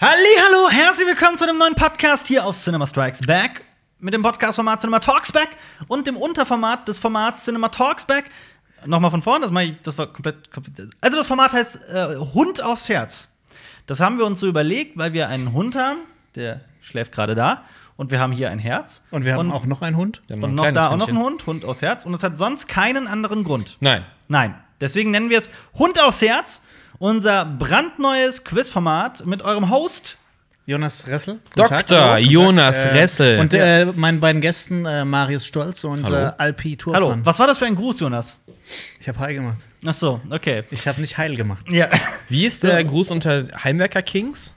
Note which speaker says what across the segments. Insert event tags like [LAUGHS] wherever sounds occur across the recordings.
Speaker 1: Hallo, herzlich willkommen zu einem neuen Podcast hier auf Cinema Strikes Back mit dem Podcast-Format Cinema Talks Back und dem Unterformat des Formats Cinema Talks Back. Nochmal von vorne, das, mach ich, das war komplett, komplett. Also, das Format heißt äh, Hund aufs Herz. Das haben wir uns so überlegt, weil wir einen Hund haben, der schläft gerade da, und wir haben hier ein Herz.
Speaker 2: Und wir haben auch noch einen Hund.
Speaker 1: und noch da auch noch einen Hund, Hund aus Herz. Und es hat sonst keinen anderen Grund.
Speaker 3: Nein.
Speaker 1: Nein. Deswegen nennen wir es Hund aus Herz, unser brandneues Quizformat mit eurem Host.
Speaker 2: Jonas Ressel. Guten Tag.
Speaker 3: Dr.
Speaker 2: Hallo.
Speaker 3: Jonas
Speaker 2: Äh,
Speaker 3: Ressel.
Speaker 2: Und äh, meinen beiden Gästen, äh, Marius Stolz und
Speaker 3: Hallo.
Speaker 2: äh, Alpi
Speaker 1: Hallo,
Speaker 2: Turfan.
Speaker 1: was war das für ein Gruß, Jonas?
Speaker 2: Ich habe heil gemacht.
Speaker 1: Ach so, okay.
Speaker 2: Ich habe nicht heil gemacht.
Speaker 1: Ja,
Speaker 3: wie ist der Gruß unter Heimwerker Kings?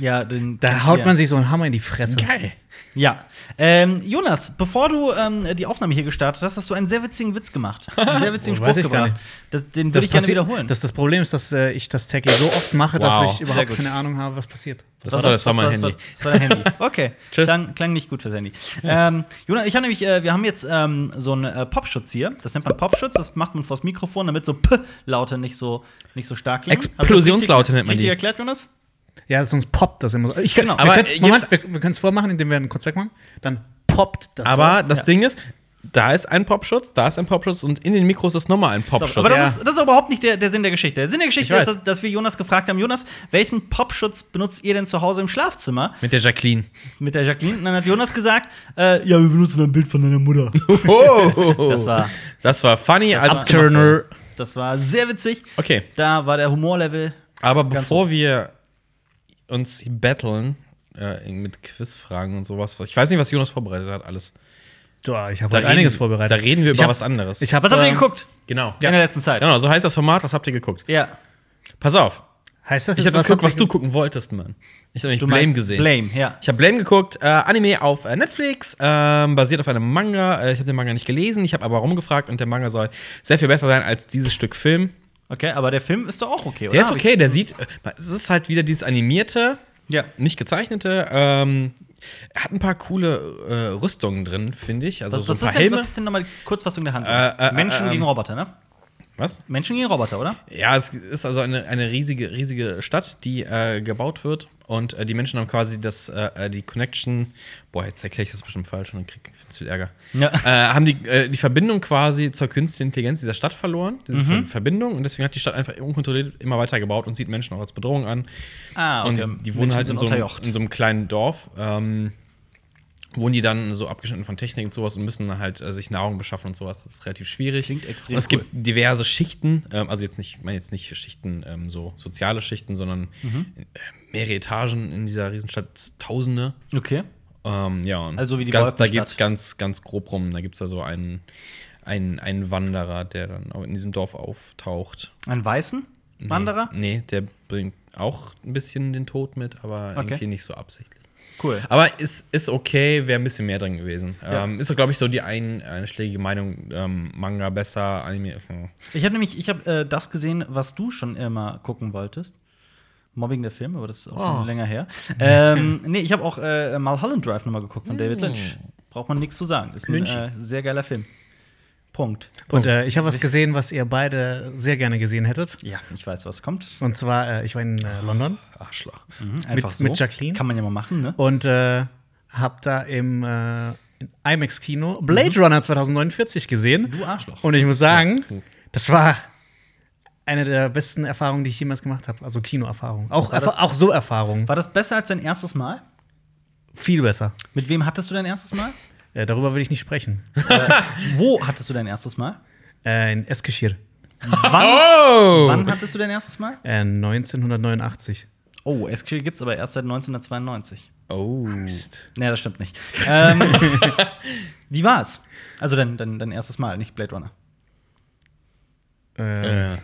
Speaker 1: ja den,
Speaker 2: Da haut man sich so einen Hammer in die Fresse.
Speaker 3: Geil.
Speaker 1: Ja. Ähm, Jonas, bevor du ähm, die Aufnahme hier gestartet hast, hast du einen sehr witzigen Witz gemacht. Einen sehr witzigen
Speaker 2: Oh,
Speaker 1: Spruch
Speaker 2: weiß ich gar
Speaker 1: gebracht. Das, den würde ich gerne
Speaker 2: passi-
Speaker 1: wiederholen.
Speaker 2: Das, das Problem ist, dass äh, ich das täglich so oft mache,
Speaker 3: Wow.
Speaker 2: dass ich überhaupt
Speaker 1: gut.
Speaker 2: keine Ahnung habe, was passiert.
Speaker 3: Das, war, das war mein Handy.
Speaker 1: Das war dein Handy. Okay.
Speaker 3: Tschüss.
Speaker 1: Klang, klang nicht gut fürs Handy. Ähm, Jonas, ich habe nämlich, äh, wir haben jetzt ähm, so einen äh, Popschutz hier. Das nennt man Popschutz. Das macht man vors Mikrofon, damit so P-Laute nicht so, nicht so stark klingen. Hab ich das
Speaker 3: Explosionslaute
Speaker 1: richtig-
Speaker 3: nennt man die.
Speaker 1: Richtig erklärt, Jonas?
Speaker 2: Ja, sonst poppt das immer so. Ich kann,
Speaker 1: Genau.
Speaker 2: genau.
Speaker 3: Aber
Speaker 2: wir können's-
Speaker 3: jetzt-
Speaker 2: Moment, wir, wir können es vormachen, indem wir einen kurz wegmachen. Dann poppt das.
Speaker 3: Aber
Speaker 2: so.
Speaker 3: das
Speaker 2: ja.
Speaker 3: Ding ist, da ist ein Popschutz, da ist ein Popschutz und in den Mikros ist nochmal ein Popschutz.
Speaker 1: Aber das,
Speaker 2: Ja.
Speaker 1: ist, das ist auch überhaupt nicht der, der Sinn der Geschichte. Der Sinn der Geschichte
Speaker 3: Ich
Speaker 1: ist,
Speaker 3: weiß.
Speaker 1: dass, dass wir Jonas gefragt haben: Jonas, welchen Popschutz benutzt ihr denn zu Hause im Schlafzimmer?
Speaker 3: Mit der Jacqueline.
Speaker 1: Mit der Jacqueline. Und dann hat Jonas gesagt: äh, Ja, wir benutzen ein Bild von deiner Mutter. Das war,
Speaker 3: Das war funny als
Speaker 1: war-
Speaker 3: Turner.
Speaker 1: das war sehr witzig.
Speaker 3: Okay,
Speaker 1: Da war der Humorlevel.
Speaker 3: aber bevor wir uns battlen äh, mit Quizfragen und sowas, ich weiß nicht, was Jonas vorbereitet hat, alles.
Speaker 2: Boah, ich habe
Speaker 3: Da
Speaker 2: heute einiges
Speaker 3: reden-
Speaker 2: vorbereitet.
Speaker 3: da reden wir
Speaker 2: Ich
Speaker 3: über
Speaker 2: hab-
Speaker 3: was anderes.
Speaker 2: Ich hab,
Speaker 1: Was habt ihr
Speaker 2: ähm,
Speaker 1: geguckt
Speaker 3: Genau.
Speaker 1: in der letzten Zeit?
Speaker 3: Genau, so heißt das Format, was habt ihr geguckt?
Speaker 1: Ja,
Speaker 3: Pass auf,
Speaker 2: Heißt das
Speaker 3: ich
Speaker 2: jetzt,
Speaker 3: habe das geguckt,
Speaker 2: habt ihr
Speaker 3: was du gucken wolltest, Mann. Ich habe nämlich
Speaker 1: du
Speaker 3: Blame
Speaker 1: meinst
Speaker 3: gesehen.
Speaker 1: Blame, ja.
Speaker 3: Ich habe Blame geguckt, äh, Anime auf äh, Netflix, ähm, basiert auf einem Manga. Äh, ich habe den Manga nicht gelesen, ich habe aber rumgefragt und der Manga soll sehr viel besser sein als dieses Stück Film.
Speaker 1: Okay, aber der Film ist doch auch okay, oder?
Speaker 3: Der ist okay, der sieht, äh, es ist halt wieder dieses animierte,
Speaker 1: Ja.
Speaker 3: nicht gezeichnete. Ähm, hat ein paar coole äh, Rüstungen drin, finde ich. Also
Speaker 1: Was,
Speaker 3: so ein
Speaker 1: was,
Speaker 3: paar
Speaker 1: ist denn, was
Speaker 3: Helme.
Speaker 1: ist denn nochmal die Kurzfassung der Hand?
Speaker 3: Äh, äh,
Speaker 1: Menschen
Speaker 3: äh,
Speaker 1: gegen
Speaker 3: ähm.
Speaker 1: Roboter, ne?
Speaker 3: Was?
Speaker 1: Menschen gegen Roboter, oder?
Speaker 3: Ja, es ist also eine, eine riesige, riesige Stadt, die äh, gebaut wird. Und äh, die Menschen haben quasi das, äh, äh, die Connection. Boah, jetzt erkläre ich das bestimmt falsch und dann krieg ich viel Ärger.
Speaker 1: Ja.
Speaker 3: Äh, haben die, äh, die Verbindung quasi zur künstlichen Intelligenz dieser Stadt verloren, diese Ver- Verbindung. Und deswegen hat die Stadt einfach unkontrolliert immer weiter gebaut und sieht Menschen auch als Bedrohung an.
Speaker 1: Ah,
Speaker 3: Und die wohnen
Speaker 1: Menschen
Speaker 3: halt in
Speaker 1: sind
Speaker 3: so, einem,
Speaker 1: unterjocht.
Speaker 3: in so einem kleinen Dorf. Ähm, wohnen die dann so abgeschnitten von Technik und sowas und müssen dann halt äh, sich Nahrung beschaffen und sowas. Das ist relativ schwierig.
Speaker 1: Klingt extrem
Speaker 3: Und es
Speaker 1: cool.
Speaker 3: gibt diverse Schichten, ähm, also jetzt nicht, ich meine jetzt nicht Schichten, ähm, so soziale Schichten, sondern
Speaker 1: Mhm.
Speaker 3: äh, mehrere Etagen in dieser Riesenstadt, Tausende.
Speaker 1: Okay.
Speaker 3: Ähm, ja, und
Speaker 1: Also wie die
Speaker 3: ganz, Da
Speaker 1: Wolkenstadt.
Speaker 3: geht's ganz, ganz grob rum. Da gibt's da so einen, einen, einen Wanderer, der dann auch in diesem Dorf auftaucht.
Speaker 1: Einen weißen Wanderer?
Speaker 3: Nee, der bringt auch ein bisschen den Tod mit, aber
Speaker 1: Okay.
Speaker 3: irgendwie nicht so absichtlich.
Speaker 1: Cool.
Speaker 3: Aber ist, ist okay, wäre ein bisschen mehr drin gewesen.
Speaker 1: Ja.
Speaker 3: Ähm, ist, glaube ich, so die ein, einschlägige Meinung, ähm, Manga besser, Anime. hm.
Speaker 1: Ich habe nämlich, ich habe äh, das gesehen, was du schon immer gucken wolltest. Mobbing der Film, aber das ist auch
Speaker 3: Oh.
Speaker 1: schon länger her. Ähm, nee, ich habe auch äh, Mulholland Drive nochmal geguckt von David Lynch. Braucht man nichts zu sagen. Ist ein
Speaker 3: Lynchy.
Speaker 1: äh, sehr geiler Film. Punkt.
Speaker 2: Und äh, ich habe was gesehen, was ihr beide sehr gerne gesehen hättet.
Speaker 1: Ja, ich weiß, was kommt.
Speaker 2: Und zwar, äh, ich war in äh, London
Speaker 3: Arschloch.
Speaker 1: Mhm, einfach
Speaker 2: mit Jacqueline?
Speaker 1: Kann man ja mal machen, ne?
Speaker 2: und äh, habe da im äh, IMAX-Kino Blade Runner 2049 gesehen.
Speaker 1: Du Arschloch.
Speaker 2: Und ich muss sagen, das war eine der besten Erfahrungen, die ich jemals gemacht habe. Also Kinoerfahrung. Auch,
Speaker 1: War das-
Speaker 2: Erfa- auch so Erfahrung.
Speaker 1: War das besser als dein erstes Mal?
Speaker 2: Viel besser.
Speaker 1: Mit wem hattest du dein erstes Mal?
Speaker 2: Äh, darüber will ich nicht sprechen.
Speaker 1: Wo hattest du dein erstes [LAUGHS] Mal?
Speaker 2: äh, in Eskişehir.
Speaker 1: Wann,
Speaker 3: Oh!
Speaker 1: wann hattest du dein erstes Mal?
Speaker 2: Äh, 1989.
Speaker 1: Oh, Eskil gibt's aber erst seit 1992.
Speaker 3: Oh.
Speaker 2: Mist.
Speaker 1: Nee, das stimmt nicht.
Speaker 2: [LAUGHS]
Speaker 1: ähm, wie war's? Also dein, dein, dein erstes Mal, nicht Blade Runner.
Speaker 2: Äh,
Speaker 3: Äh,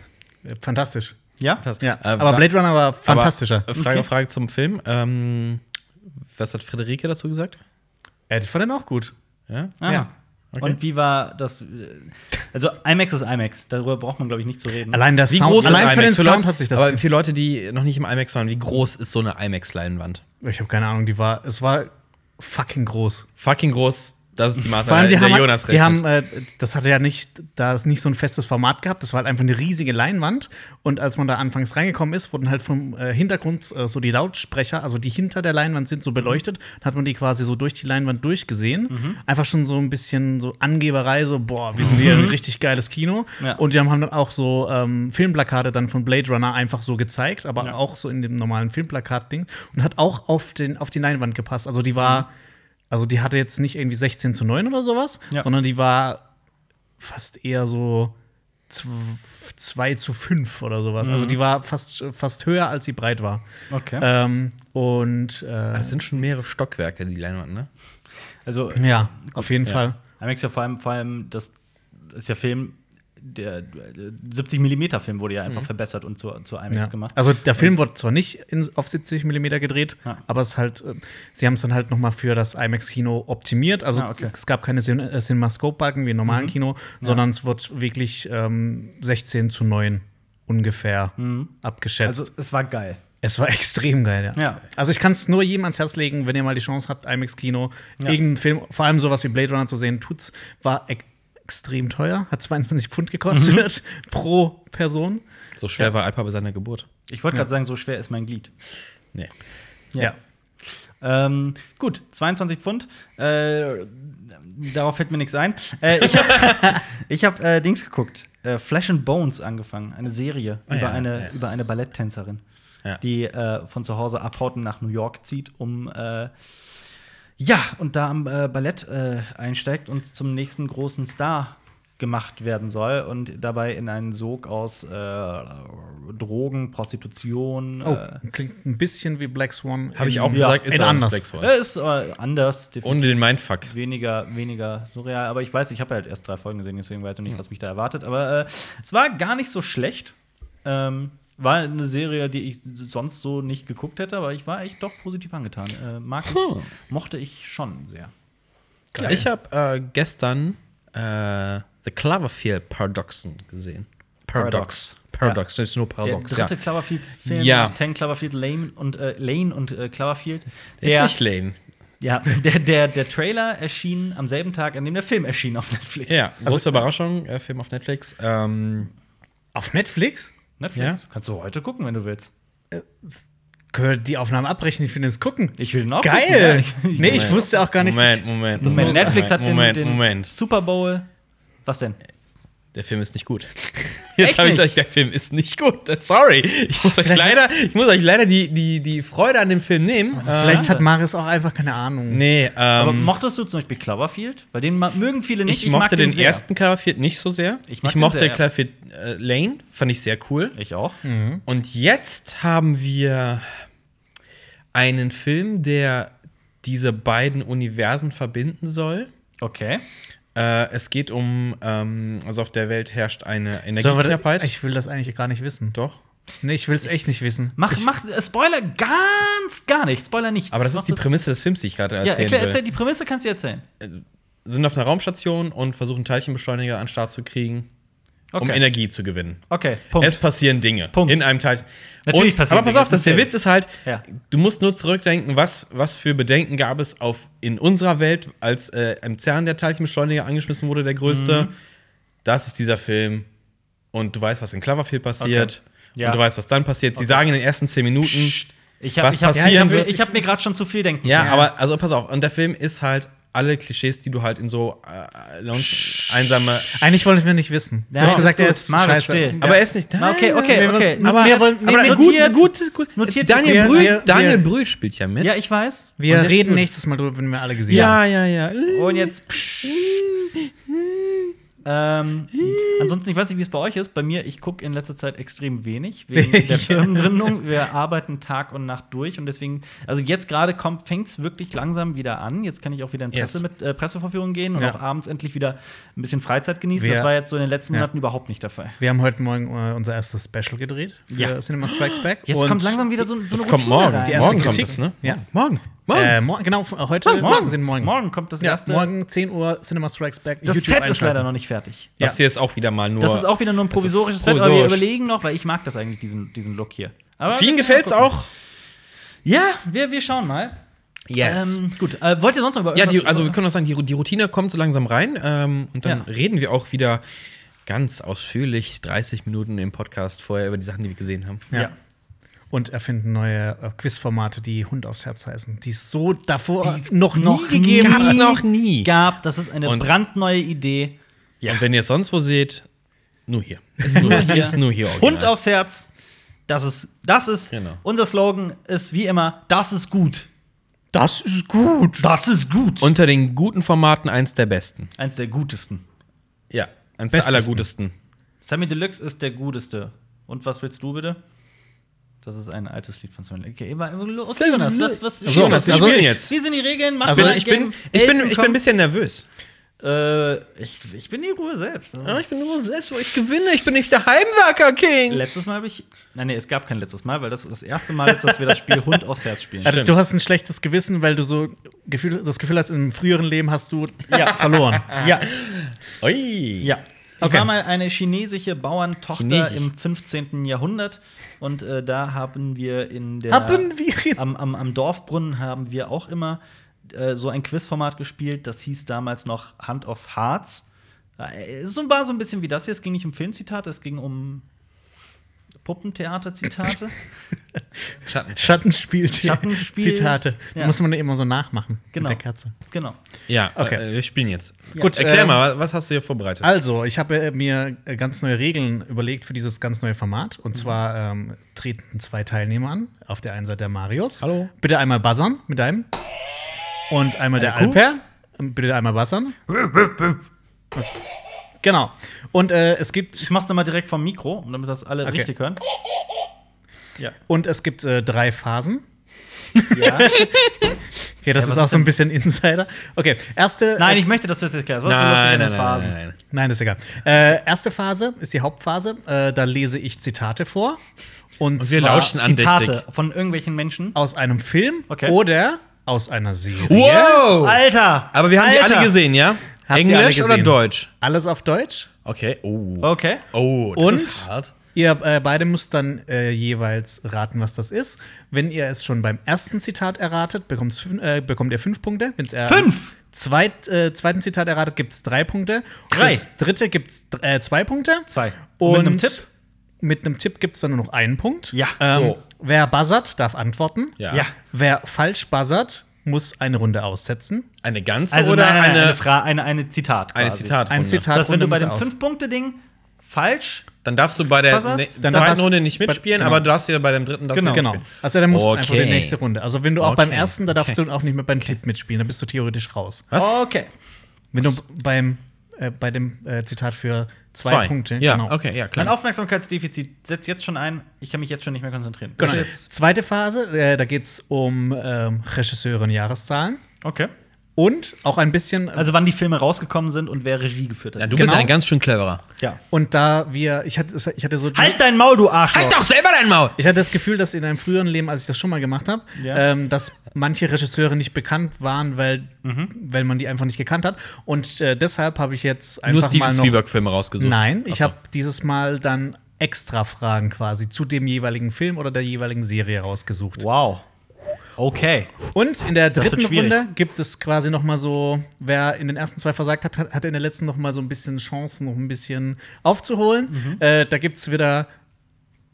Speaker 2: Fantastisch.
Speaker 1: Ja?
Speaker 3: das-
Speaker 2: Ja.
Speaker 3: äh,
Speaker 2: aber
Speaker 3: wa-
Speaker 2: Blade Runner war
Speaker 3: aber,
Speaker 2: fantastischer. Mhm.
Speaker 3: äh, Frage,
Speaker 1: Okay.
Speaker 3: Frage zum Film. Ähm, was hat Friederike dazu gesagt?
Speaker 2: Äh, die fand den auch gut.
Speaker 3: Ja?
Speaker 1: Aha.
Speaker 2: ja.
Speaker 3: Okay.
Speaker 1: Und wie war das? äh, Also IMAX ist IMAX, darüber braucht man, glaube ich, nicht zu reden.
Speaker 2: Allein das
Speaker 3: Wie
Speaker 2: Sound,
Speaker 3: groß ist
Speaker 2: allein für den
Speaker 3: IMAX? Für
Speaker 2: Sound
Speaker 3: Leute-
Speaker 2: hat sich das.
Speaker 3: Aber für Leute, die noch nicht im IMAX waren, wie groß ist so eine IMAX-Leinwand?
Speaker 2: Ich habe keine Ahnung, die war, es war fucking groß.
Speaker 3: Fucking groß. Das ist die
Speaker 2: Vor
Speaker 3: Maßnahme,
Speaker 2: allem, die
Speaker 3: der
Speaker 2: haben,
Speaker 3: Jonas
Speaker 2: die
Speaker 3: rechnet.
Speaker 2: haben äh, das hatte ja nicht, da es nicht so ein festes Format gehabt, das war halt einfach eine riesige Leinwand. Und als man da anfangs reingekommen ist, wurden halt vom äh, Hintergrund äh, so die Lautsprecher, also die hinter der Leinwand sind, so beleuchtet. Dann hat man die quasi so durch die Leinwand durchgesehen.
Speaker 3: Mhm.
Speaker 2: Einfach schon so ein bisschen so Angeberei, so, boah, wir sind
Speaker 3: [LAUGHS]
Speaker 2: hier ein richtig geiles Kino.
Speaker 1: Ja.
Speaker 2: Und die haben haben dann auch so ähm, Filmplakate dann von Blade Runner einfach so gezeigt, aber
Speaker 1: Ja.
Speaker 2: auch so in dem normalen Filmplakat-Ding. Und hat auch auf, den, auf die Leinwand gepasst. Also die
Speaker 1: Mhm.
Speaker 2: war. Also die hatte jetzt nicht irgendwie 16 zu 9 oder sowas,
Speaker 1: Ja.
Speaker 2: sondern die war fast eher so 2 zu 5 oder sowas. Also
Speaker 1: Mhm.
Speaker 2: die war fast, fast höher, als sie breit war.
Speaker 1: Okay.
Speaker 2: Ähm, und äh,
Speaker 3: Das sind schon mehrere Stockwerke, die Leinwand, ne?
Speaker 1: Also,
Speaker 2: ja, auf jeden
Speaker 3: ja.
Speaker 2: Fall.
Speaker 1: IMAX ja vor allem, vor allem, das ist ja Film, der 70 mm Film wurde ja einfach verbessert und zu, zu IMAX
Speaker 2: Mhm. Ja.
Speaker 1: gemacht.
Speaker 2: Also der Film wurde zwar nicht in, auf 70 mm gedreht,
Speaker 1: Ja.
Speaker 2: aber es ist halt, äh, sie haben es dann halt nochmal für das IMAX-Kino optimiert. Also
Speaker 1: Ah, okay. Mhm.
Speaker 2: es gab keine Cin äh, Cinemascope-Balken wie im normalen Kino, sondern es wurde wirklich ähm, 16 zu 9 ungefähr abgeschätzt.
Speaker 1: also, es war geil.
Speaker 2: es war [LAUGHS] extrem geil, ja.
Speaker 1: Ja.
Speaker 2: Also ich kann es nur jedem ans Herz legen, wenn ihr mal die Chance habt, IMAX-Kino,
Speaker 1: Ja.
Speaker 2: irgendeinen Film, vor allem sowas wie Blade Runner zu sehen, tut's, war e extrem teuer, hat 22 Pfund gekostet
Speaker 1: Mhm.
Speaker 2: [LAUGHS] pro Person.
Speaker 3: So schwer war Alpa bei seiner Geburt.
Speaker 1: Ich wollte gerade sagen, so schwer ist mein Glied.
Speaker 3: Nee.
Speaker 2: Ja.
Speaker 1: Ähm, gut, 22 Pfund. Äh, darauf fällt mir nichts ein. Äh, ich habe ich hab, [LAUGHS] äh, Dings geguckt. Äh, Flesh and Bones angefangen. Eine Serie
Speaker 3: Ah,
Speaker 1: über,
Speaker 3: ja,
Speaker 1: eine,
Speaker 3: ja.
Speaker 1: über eine Balletttänzerin,
Speaker 3: Ja.
Speaker 1: die äh, von zu Hause abhauten nach New York zieht, um äh, ja, und da am äh, Ballett äh, einsteigt und zum nächsten großen Star gemacht werden soll und dabei in einen Sog aus äh, Drogen, Prostitution.
Speaker 2: Oh,
Speaker 1: äh,
Speaker 2: klingt ein bisschen wie Black Swan.
Speaker 3: Habe ich
Speaker 2: in-
Speaker 3: auch
Speaker 1: Ja,
Speaker 3: gesagt,
Speaker 2: in
Speaker 3: auch
Speaker 2: anders.
Speaker 3: Black Swan.
Speaker 1: äh, ist äh, anders,
Speaker 3: Ohne den Mindfuck.
Speaker 1: weniger, weniger surreal. Aber ich weiß, ich habe halt erst drei Folgen gesehen, deswegen weiß ich nicht, was mich da erwartet. Aber äh, es war gar nicht so schlecht. Ähm, war eine Serie, die ich sonst so nicht geguckt hätte, aber ich war echt doch positiv angetan. Äh, mag ich,
Speaker 3: Huh.
Speaker 1: mochte ich schon sehr.
Speaker 3: Ja, Ich habe äh, gestern äh, The Cloverfield Paradoxon gesehen. Paradox. Paradox, das ist nur Paradox.
Speaker 1: der dritte
Speaker 3: ja.
Speaker 1: Cloverfield-Film,
Speaker 3: Ja.
Speaker 1: Ten Cloverfield Lane und äh, Lane und äh, Cloverfield.
Speaker 3: Der ist nicht Lane.
Speaker 1: ja, der, der, der Trailer erschien am selben Tag, an dem der Film erschien auf Netflix.
Speaker 3: Ja, große Überraschung, äh, Film auf Netflix. Ähm,
Speaker 2: Auf Netflix?
Speaker 1: Netflix.
Speaker 3: Ja.
Speaker 1: Kannst du heute gucken, wenn du willst.
Speaker 2: Können wir die Aufnahmen abbrechen, ich will es gucken.
Speaker 1: Ich will den auch gucken,
Speaker 2: Geil!
Speaker 1: ja. Ich-
Speaker 2: nee, ich wusste auch gar nicht.
Speaker 3: Moment, Moment.
Speaker 2: Das
Speaker 1: Moment,
Speaker 2: muss-
Speaker 1: Netflix hat den,
Speaker 3: Moment,
Speaker 1: den
Speaker 3: Moment.
Speaker 1: Super Bowl. Was denn?
Speaker 3: Der Film ist nicht gut. [LAUGHS]
Speaker 1: Echt
Speaker 3: Jetzt habe ich
Speaker 1: nicht?
Speaker 3: gesagt, der Film ist nicht gut. Sorry. Ich muss euch leider, ich muss euch leider die, die, die Freude an dem Film nehmen.
Speaker 2: Vielleicht hat Marius auch einfach keine Ahnung.
Speaker 3: Nee, ähm,
Speaker 1: Aber mochtest du zum Beispiel Cloverfield? Bei denen ma- mögen viele nicht.
Speaker 3: ich, mochte den,
Speaker 1: sehr.
Speaker 3: ersten Cloverfield nicht so sehr.
Speaker 1: Ich
Speaker 3: Ich,
Speaker 1: mag den
Speaker 3: mochte
Speaker 1: sehr, ja.
Speaker 3: Cloverfield äh, Lane, fand ich sehr cool.
Speaker 1: Ich auch.
Speaker 3: Hm. Und jetzt haben wir einen Film, der diese beiden Universen verbinden soll.
Speaker 1: Okay.
Speaker 3: Äh, es geht um, ähm, also auf der Welt herrscht eine
Speaker 2: So, aber
Speaker 3: Energieknappheit.
Speaker 2: ich will das eigentlich gar nicht wissen.
Speaker 3: Doch.
Speaker 2: Nee, ich will es echt nicht wissen.
Speaker 1: Mach, mach, äh, Spoiler ganz gar nicht. Spoiler nichts.
Speaker 3: Aber das
Speaker 1: Mach
Speaker 3: ist die Prämisse des Films, die ich gerade
Speaker 1: Ja,
Speaker 3: erzählen
Speaker 1: erklär,
Speaker 3: will.
Speaker 1: erzähl, die Prämisse kannst du erzählen.
Speaker 3: Sind auf einer Raumstation und versuchen Teilchenbeschleuniger an den Start zu kriegen,
Speaker 1: Okay.
Speaker 3: um Energie zu gewinnen.
Speaker 1: okay, Punkt.
Speaker 3: Es passieren Dinge
Speaker 1: Punkt.
Speaker 3: in einem Teil.
Speaker 1: Natürlich
Speaker 3: und,
Speaker 1: passieren
Speaker 3: Aber pass
Speaker 1: Dinge,
Speaker 3: auf,
Speaker 1: ist ein
Speaker 3: das, der
Speaker 1: Film.
Speaker 3: Witz ist halt,
Speaker 1: Ja.
Speaker 3: du musst nur zurückdenken, was, was für Bedenken gab es auf, in unserer Welt, als äh, im CERN der Teilchenbeschleuniger angeschmissen wurde, der größte.
Speaker 1: Mhm.
Speaker 3: Das ist dieser Film. Und du weißt, was in Cloverfield passiert.
Speaker 1: Ja.
Speaker 3: Und du weißt, was dann passiert. Sie sagen in den ersten zehn Minuten.
Speaker 1: ich habe
Speaker 3: was
Speaker 1: ich hab, ich
Speaker 3: passieren
Speaker 1: hab,
Speaker 3: wird-
Speaker 1: ich hab mir gerade schon zu viel denken.
Speaker 3: Ja,
Speaker 2: Ja.
Speaker 3: aber also pass auf. Und der Film ist halt alle Klischees, die du halt in so äh, Lounge- einsame.
Speaker 2: Eigentlich wollen wir nicht wissen.
Speaker 1: Ja,
Speaker 2: du hast
Speaker 1: ist
Speaker 2: gesagt, er
Speaker 1: gut.
Speaker 2: ist
Speaker 1: Marius,
Speaker 2: scheiße.
Speaker 1: still.
Speaker 3: Aber er ist nicht
Speaker 1: Na, okay, okay,
Speaker 2: Wir wollen-
Speaker 1: okay.
Speaker 2: aber-
Speaker 1: wir wollen,
Speaker 2: aber
Speaker 1: nee,
Speaker 3: Notiert,
Speaker 1: notiert,
Speaker 3: gut, gut.
Speaker 1: notiert-
Speaker 3: Daniel
Speaker 2: wir-
Speaker 3: Brühl,
Speaker 2: wir-
Speaker 3: Daniel
Speaker 2: wir-
Speaker 3: Brühl spielt ja mit.
Speaker 1: Ja, ich weiß.
Speaker 2: Wir
Speaker 3: Und der
Speaker 2: reden
Speaker 3: Stuhl.
Speaker 2: nächstes Mal drüber, wenn wir alle gesehen haben.
Speaker 3: ja, ja. ja.
Speaker 1: Und jetzt. psch. ähm, ansonsten, ich weiß nicht, wie es bei euch ist. Bei mir, ich gucke in letzter Zeit extrem wenig
Speaker 3: [LAUGHS]
Speaker 1: wegen der Firmengründung. Wir arbeiten Tag und Nacht durch und deswegen, also jetzt gerade kommt, fängt es wirklich langsam wieder an. Jetzt kann ich auch wieder in Presse
Speaker 3: Yes.
Speaker 1: mit äh, Presseverführungen gehen und
Speaker 2: Ja.
Speaker 1: auch abends endlich wieder ein bisschen Freizeit genießen.
Speaker 2: Wir-
Speaker 1: das war jetzt so in den letzten
Speaker 2: Ja.
Speaker 1: Monaten überhaupt nicht der Fall.
Speaker 2: Wir haben heute Morgen äh, unser erstes Special gedreht für
Speaker 1: Ja.
Speaker 2: Cinema Strikes Back.
Speaker 1: Jetzt
Speaker 2: und,
Speaker 1: kommt langsam wieder so, so
Speaker 3: Das kommt
Speaker 1: Routine
Speaker 3: morgen.
Speaker 1: rein.
Speaker 2: Die erste
Speaker 3: morgen kommt
Speaker 2: Kritik.
Speaker 3: es, ne?
Speaker 2: Ja.
Speaker 3: Morgen. Morgen.
Speaker 1: Ähm,
Speaker 2: Äh, morgen, genau, f- heute.
Speaker 3: Morgen.
Speaker 2: müssen wir sehen morgen.
Speaker 1: Morgen kommt das
Speaker 2: Ja,
Speaker 1: erste.
Speaker 2: morgen 10 Uhr Cinema Strikes Back.
Speaker 1: das Set ist
Speaker 2: einschalten.
Speaker 1: leider noch nicht fertig.
Speaker 3: das
Speaker 2: ja.
Speaker 3: hier ist auch wieder mal nur.
Speaker 1: Das ist auch wieder nur ein
Speaker 3: Das ist
Speaker 1: provisorisches Set, aber wir
Speaker 3: provisorisch.
Speaker 1: überlegen noch, weil ich mag das eigentlich, diesen, diesen Look hier. Aber
Speaker 3: Vielen
Speaker 1: wir-
Speaker 3: gefällt es auch.
Speaker 1: Ja, wir, wir schauen mal. Ähm, gut, äh, wollt ihr sonst noch über
Speaker 3: Ja,
Speaker 1: irgendwas-
Speaker 3: die, also wir können auch sagen, die, die Routine kommt so langsam rein ähm, und dann
Speaker 1: Ja.
Speaker 3: reden wir auch wieder ganz ausführlich 30 Minuten im Podcast vorher über die Sachen, die wir gesehen haben.
Speaker 1: ja.
Speaker 2: Ja. Und erfinden neue äh, Quizformate, die Hund aufs Herz heißen, die es so davor [LAUGHS] noch,
Speaker 1: noch
Speaker 2: nie gegeben
Speaker 1: nie
Speaker 2: hat.
Speaker 3: Gab's noch nie.
Speaker 1: gab. Das ist eine
Speaker 3: Und-
Speaker 1: brandneue Idee.
Speaker 3: Und wenn ihr es sonst wo seht, nur hier. Ist [LAUGHS] nur hier. ist nur hier
Speaker 1: Hund
Speaker 3: original.
Speaker 1: aufs Herz. Das ist, das ist,
Speaker 3: Genau.
Speaker 1: unser Slogan ist wie immer, das ist gut.
Speaker 2: Das ist gut.
Speaker 1: Das ist gut.
Speaker 3: Unter den guten Formaten eins der besten.
Speaker 1: eins der gutesten.
Speaker 3: Ja, eins
Speaker 2: Bestesten.
Speaker 3: der allergutesten.
Speaker 1: Sammy Deluxe ist der guteste. Und was willst du bitte? Das ist ein altes Lied von Sammy Deluxe. Okay, immer- los,
Speaker 3: Sammy
Speaker 1: Jonas, was,
Speaker 3: Deluxe.
Speaker 1: was,
Speaker 3: Also,
Speaker 1: Jonas,
Speaker 3: wir
Speaker 1: wie-
Speaker 3: spielen jetzt.
Speaker 1: Wie sind die Regeln? Macht
Speaker 3: Also,
Speaker 1: ihr ein
Speaker 3: ich bin,
Speaker 1: Game?
Speaker 3: ich, bin,
Speaker 1: Elton
Speaker 3: ich bin ein
Speaker 1: kommt.
Speaker 3: bisschen nervös.
Speaker 1: Äh, ich, ich bin die Ruhe selbst. Also,
Speaker 3: nur selbst, ich gewinne. Ich bin nicht der Heimwerker King.
Speaker 1: Letztes Mal habe ich. Nein, nee, es gab kein letztes Mal, weil das das erste Mal ist, dass wir das
Speaker 2: [LAUGHS]
Speaker 1: Spiel Hund aufs Herz spielen.
Speaker 2: Also,
Speaker 3: Stimmt.
Speaker 2: du hast ein schlechtes Gewissen, weil du so Gefühl, das Gefühl hast, im früheren Leben hast du
Speaker 1: [LAUGHS] Ja.
Speaker 2: verloren.
Speaker 1: Ja,
Speaker 3: Ui.
Speaker 1: ja. Ich
Speaker 2: Okay.
Speaker 1: war mal eine chinesische Bauerntochter
Speaker 3: Chinesisch.
Speaker 1: im 15. Jahrhundert und äh, da haben wir in der
Speaker 2: Haben wir.
Speaker 1: am, am, am Dorfbrunnen haben wir auch immer äh, so ein Quizformat gespielt, das hieß damals noch Hand aufs Harz. Äh, Es war so ein bisschen wie das hier, es ging nicht um Filmzitate, es ging um
Speaker 2: [LAUGHS]
Speaker 1: Puppentheaterzitate.
Speaker 3: Schatten.
Speaker 2: Schattenspiel.
Speaker 1: Schattenspiel.
Speaker 2: Zitate.
Speaker 1: Ja.
Speaker 2: Muss man immer so nachmachen
Speaker 1: Genau.
Speaker 2: mit der Katze.
Speaker 1: genau.
Speaker 3: Ja,
Speaker 2: Okay.
Speaker 3: äh, wir spielen jetzt.
Speaker 2: Gut,
Speaker 3: Erklär
Speaker 2: ähm,
Speaker 3: mal, was hast du hier vorbereitet?
Speaker 2: Also, ich habe äh, mir äh, ganz neue Regeln überlegt für dieses ganz neue Format. Und zwar ähm, treten zwei Teilnehmer an. Auf der einen Seite der Marius.
Speaker 3: Hallo.
Speaker 2: Bitte einmal buzzern mit deinem. Und einmal der Alper. Ähm, Bitte einmal buzzern. genau. Und äh, es
Speaker 1: Ich
Speaker 2: gibt
Speaker 1: mach's nochmal direkt vom Mikro, damit das alle
Speaker 2: Okay.
Speaker 1: richtig hören. Ja.
Speaker 2: und es gibt äh, drei Phasen.
Speaker 1: ja.
Speaker 2: Okay, das
Speaker 1: Ja,
Speaker 2: ist
Speaker 1: was
Speaker 2: auch so ein bisschen Insider. Okay, erste.
Speaker 1: Nein,
Speaker 2: äh,
Speaker 1: ich möchte, dass du das erklärst. Was ist lustig an den Phasen?
Speaker 3: nein, nein.
Speaker 2: Nein, ist egal. Äh, erste Phase ist die Hauptphase. Äh, da lese ich Zitate vor. Und,
Speaker 3: Und wir
Speaker 2: zwar
Speaker 3: lauschen an.
Speaker 1: Zitate
Speaker 3: Andächtig.
Speaker 1: von irgendwelchen Menschen.
Speaker 2: aus einem Film
Speaker 1: Okay.
Speaker 2: oder aus einer Serie.
Speaker 3: Wow!
Speaker 1: Alter!
Speaker 3: Aber wir haben die
Speaker 1: Alter!
Speaker 3: alle gesehen, ja?
Speaker 2: Habt ihr
Speaker 3: Englisch
Speaker 2: alle gesehen?
Speaker 3: oder Deutsch?
Speaker 2: Alles auf Deutsch.
Speaker 3: Okay. Oh.
Speaker 1: Okay.
Speaker 3: Oh, das
Speaker 2: Und?
Speaker 3: ist hart.
Speaker 2: Ihr äh, beide müsst dann äh, jeweils raten, was das ist. Wenn ihr es schon beim ersten Zitat erratet, bekommt's fün- äh, bekommt ihr fünf Punkte. Wenn's er
Speaker 1: Fünf!
Speaker 2: Zweit, äh, zweiten Zitat erratet, gibt es drei Punkte.
Speaker 1: Drei.
Speaker 2: Das dritte gibt es äh, zwei Punkte.
Speaker 1: Zwei.
Speaker 2: Und
Speaker 1: mit einem Tipp?
Speaker 2: Mit einem Tipp gibt es dann nur noch einen Punkt.
Speaker 1: Ja,
Speaker 2: Ähm,
Speaker 3: so.
Speaker 2: Wer buzzert, darf antworten.
Speaker 3: Ja.
Speaker 1: Ja.
Speaker 2: Wer falsch buzzert, muss eine Runde aussetzen.
Speaker 3: Eine ganze
Speaker 1: Also
Speaker 3: oder
Speaker 1: nein, nein, nein,
Speaker 3: eine,
Speaker 1: eine, Fra eine, eine Zitat.
Speaker 3: eine
Speaker 1: quasi.
Speaker 3: Zitat?
Speaker 2: Ein Zitat.
Speaker 1: Dass wenn du bei
Speaker 2: Runde
Speaker 1: dem
Speaker 2: muss aus.
Speaker 1: Fünf-Punkte-Ding falsch
Speaker 3: Dann darfst du bei der
Speaker 1: Was hast?
Speaker 3: ne,
Speaker 2: Dann
Speaker 3: zweiten
Speaker 2: darfst-
Speaker 3: Runde nicht mitspielen,
Speaker 2: Genau.
Speaker 3: aber du darfst wieder bei dem dritten darfst du
Speaker 2: Genau.
Speaker 3: mitspielen.
Speaker 2: Also dann musst du einfach
Speaker 3: Okay.
Speaker 2: die nächste Runde. Also wenn du auch beim
Speaker 3: Okay.
Speaker 2: ersten, da darfst du auch nicht mehr beim Tipp mitspielen, dann bist du theoretisch raus.
Speaker 3: Was?
Speaker 1: Okay.
Speaker 2: Wenn du beim äh, bei dem äh, Zitat für zwei, Punkte. genau.
Speaker 3: Ja, okay, ja,
Speaker 1: Mein
Speaker 3: klar.
Speaker 1: Aufmerksamkeitsdefizit setzt jetzt schon ein. Ich kann mich jetzt schon nicht mehr konzentrieren.
Speaker 2: Genau.
Speaker 1: Jetzt.
Speaker 2: Zweite Phase, äh, da geht es um ähm, Regisseure und Jahreszahlen
Speaker 1: Okay.
Speaker 2: und auch ein bisschen. äh,
Speaker 1: Also wann die Filme rausgekommen sind und wer Regie geführt
Speaker 3: Ja,
Speaker 1: hat.
Speaker 3: du
Speaker 2: Genau.
Speaker 3: bist ja ein ganz schön cleverer.
Speaker 1: Ja.
Speaker 2: und da wir, ich hatte, ich hatte so.
Speaker 1: Halt dein Maul, du Arschloch!
Speaker 3: doch selber dein Maul!
Speaker 2: Ich hatte das Gefühl, dass in einem früheren Leben, als ich das schon mal gemacht habe,
Speaker 1: Ja.
Speaker 2: ähm, dass manche Regisseure nicht bekannt waren, weil,
Speaker 3: Mhm.
Speaker 2: weil man die einfach nicht gekannt hat. Und äh, deshalb habe ich jetzt
Speaker 3: Nur
Speaker 2: einfach
Speaker 3: Steven
Speaker 2: mal noch
Speaker 3: Spielberg-Filme rausgesucht.
Speaker 2: Nein,
Speaker 3: Ach
Speaker 2: ich
Speaker 3: so.
Speaker 2: habe dieses Mal dann extra Fragen quasi zu dem jeweiligen Film oder der jeweiligen Serie rausgesucht.
Speaker 1: Wow. Okay.
Speaker 2: Und in der
Speaker 1: wird
Speaker 2: dritten
Speaker 1: schwierig.
Speaker 2: Runde gibt es quasi noch mal so, wer in den ersten zwei versagt hat, hat- hatte in der letzten noch mal so ein bisschen Chancen, noch ein bisschen aufzuholen. Äh, da gibt es wieder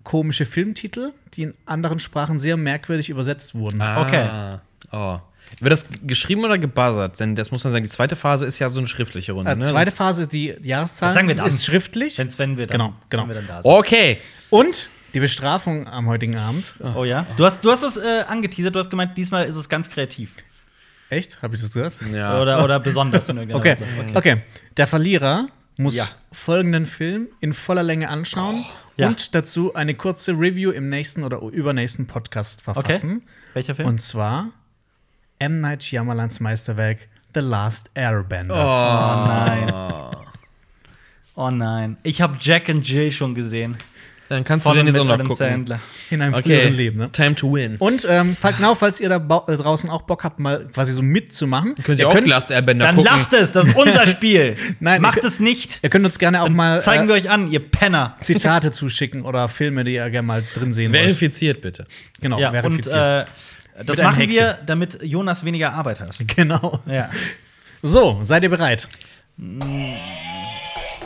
Speaker 2: komische Filmtitel, die in anderen Sprachen sehr merkwürdig übersetzt wurden.
Speaker 1: Okay.
Speaker 3: Ah. Oh. Wird das geschrieben oder gebuzzert? Denn das muss man sagen, die zweite Phase ist ja so eine schriftliche Runde.
Speaker 2: Äh,
Speaker 3: ne?
Speaker 2: zweite Phase, die Jahreszahl,
Speaker 1: Das sagen wir dann.
Speaker 2: ist schriftlich.
Speaker 1: Wenn's, wenn wir dann,
Speaker 2: Genau, genau.
Speaker 1: Wenn wir
Speaker 3: Oh,
Speaker 1: dann da sind.
Speaker 3: Okay.
Speaker 2: Und die Bestrafung am heutigen Abend.
Speaker 1: Oh, ja. Du hast, du hast es äh, angeteasert, du hast gemeint, diesmal ist es ganz kreativ.
Speaker 2: Echt? Habe ich das gesagt?
Speaker 3: Ja.
Speaker 1: Oder, oder besonders in irgendeiner
Speaker 2: [LAUGHS] Okay.
Speaker 1: Weise.
Speaker 2: okay. Der Verlierer muss
Speaker 1: Ja. Oh,
Speaker 2: folgenden Film in voller Länge anschauen
Speaker 1: Ja.
Speaker 2: und dazu eine kurze Review im nächsten oder übernächsten Podcast verfassen.
Speaker 1: Welcher Film?
Speaker 2: Und zwar M. Night Shyamalans Meisterwerk The Last Airbender.
Speaker 1: oh
Speaker 2: Ah.
Speaker 1: nein. Oh nein. Ich habe Jack and Jill schon gesehen.
Speaker 3: Dann kannst du
Speaker 1: Von und
Speaker 3: den jetzt
Speaker 1: mit
Speaker 3: auch noch
Speaker 1: Adam
Speaker 3: gucken.
Speaker 1: Sandler.
Speaker 2: In einem
Speaker 3: Okay.
Speaker 2: früheren Leben. Ne?
Speaker 3: Time to win.
Speaker 2: Und ähm, fa- genau, falls ihr da bau- äh, draußen auch Bock habt, mal quasi so mitzumachen,
Speaker 3: Könnt ihr auch Last Airbender
Speaker 1: Dann
Speaker 3: gucken.
Speaker 1: lasst es, das ist
Speaker 2: [LAUGHS]
Speaker 1: unser Spiel.
Speaker 2: Nein,
Speaker 1: Macht
Speaker 2: ihr-
Speaker 1: es nicht.
Speaker 2: ihr könnt uns gerne auch mal
Speaker 1: Zeigen
Speaker 2: äh,
Speaker 1: wir euch an, ihr Penner.
Speaker 2: Zitate zuschicken oder Filme, die ihr gerne mal drin sehen wollt.
Speaker 3: Verifiziert bitte.
Speaker 2: Genau,
Speaker 1: Ja, und äh,
Speaker 2: verifiziert.
Speaker 1: Das
Speaker 2: Mit einem
Speaker 1: machen wir,
Speaker 2: Häkchen.
Speaker 1: damit Jonas weniger Arbeit hat.
Speaker 2: [LAUGHS] Genau.
Speaker 1: äh, Ja.
Speaker 2: So, seid ihr bereit?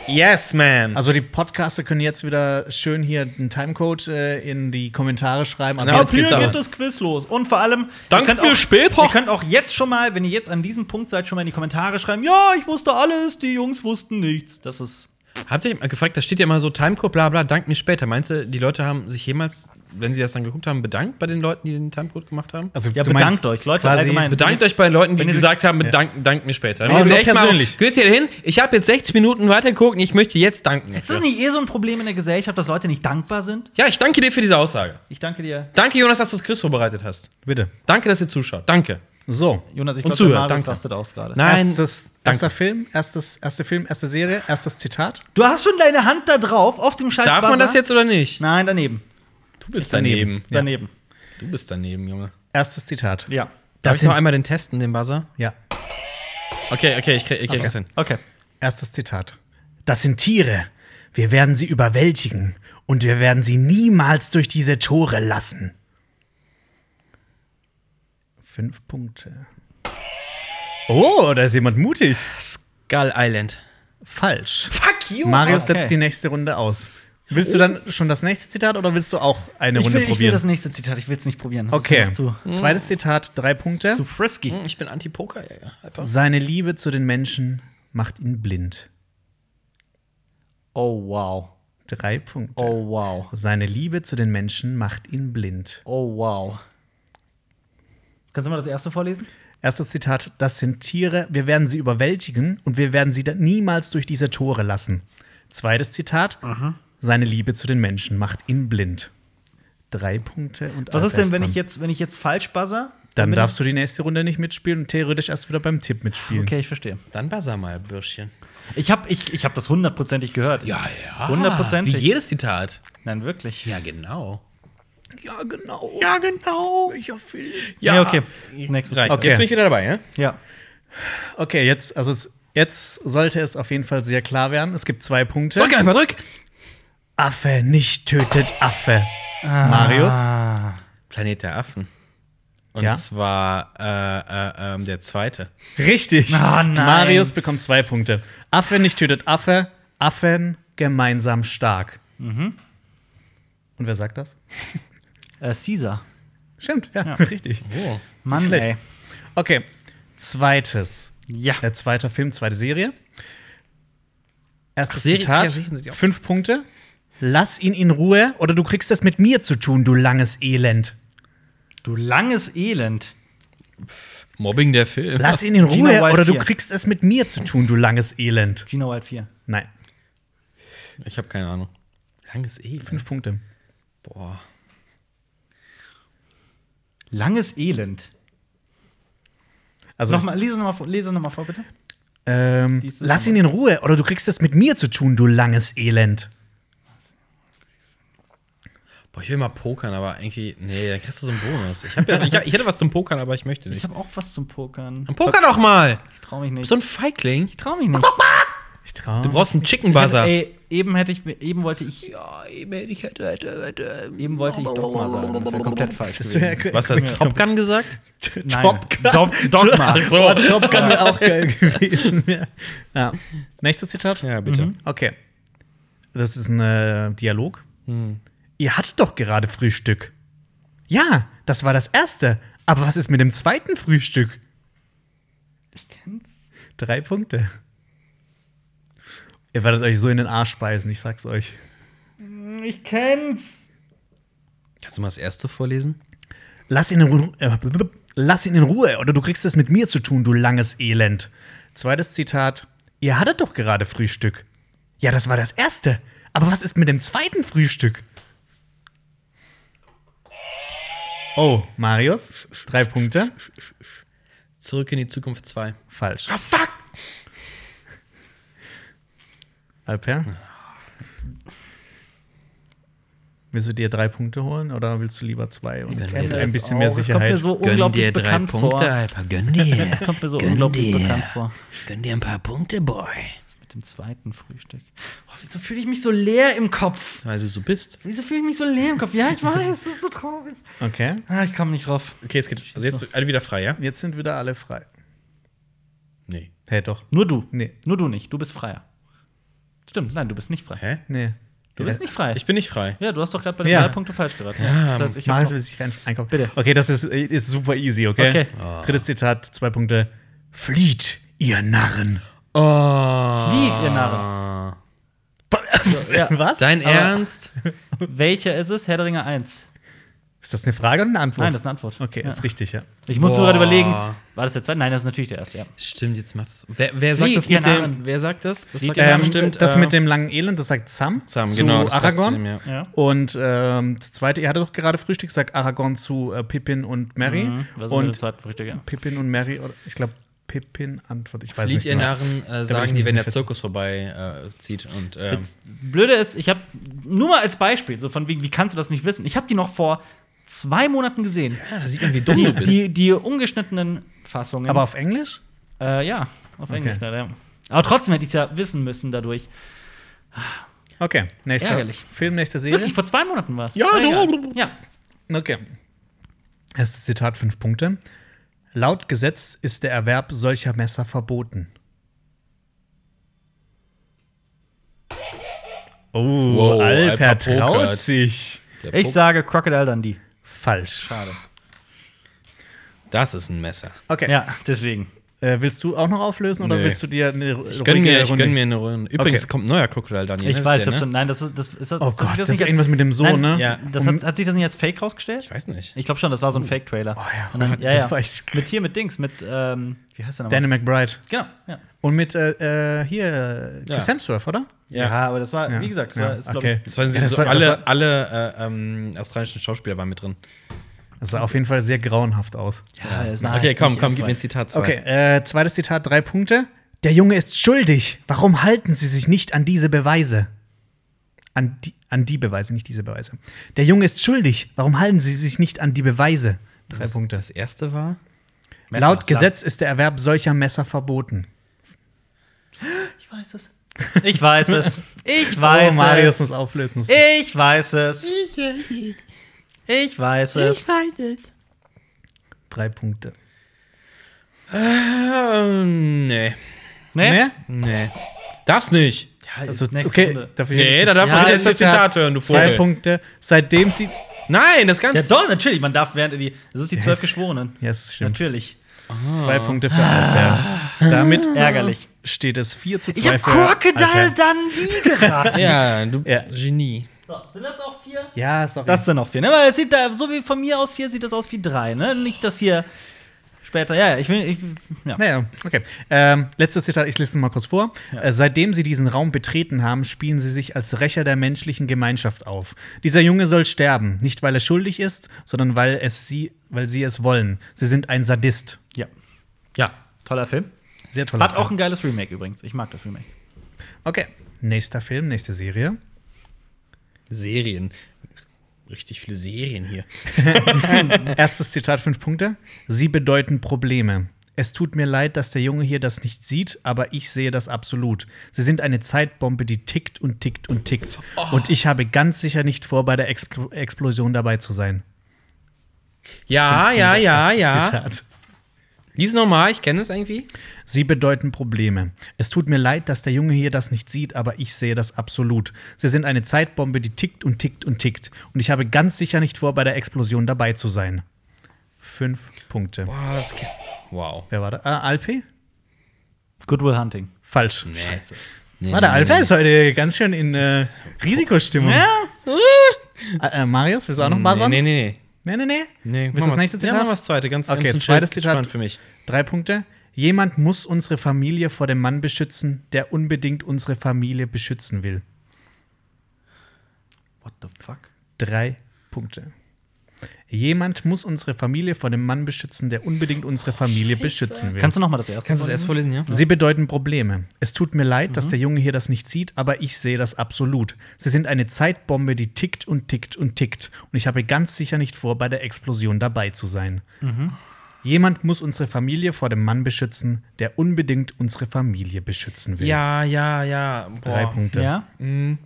Speaker 3: Yes, man.
Speaker 2: Also die Podcaster können jetzt wieder schön hier einen Timecode äh, in die Kommentare schreiben.
Speaker 3: Na,
Speaker 2: Aber
Speaker 1: Ab
Speaker 2: jetzt
Speaker 3: okay.
Speaker 1: hier
Speaker 3: geht's
Speaker 1: geht
Speaker 3: aber.
Speaker 1: das Quiz los. Und vor allem,
Speaker 3: Dank
Speaker 1: ihr könnt
Speaker 3: mir
Speaker 1: auch,
Speaker 3: später.
Speaker 1: Ihr könnt auch jetzt schon mal, wenn ihr jetzt an diesem Punkt seid, schon mal in die Kommentare schreiben: Ja, ich wusste alles, die Jungs wussten nichts. Das ist.
Speaker 3: Habt ihr mal gefragt, da steht ja immer so Timecode, bla bla, dank mir später. Meinst du, die Leute haben sich jemals, wenn sie das dann geguckt haben, bedankt bei den Leuten, die den Timecode gemacht haben?
Speaker 2: also,
Speaker 1: Ja,
Speaker 2: du
Speaker 1: bedankt
Speaker 2: meinst
Speaker 1: euch, Leute,
Speaker 2: quasi-
Speaker 1: allgemein.
Speaker 3: Bedankt euch bei den Leuten, die
Speaker 1: Wenn ihr
Speaker 3: gesagt
Speaker 1: das-
Speaker 3: haben, bedankt, dank mir später.
Speaker 2: Aber
Speaker 3: Müssen
Speaker 2: doch
Speaker 3: echt mal-
Speaker 2: persönlich.
Speaker 3: Grüß hier hin, ich habe jetzt 60 Minuten weitergeguckt und ich möchte jetzt danken.
Speaker 1: Ist das
Speaker 3: Dafür.
Speaker 1: nicht eh so ein Problem in der Gesellschaft, dass Leute nicht dankbar sind?
Speaker 3: Ja, ich danke dir für diese Aussage.
Speaker 1: Ich danke dir.
Speaker 3: Danke, Jonas, dass du das Quiz vorbereitet hast.
Speaker 2: Bitte.
Speaker 3: Danke, dass ihr zuschaut. Danke.
Speaker 2: So.
Speaker 1: Jonas, ich
Speaker 3: Und
Speaker 1: glaube,
Speaker 3: zuhört,
Speaker 1: Marius
Speaker 3: danke.
Speaker 1: rastet aus gerade.
Speaker 2: erstes,
Speaker 3: danke.
Speaker 2: erster Film, erstes, erste Film, erste Serie, erstes Zitat.
Speaker 1: Du hast schon deine Hand da drauf, auf dem scheiß
Speaker 3: Darf
Speaker 1: Buzzer.
Speaker 3: man das jetzt oder nicht?
Speaker 1: Nein, daneben.
Speaker 3: Du bist
Speaker 2: daneben. Ja.
Speaker 1: Daneben.
Speaker 3: Du bist daneben, Junge.
Speaker 2: Erstes Zitat.
Speaker 1: Ja.
Speaker 3: Darf
Speaker 2: Das
Speaker 3: ich noch
Speaker 2: sind-
Speaker 3: einmal den testen, den Buzzer?
Speaker 2: Ja.
Speaker 3: Okay, okay, ich krieg, ich krieg das hin.
Speaker 1: Okay.
Speaker 2: Erstes Zitat. Das sind Tiere. Wir werden sie überwältigen und wir werden sie niemals durch diese Tore lassen. Fünf Punkte. Oh, da ist jemand mutig.
Speaker 3: Skull Island.
Speaker 2: Falsch.
Speaker 3: Fuck you!
Speaker 2: Marius
Speaker 1: Ah, Okay.
Speaker 2: setzt die nächste Runde aus. Willst du dann schon das nächste Zitat oder willst du auch eine
Speaker 1: Ich
Speaker 2: Runde
Speaker 1: will, ich will
Speaker 2: probieren?
Speaker 1: das nächste Zitat, ich will es nicht probieren. Das ist
Speaker 2: okay.
Speaker 1: mir Zu,
Speaker 2: Zweites Zitat, drei Punkte.
Speaker 1: zu frisky.
Speaker 3: Ich bin Anti-Poker, ja, ja. Halt Hyper.
Speaker 2: Seine Liebe zu den Menschen macht ihn blind.
Speaker 1: Oh wow.
Speaker 2: Drei Punkte.
Speaker 1: Oh wow.
Speaker 2: Seine Liebe zu den Menschen macht ihn blind.
Speaker 1: Oh wow. Kannst du mal das erste vorlesen?
Speaker 2: Erstes Zitat: Das sind Tiere, wir werden sie überwältigen und wir werden sie da- niemals durch diese Tore lassen. Zweites Zitat: Seine Liebe zu den Menschen macht ihn blind. Drei Punkte und
Speaker 1: Was
Speaker 3: Äh,
Speaker 2: Alf
Speaker 1: ist denn, wenn
Speaker 2: dran.
Speaker 1: ich jetzt, wenn ich jetzt falsch buzzer?
Speaker 2: Dann
Speaker 1: bin
Speaker 2: darfst du die nächste Runde nicht mitspielen und theoretisch erst wieder beim Tipp mitspielen.
Speaker 1: Ich, okay, ich verstehe.
Speaker 3: Dann Buzzer mal, Bürschchen.
Speaker 1: Ich habe ich, ich hab das hundertprozentig gehört.
Speaker 3: ja.
Speaker 1: Hundertprozentig.
Speaker 3: Wie jedes Zitat.
Speaker 1: Nein, wirklich.
Speaker 3: Ja, genau.
Speaker 2: Ja, genau. Ja, genau. Ich
Speaker 1: Ja, okay. Nächstes
Speaker 3: Reicht.
Speaker 2: Okay.
Speaker 3: Jetzt bin ich wieder dabei, ja?
Speaker 1: Ja.
Speaker 2: Okay, jetzt, also es, jetzt sollte es auf jeden Fall sehr klar werden. Es gibt zwei Punkte.
Speaker 3: Drück, Hyper,
Speaker 2: Äh?
Speaker 3: drück!
Speaker 2: Affe nicht tötet Affe. Marius.
Speaker 3: Planet der Affen. Und
Speaker 2: Ja.
Speaker 3: zwar äh, äh, ähm, der zweite.
Speaker 2: Richtig.
Speaker 1: Ah, nein.
Speaker 2: Marius bekommt zwei Punkte. Affe nicht tötet Affe, Affen gemeinsam stark. Und wer sagt das?
Speaker 1: Äh, Caesar.
Speaker 2: Stimmt, ja,
Speaker 1: Ja.
Speaker 2: richtig.
Speaker 3: Oh.
Speaker 1: Mann,
Speaker 2: schlecht.
Speaker 1: ey.
Speaker 2: Okay, zweites.
Speaker 1: Ja.
Speaker 2: Der zweite Äh, Film, zweite Serie. Erstes
Speaker 3: Ach, Serie- ja,
Speaker 2: Zitat,
Speaker 3: Serien sind ja auch-
Speaker 2: fünf Punkte. Lass ihn in Ruhe oder du kriegst es mit mir zu tun, du langes Elend.
Speaker 1: Du langes Elend.
Speaker 3: Mobbing der Film.
Speaker 2: Lass ihn in
Speaker 1: Gina
Speaker 2: Ruhe
Speaker 1: Wild
Speaker 2: oder du
Speaker 1: 4.
Speaker 2: kriegst es mit mir zu tun, du langes Elend.
Speaker 1: Gina Wild 4.
Speaker 2: Nein,
Speaker 3: Ich habe keine Ahnung. Langes E.
Speaker 2: fünf Punkte.
Speaker 3: Boah.
Speaker 1: Langes Elend.
Speaker 2: Also
Speaker 1: Nochmal, lese nochmal vor, lese noch mal vor, bitte.
Speaker 2: Ähm,
Speaker 1: Dies ist
Speaker 2: lass ihn in Ruhe oder du kriegst es mit mir zu tun, du langes Elend.
Speaker 3: Boah, ich will mal pokern, aber irgendwie. Nee, dann kriegst du so einen Bonus. Ich, hab ja, ich, ich hätte was zum Pokern, aber ich möchte
Speaker 1: Ich
Speaker 3: nicht.
Speaker 1: habe auch was zum Pokern.
Speaker 3: Dann poker doch mal!
Speaker 1: Ich trau mich nicht.
Speaker 3: So ein Feigling.
Speaker 1: ich trau mich nicht.
Speaker 2: Ich trau.
Speaker 3: Du brauchst einen Chicken
Speaker 1: Ich hätte,
Speaker 3: Buzzer.
Speaker 1: ey, eben hätte ich, eben wollte ich,
Speaker 3: Ja, ich hätte, hätte, hätte.
Speaker 1: eben wollte ich Dogma sagen. Das wäre komplett falsch.
Speaker 2: Das
Speaker 1: gewesen.
Speaker 2: wär-
Speaker 3: Was hast du Top Gun gesagt?
Speaker 1: Nein.
Speaker 2: Top Gun.
Speaker 1: Dog- Dogma.
Speaker 3: Ach so.
Speaker 2: Oh, Top Gun
Speaker 3: [LAUGHS]
Speaker 2: wäre auch geil gewesen. Ja. Ja. Nächstes Zitat.
Speaker 3: Ja, bitte.
Speaker 2: Okay. Das ist ein äh, Dialog. Ihr hattet doch gerade Frühstück. Ja, das war das erste. Aber was ist mit dem zweiten Frühstück?
Speaker 1: Ich kenn's.
Speaker 2: Drei Punkte. Ihr werdet euch so in den Arsch speisen, ich sag's euch.
Speaker 1: Ich kenn's.
Speaker 3: Kannst du mal das erste vorlesen?
Speaker 2: Lass ihn, in Ru äh, blub, blub. lass ihn in Ruhe oder du kriegst es mit mir zu tun, du langes Elend. Zweites Zitat. Ihr hattet doch gerade Frühstück. Ja, das war das erste. Aber was ist mit dem zweiten Frühstück? Oh, Marius. Drei Punkte.
Speaker 3: Zurück in die Zukunft 2.
Speaker 2: Falsch.
Speaker 3: fuck!
Speaker 2: Alper? Willst du dir drei Punkte holen oder willst du lieber zwei und
Speaker 3: Ich
Speaker 2: mit
Speaker 3: kenne
Speaker 2: ein bisschen mehr
Speaker 1: Es kommt mir
Speaker 2: Sicherheit?
Speaker 1: so unglaublich bekannt vor.
Speaker 3: Alper. Gönn dir.
Speaker 1: Es kommt mir so unglaublich bekannt vor.
Speaker 3: Gönn dir ein paar Punkte, Boy.
Speaker 1: Dem zweiten Frühstück. Oh, wieso fühle ich mich so leer im Kopf?
Speaker 3: Weil du so bist.
Speaker 1: Wieso fühle ich mich so leer im Kopf? Ja, ich weiß, das ist so traurig.
Speaker 2: Okay.
Speaker 1: Ah, ich komme nicht drauf.
Speaker 3: Okay, es geht. Also jetzt alle wieder frei, ja?
Speaker 2: Jetzt sind wieder alle frei.
Speaker 3: Nee.
Speaker 2: Hey, doch.
Speaker 1: Nur du.
Speaker 2: Nee.
Speaker 1: Nur du nicht. Du bist freier. Stimmt, nein, du bist nicht frei.
Speaker 3: Hä?
Speaker 2: Nee.
Speaker 1: Du bist nicht frei.
Speaker 3: Ich bin nicht frei.
Speaker 1: ja, du hast doch gerade bei den
Speaker 2: Ja.
Speaker 1: drei Punkten falsch geraten. das heißt, ich
Speaker 2: Mach
Speaker 1: hab
Speaker 2: es,
Speaker 1: noch-
Speaker 2: wenn ich rein- einkaufe.
Speaker 1: Bitte.
Speaker 2: Okay, das ist, ist super easy, okay?
Speaker 1: Okay.
Speaker 3: Ah.
Speaker 2: Drittes Zitat, zwei Punkte. Flieht, ihr Narren.
Speaker 3: Oh.
Speaker 1: Lied, ihr Narren.
Speaker 2: [LAUGHS]
Speaker 1: ja.
Speaker 2: Was?
Speaker 3: Dein
Speaker 1: Aber-
Speaker 3: Ernst?
Speaker 1: Welcher ist es? Herr der Ringe 1.
Speaker 2: Ist das eine Frage oder eine Antwort?
Speaker 1: Nein, das ist eine Antwort.
Speaker 2: Okay,
Speaker 1: ja.
Speaker 2: ist richtig, ja.
Speaker 1: Ich muss nur
Speaker 3: Boah.
Speaker 1: gerade überlegen, war das der zweite? Nein, das ist natürlich der erste, ja.
Speaker 3: Stimmt, jetzt macht's. Wer, wer
Speaker 1: Lied,
Speaker 3: sagt das
Speaker 1: ihr
Speaker 3: mit dem?
Speaker 1: Narren.
Speaker 3: Wer sagt das? Das
Speaker 1: Lied,
Speaker 3: sagt
Speaker 1: ihr
Speaker 3: der
Speaker 1: Narren.
Speaker 2: Ähm,
Speaker 3: bestimmt,
Speaker 2: das
Speaker 3: äh,
Speaker 2: mit dem langen Elend, das sagt Sam,
Speaker 3: Sam,
Speaker 2: zu
Speaker 3: genau, das passt
Speaker 2: Aragorn.
Speaker 3: zu dem, ja.
Speaker 1: ja.
Speaker 2: Und ähm, das zweite, ihr hattet doch gerade Frühstück, sagt Aragorn zu äh, Pippin und Mary.
Speaker 1: Mhm. Was
Speaker 3: Mhm,
Speaker 1: ist mit dem
Speaker 2: Und
Speaker 1: zweiten Frühstück, ja.
Speaker 2: Pippin und Mary, oder ich glaube, Pippin Antwort, ich weiß
Speaker 3: Lied
Speaker 2: nicht.
Speaker 3: ihr
Speaker 2: genau.
Speaker 3: Narren äh,
Speaker 2: bin ich
Speaker 3: sagen
Speaker 2: mir
Speaker 3: die, wenn
Speaker 2: nicht
Speaker 3: der Zirkus vorbei äh, zieht und ähm,
Speaker 1: Jetzt, Blöde ist, ich habe nur mal als Beispiel, so von wegen, wie kannst du das nicht wissen? Ich habe die noch vor zwei Monaten gesehen.
Speaker 3: ja, da sieht man, wie dumm du bist.
Speaker 1: Die, die ungeschnittenen Fassungen.
Speaker 2: Aber auf Englisch?
Speaker 1: äh, ja, auf Englisch
Speaker 2: Okay.
Speaker 1: leider. Ja. Aber trotzdem hätte ich es ja wissen müssen dadurch.
Speaker 2: Okay, nächster
Speaker 1: Ärgerlich.
Speaker 2: Film, nächste Serie.
Speaker 1: Wirklich, vor zwei Monaten war es.
Speaker 2: Ja,
Speaker 1: du.
Speaker 2: du-
Speaker 1: Ja.
Speaker 2: Okay. Erstes Zitat, fünf Punkte. Laut Gesetz ist der Erwerb solcher Messer verboten. Oh,
Speaker 3: Wow,
Speaker 2: Alper
Speaker 3: Alper
Speaker 2: traut
Speaker 3: pokert.
Speaker 2: sich.
Speaker 3: Der
Speaker 1: Ich
Speaker 3: Puck-
Speaker 1: sage Crocodile Dundee.
Speaker 2: Falsch.
Speaker 3: das ist ein Messer.
Speaker 2: Okay.
Speaker 1: Ja, deswegen.
Speaker 2: Äh, willst du auch noch auflösen oder
Speaker 3: Nee.
Speaker 2: willst du dir eine Ru-
Speaker 3: Ich gönn,
Speaker 2: ruhige
Speaker 3: mir, ich
Speaker 2: Runde?
Speaker 3: gönn mir eine Runde. Übrigens
Speaker 2: Okay.
Speaker 3: kommt ein neuer Crocodile Daniel.
Speaker 1: Ich
Speaker 3: ne?
Speaker 1: weiß, ich
Speaker 3: Wisst ihr,
Speaker 1: hab
Speaker 3: ne?
Speaker 1: schon. Nein, das ist. Das, ist
Speaker 2: Oh
Speaker 1: hat sich
Speaker 2: Gott,
Speaker 1: nicht
Speaker 2: das ist ja
Speaker 1: als-
Speaker 2: irgendwas mit dem
Speaker 1: Nein,
Speaker 2: Sohn, ne?
Speaker 3: ja.
Speaker 1: Das hat, hat sich das nicht als Fake rausgestellt?
Speaker 3: Ich weiß nicht.
Speaker 1: Ich glaube schon, das war so ein Fake-Trailer. Oh
Speaker 2: ja.
Speaker 1: Und dann,
Speaker 2: Gott,
Speaker 1: ja,
Speaker 2: das
Speaker 1: ja.
Speaker 2: war echt-
Speaker 1: Mit hier, mit Dings, mit, ähm, wie heißt der nochmal?
Speaker 2: Danny McBride.
Speaker 1: Genau, ja.
Speaker 2: Und mit äh, äh, hier Chris
Speaker 3: Ja.
Speaker 2: Hemsworth, oder?
Speaker 1: ja. aber das war, wie gesagt, das war, ist,
Speaker 2: ja.
Speaker 1: glaub
Speaker 2: okay.
Speaker 3: Das waren
Speaker 2: Ja, das
Speaker 3: so
Speaker 2: war- das
Speaker 3: alle,
Speaker 2: war-
Speaker 3: alle äh, ähm, australischen Schauspieler waren mit drin.
Speaker 2: Das sah auf jeden Fall sehr grauenhaft aus.
Speaker 1: ich, ja, es war
Speaker 3: Okay,
Speaker 1: halt
Speaker 3: komm,
Speaker 1: nicht
Speaker 3: komm,
Speaker 1: ernst
Speaker 3: gib mir ein
Speaker 1: gemeint.
Speaker 3: Zitat zwei.
Speaker 2: Okay, äh, zweites Zitat, drei Punkte. Der Junge ist schuldig. Warum halten Sie sich nicht an diese Beweise? An die, an die Beweise, nicht diese Beweise. Der Junge ist schuldig. Warum halten Sie sich nicht an die Beweise? Drei
Speaker 3: Das,
Speaker 2: Punkte.
Speaker 3: das erste war.
Speaker 1: Messer,
Speaker 2: Laut
Speaker 1: klar.
Speaker 2: Gesetz ist der Erwerb solcher Messer verboten.
Speaker 1: Ich weiß es. Ich weiß es. Ich weiß Äh.
Speaker 2: oh, Marius
Speaker 1: es.
Speaker 2: muss auflösen.
Speaker 1: Ich weiß es. Ich weiß es.
Speaker 2: Drei Punkte.
Speaker 3: Ähm, nee.
Speaker 1: Nee?
Speaker 2: Mehr?
Speaker 3: Nee. Darf's nicht.
Speaker 1: Ja,
Speaker 2: Also,
Speaker 1: Äh. Ne? ist nächste
Speaker 2: okay,
Speaker 1: Runde.
Speaker 2: darf ich
Speaker 3: Nee,
Speaker 2: jetzt-
Speaker 3: da darf
Speaker 1: man
Speaker 2: das
Speaker 1: erst
Speaker 3: das
Speaker 2: Zitat
Speaker 3: Zitat hören, du
Speaker 2: Zwei
Speaker 3: Vogel.
Speaker 2: Punkte. Seitdem sie.
Speaker 3: Nein, das
Speaker 1: Ja,
Speaker 3: Ganze.
Speaker 1: doch, natürlich. Man darf während die. Das ist die zwölf
Speaker 2: Yes.
Speaker 1: Geschworenen.
Speaker 2: Ja, yes, stimmt.
Speaker 1: Natürlich.
Speaker 2: Zwei Punkte für Alper. Damit
Speaker 1: Ärgerlich.
Speaker 2: steht es 4 zu 2
Speaker 1: Ich habe
Speaker 2: für
Speaker 1: Crocodile
Speaker 2: Alper.
Speaker 1: Dundee geraten.
Speaker 3: ja, du
Speaker 2: Ja.
Speaker 3: Genie.
Speaker 1: [LAUGHS] so, sind das auch vier?
Speaker 2: Ja, sorry.
Speaker 1: Das sind noch vier. Ne? Weil es sieht da, so wie von mir aus hier, sieht das aus wie drei, ne? Nicht, dass hier später. Ja, ja, ich will. Ich, ja.
Speaker 2: Naja, okay. Ähm, letztes Zitat, ich lese es mal kurz vor. Äh, seitdem sie diesen Raum betreten haben, spielen sie sich als Rächer der menschlichen Gemeinschaft auf. Dieser Junge soll sterben, nicht weil er schuldig ist, sondern weil es sie, weil sie es wollen. Sie sind ein Sadist.
Speaker 1: ja.
Speaker 3: Ja.
Speaker 1: Toller Film.
Speaker 2: Sehr toller
Speaker 1: Hat auch ein geiles Remake übrigens. Ich mag das Remake.
Speaker 2: Okay. Nächster Film, nächste Serie.
Speaker 3: Serien. Richtig viele Serien hier.
Speaker 2: Erstes Zitat, fünf Punkte. Sie bedeuten Probleme. Es tut mir leid, dass der Junge hier das nicht sieht, aber ich sehe das absolut. Sie sind eine Zeitbombe, die tickt und tickt und tickt.
Speaker 3: Oh.
Speaker 2: Und ich habe ganz sicher nicht vor, bei der Expl Explosion dabei zu sein. [LAUGHS]
Speaker 3: Ja, ja, ja,
Speaker 2: Erstes
Speaker 3: Ah, ja.
Speaker 2: Zitat.
Speaker 3: Lies nochmal, ich kenne es irgendwie.
Speaker 2: Sie bedeuten Probleme. Es tut mir leid, dass der Junge hier das nicht sieht, aber ich sehe das absolut. Sie sind eine Zeitbombe, die tickt und tickt und tickt. Und ich habe ganz sicher nicht vor, bei der Explosion dabei zu sein. Fünf Punkte.
Speaker 3: Boah, das ke- Wow.
Speaker 2: Wer war da? Ah, Alpi?
Speaker 1: Goodwill Hunting.
Speaker 2: Falsch.
Speaker 3: Scheiße.
Speaker 2: War der Alpha ist heute ganz schön in äh, Risikostimmung. Äh, äh, Marius, willst du auch noch
Speaker 3: Nee,
Speaker 2: buzzern?
Speaker 3: nee, nee.
Speaker 2: nee, nee. nee.
Speaker 3: nee
Speaker 2: Willst du das nächste Zitat?
Speaker 3: Ja, mach mal das zweite. Ganz,
Speaker 2: Okay,
Speaker 3: ganz und
Speaker 2: zweites
Speaker 3: schön
Speaker 2: Zitat.
Speaker 3: spannend für mich.
Speaker 2: Drei Punkte. Jemand muss unsere Familie vor dem Mann beschützen, der unbedingt unsere Familie beschützen will.
Speaker 1: What the fuck?
Speaker 2: Drei Punkte. Jemand muss unsere Familie vor dem Mann beschützen, der unbedingt unsere Familie beschützen will.
Speaker 1: Kannst du noch mal das erste?
Speaker 3: Kannst du es
Speaker 1: vorlesen?
Speaker 3: erst vorlesen, ja?
Speaker 2: Sie bedeuten Probleme. Es tut mir leid,
Speaker 3: Mhm.
Speaker 2: dass der Junge hier das nicht sieht, aber ich sehe das absolut. Sie sind eine Zeitbombe, die tickt
Speaker 3: Mhm.
Speaker 2: und tickt und tickt. Und ich habe ganz sicher nicht vor, bei der Explosion dabei zu sein. Jemand muss unsere Familie vor dem Mann beschützen, der unbedingt unsere Familie beschützen will.
Speaker 3: Ja, ja, ja. Boah.
Speaker 2: Drei Punkte.
Speaker 1: Ja? Mhm.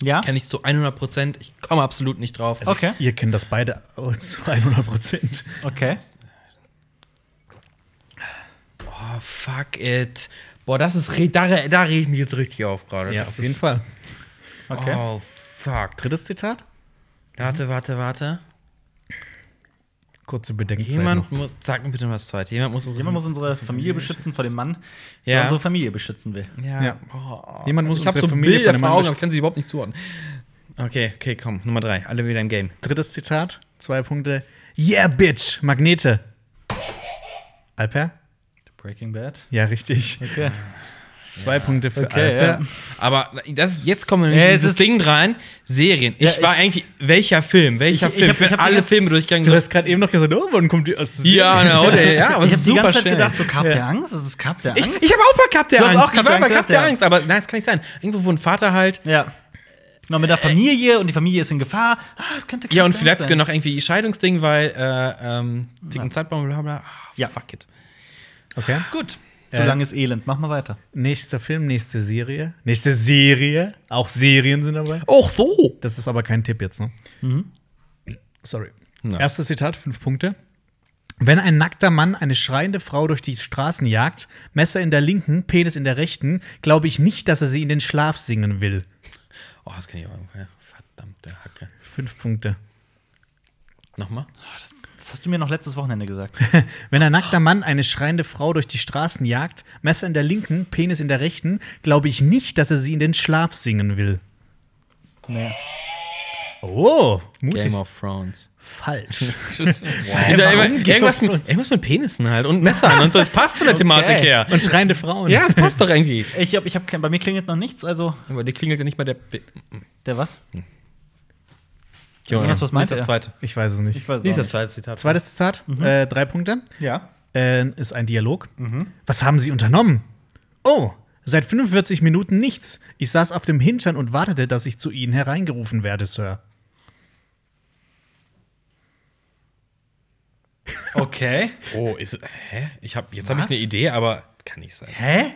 Speaker 1: Ja?
Speaker 3: Kenne ich zu 100 Prozent. Ich komme absolut nicht drauf.
Speaker 1: Okay.
Speaker 2: Ihr kennt das beide aus- [LAUGHS] zu 100 Prozent.
Speaker 1: Okay.
Speaker 3: Oh, fuck it. Boah, das ist. re- Da, re- da reg ich mich jetzt richtig auf gerade.
Speaker 2: auf jeden Fall.
Speaker 1: Okay.
Speaker 3: Oh, fuck.
Speaker 2: Drittes Zitat.
Speaker 3: Warte, warte, warte.
Speaker 2: Kurze Bedenkzeit.
Speaker 3: Jemand
Speaker 2: noch.
Speaker 3: muss. Sag mir bitte was zweites. Jemand muss unsere.
Speaker 1: Jemand muss unsere Familie beschützen vor dem Mann, der
Speaker 3: Ja.
Speaker 1: unsere Familie beschützen will.
Speaker 3: ja.
Speaker 2: Ja.
Speaker 3: Oh.
Speaker 2: Jemand muss
Speaker 3: ich hab
Speaker 2: unsere
Speaker 3: so
Speaker 2: Familie
Speaker 3: Bilder
Speaker 2: von dem
Speaker 3: vor
Speaker 2: Mann
Speaker 3: Augen, aber ich
Speaker 2: beschützen.
Speaker 3: kann sie überhaupt nicht zuordnen. Okay, okay, komm. Nummer drei. Alle wieder im Game.
Speaker 2: Drittes Zitat. Zwei Punkte. Yeah, bitch. Magnete. Alper?
Speaker 1: Breaking Bad.
Speaker 2: Ja, richtig.
Speaker 1: Okay.
Speaker 2: Zwei Punkte für
Speaker 1: Okay,
Speaker 2: Alper.
Speaker 1: ja.
Speaker 3: Aber das ist, jetzt kommen wir nämlich
Speaker 1: Ja,
Speaker 3: in
Speaker 1: Äh, es
Speaker 3: dieses
Speaker 1: ist-
Speaker 3: Ding rein. Serien. Ich
Speaker 1: Ja,
Speaker 3: war
Speaker 1: ich-
Speaker 3: eigentlich. Welcher Film? Welcher
Speaker 1: Ich- ich
Speaker 3: Film?
Speaker 1: hab- ich hab
Speaker 3: alle
Speaker 1: die-
Speaker 3: Filme durchgegangen.
Speaker 2: Du hast gerade eben noch gesagt, oh, wann kommt die erste Serie?
Speaker 3: ja, na, oder? Ja, aber
Speaker 1: [LAUGHS]
Speaker 3: es
Speaker 1: ich habe
Speaker 3: ist
Speaker 1: die
Speaker 3: super
Speaker 1: ganze Zeit
Speaker 3: schnell.
Speaker 1: gedacht, so Cup
Speaker 2: Ja.
Speaker 1: der Angst, das ist Cup der
Speaker 3: Ich,
Speaker 1: Angst.
Speaker 3: ich habe auch bei Cup der
Speaker 1: Du hast
Speaker 3: Angst.
Speaker 1: auch
Speaker 3: ich war bei
Speaker 1: gehabt,
Speaker 3: Cup der
Speaker 1: ja.
Speaker 3: Angst, aber nein, das kann nicht sein. Irgendwo wurde ein Vater halt.
Speaker 1: ja. Noch mit der Familie und die Familie ist in Gefahr. Ah, es könnte Cup
Speaker 3: Äh, Ja, und
Speaker 1: der
Speaker 3: vielleicht
Speaker 1: Angst
Speaker 3: sogar
Speaker 1: sein.
Speaker 3: noch irgendwie Scheidungsding, weil äh, ähm, Ticken Zeitbaum, bla bla. Ah,
Speaker 1: Ja.
Speaker 3: Fuck it.
Speaker 2: Okay.
Speaker 1: Gut. Du
Speaker 2: Äh,
Speaker 1: langes Elend, mach mal weiter.
Speaker 2: Nächster Film, nächste Serie. Nächste Serie. Auch Serien sind dabei.
Speaker 3: Och so!
Speaker 2: Das ist aber kein Tipp jetzt, ne?
Speaker 1: Mhm.
Speaker 2: Sorry.
Speaker 3: Ja.
Speaker 2: Erstes Zitat, fünf Punkte. Wenn ein nackter Mann eine schreiende Frau durch die Straßen jagt, Messer in der linken, Penis in der rechten, glaube ich nicht, dass er sie in den Schlaf singen will.
Speaker 3: Oh, das kann ich auch irgendwann. Verdammte Hacke.
Speaker 2: Fünf Punkte.
Speaker 3: Nochmal?
Speaker 1: Das hast du mir noch letztes Wochenende gesagt.
Speaker 3: [LAUGHS]
Speaker 2: [LAUGHS] Wenn ein nackter Mann eine schreiende Frau durch die Straßen jagt, Messer in der linken, Penis in der rechten, glaube ich nicht, dass er sie in den Schlaf singen will.
Speaker 1: nee.
Speaker 2: Oh, mutig.
Speaker 3: of Thrones.
Speaker 2: Falsch.
Speaker 3: Wow. Da, immer, irgendwas, mit, irgendwas mit Penissen halt und Messern und so. Das
Speaker 1: [LAUGHS]
Speaker 3: passt von der Thematik her.
Speaker 2: Und schreiende Frauen.
Speaker 3: Ja, es passt doch irgendwie.
Speaker 1: Ich hab, ich hab kein, bei mir klingelt noch nichts, also
Speaker 3: Aber die klingelt ja nicht mal der. Be
Speaker 1: der was?
Speaker 3: Jonas,
Speaker 1: was meinte er?
Speaker 3: Lies das zweite.
Speaker 2: Ich weiß es nicht.
Speaker 1: weiß
Speaker 3: Lies das zweite Zitat.
Speaker 2: Zweites Zitat, äh, drei Punkte.
Speaker 1: Ja.
Speaker 2: Äh, ist ein Dialog. Was haben Sie unternommen? Oh, seit 45 Minuten nichts. Ich saß auf dem Hintern und wartete, dass ich zu Ihnen hereingerufen werde, Sir.
Speaker 1: Okay.
Speaker 3: Oh, ist. Hä? Ich hab, jetzt habe ich
Speaker 1: Was?
Speaker 3: eine Idee, aber kann nicht sein.
Speaker 1: Hä?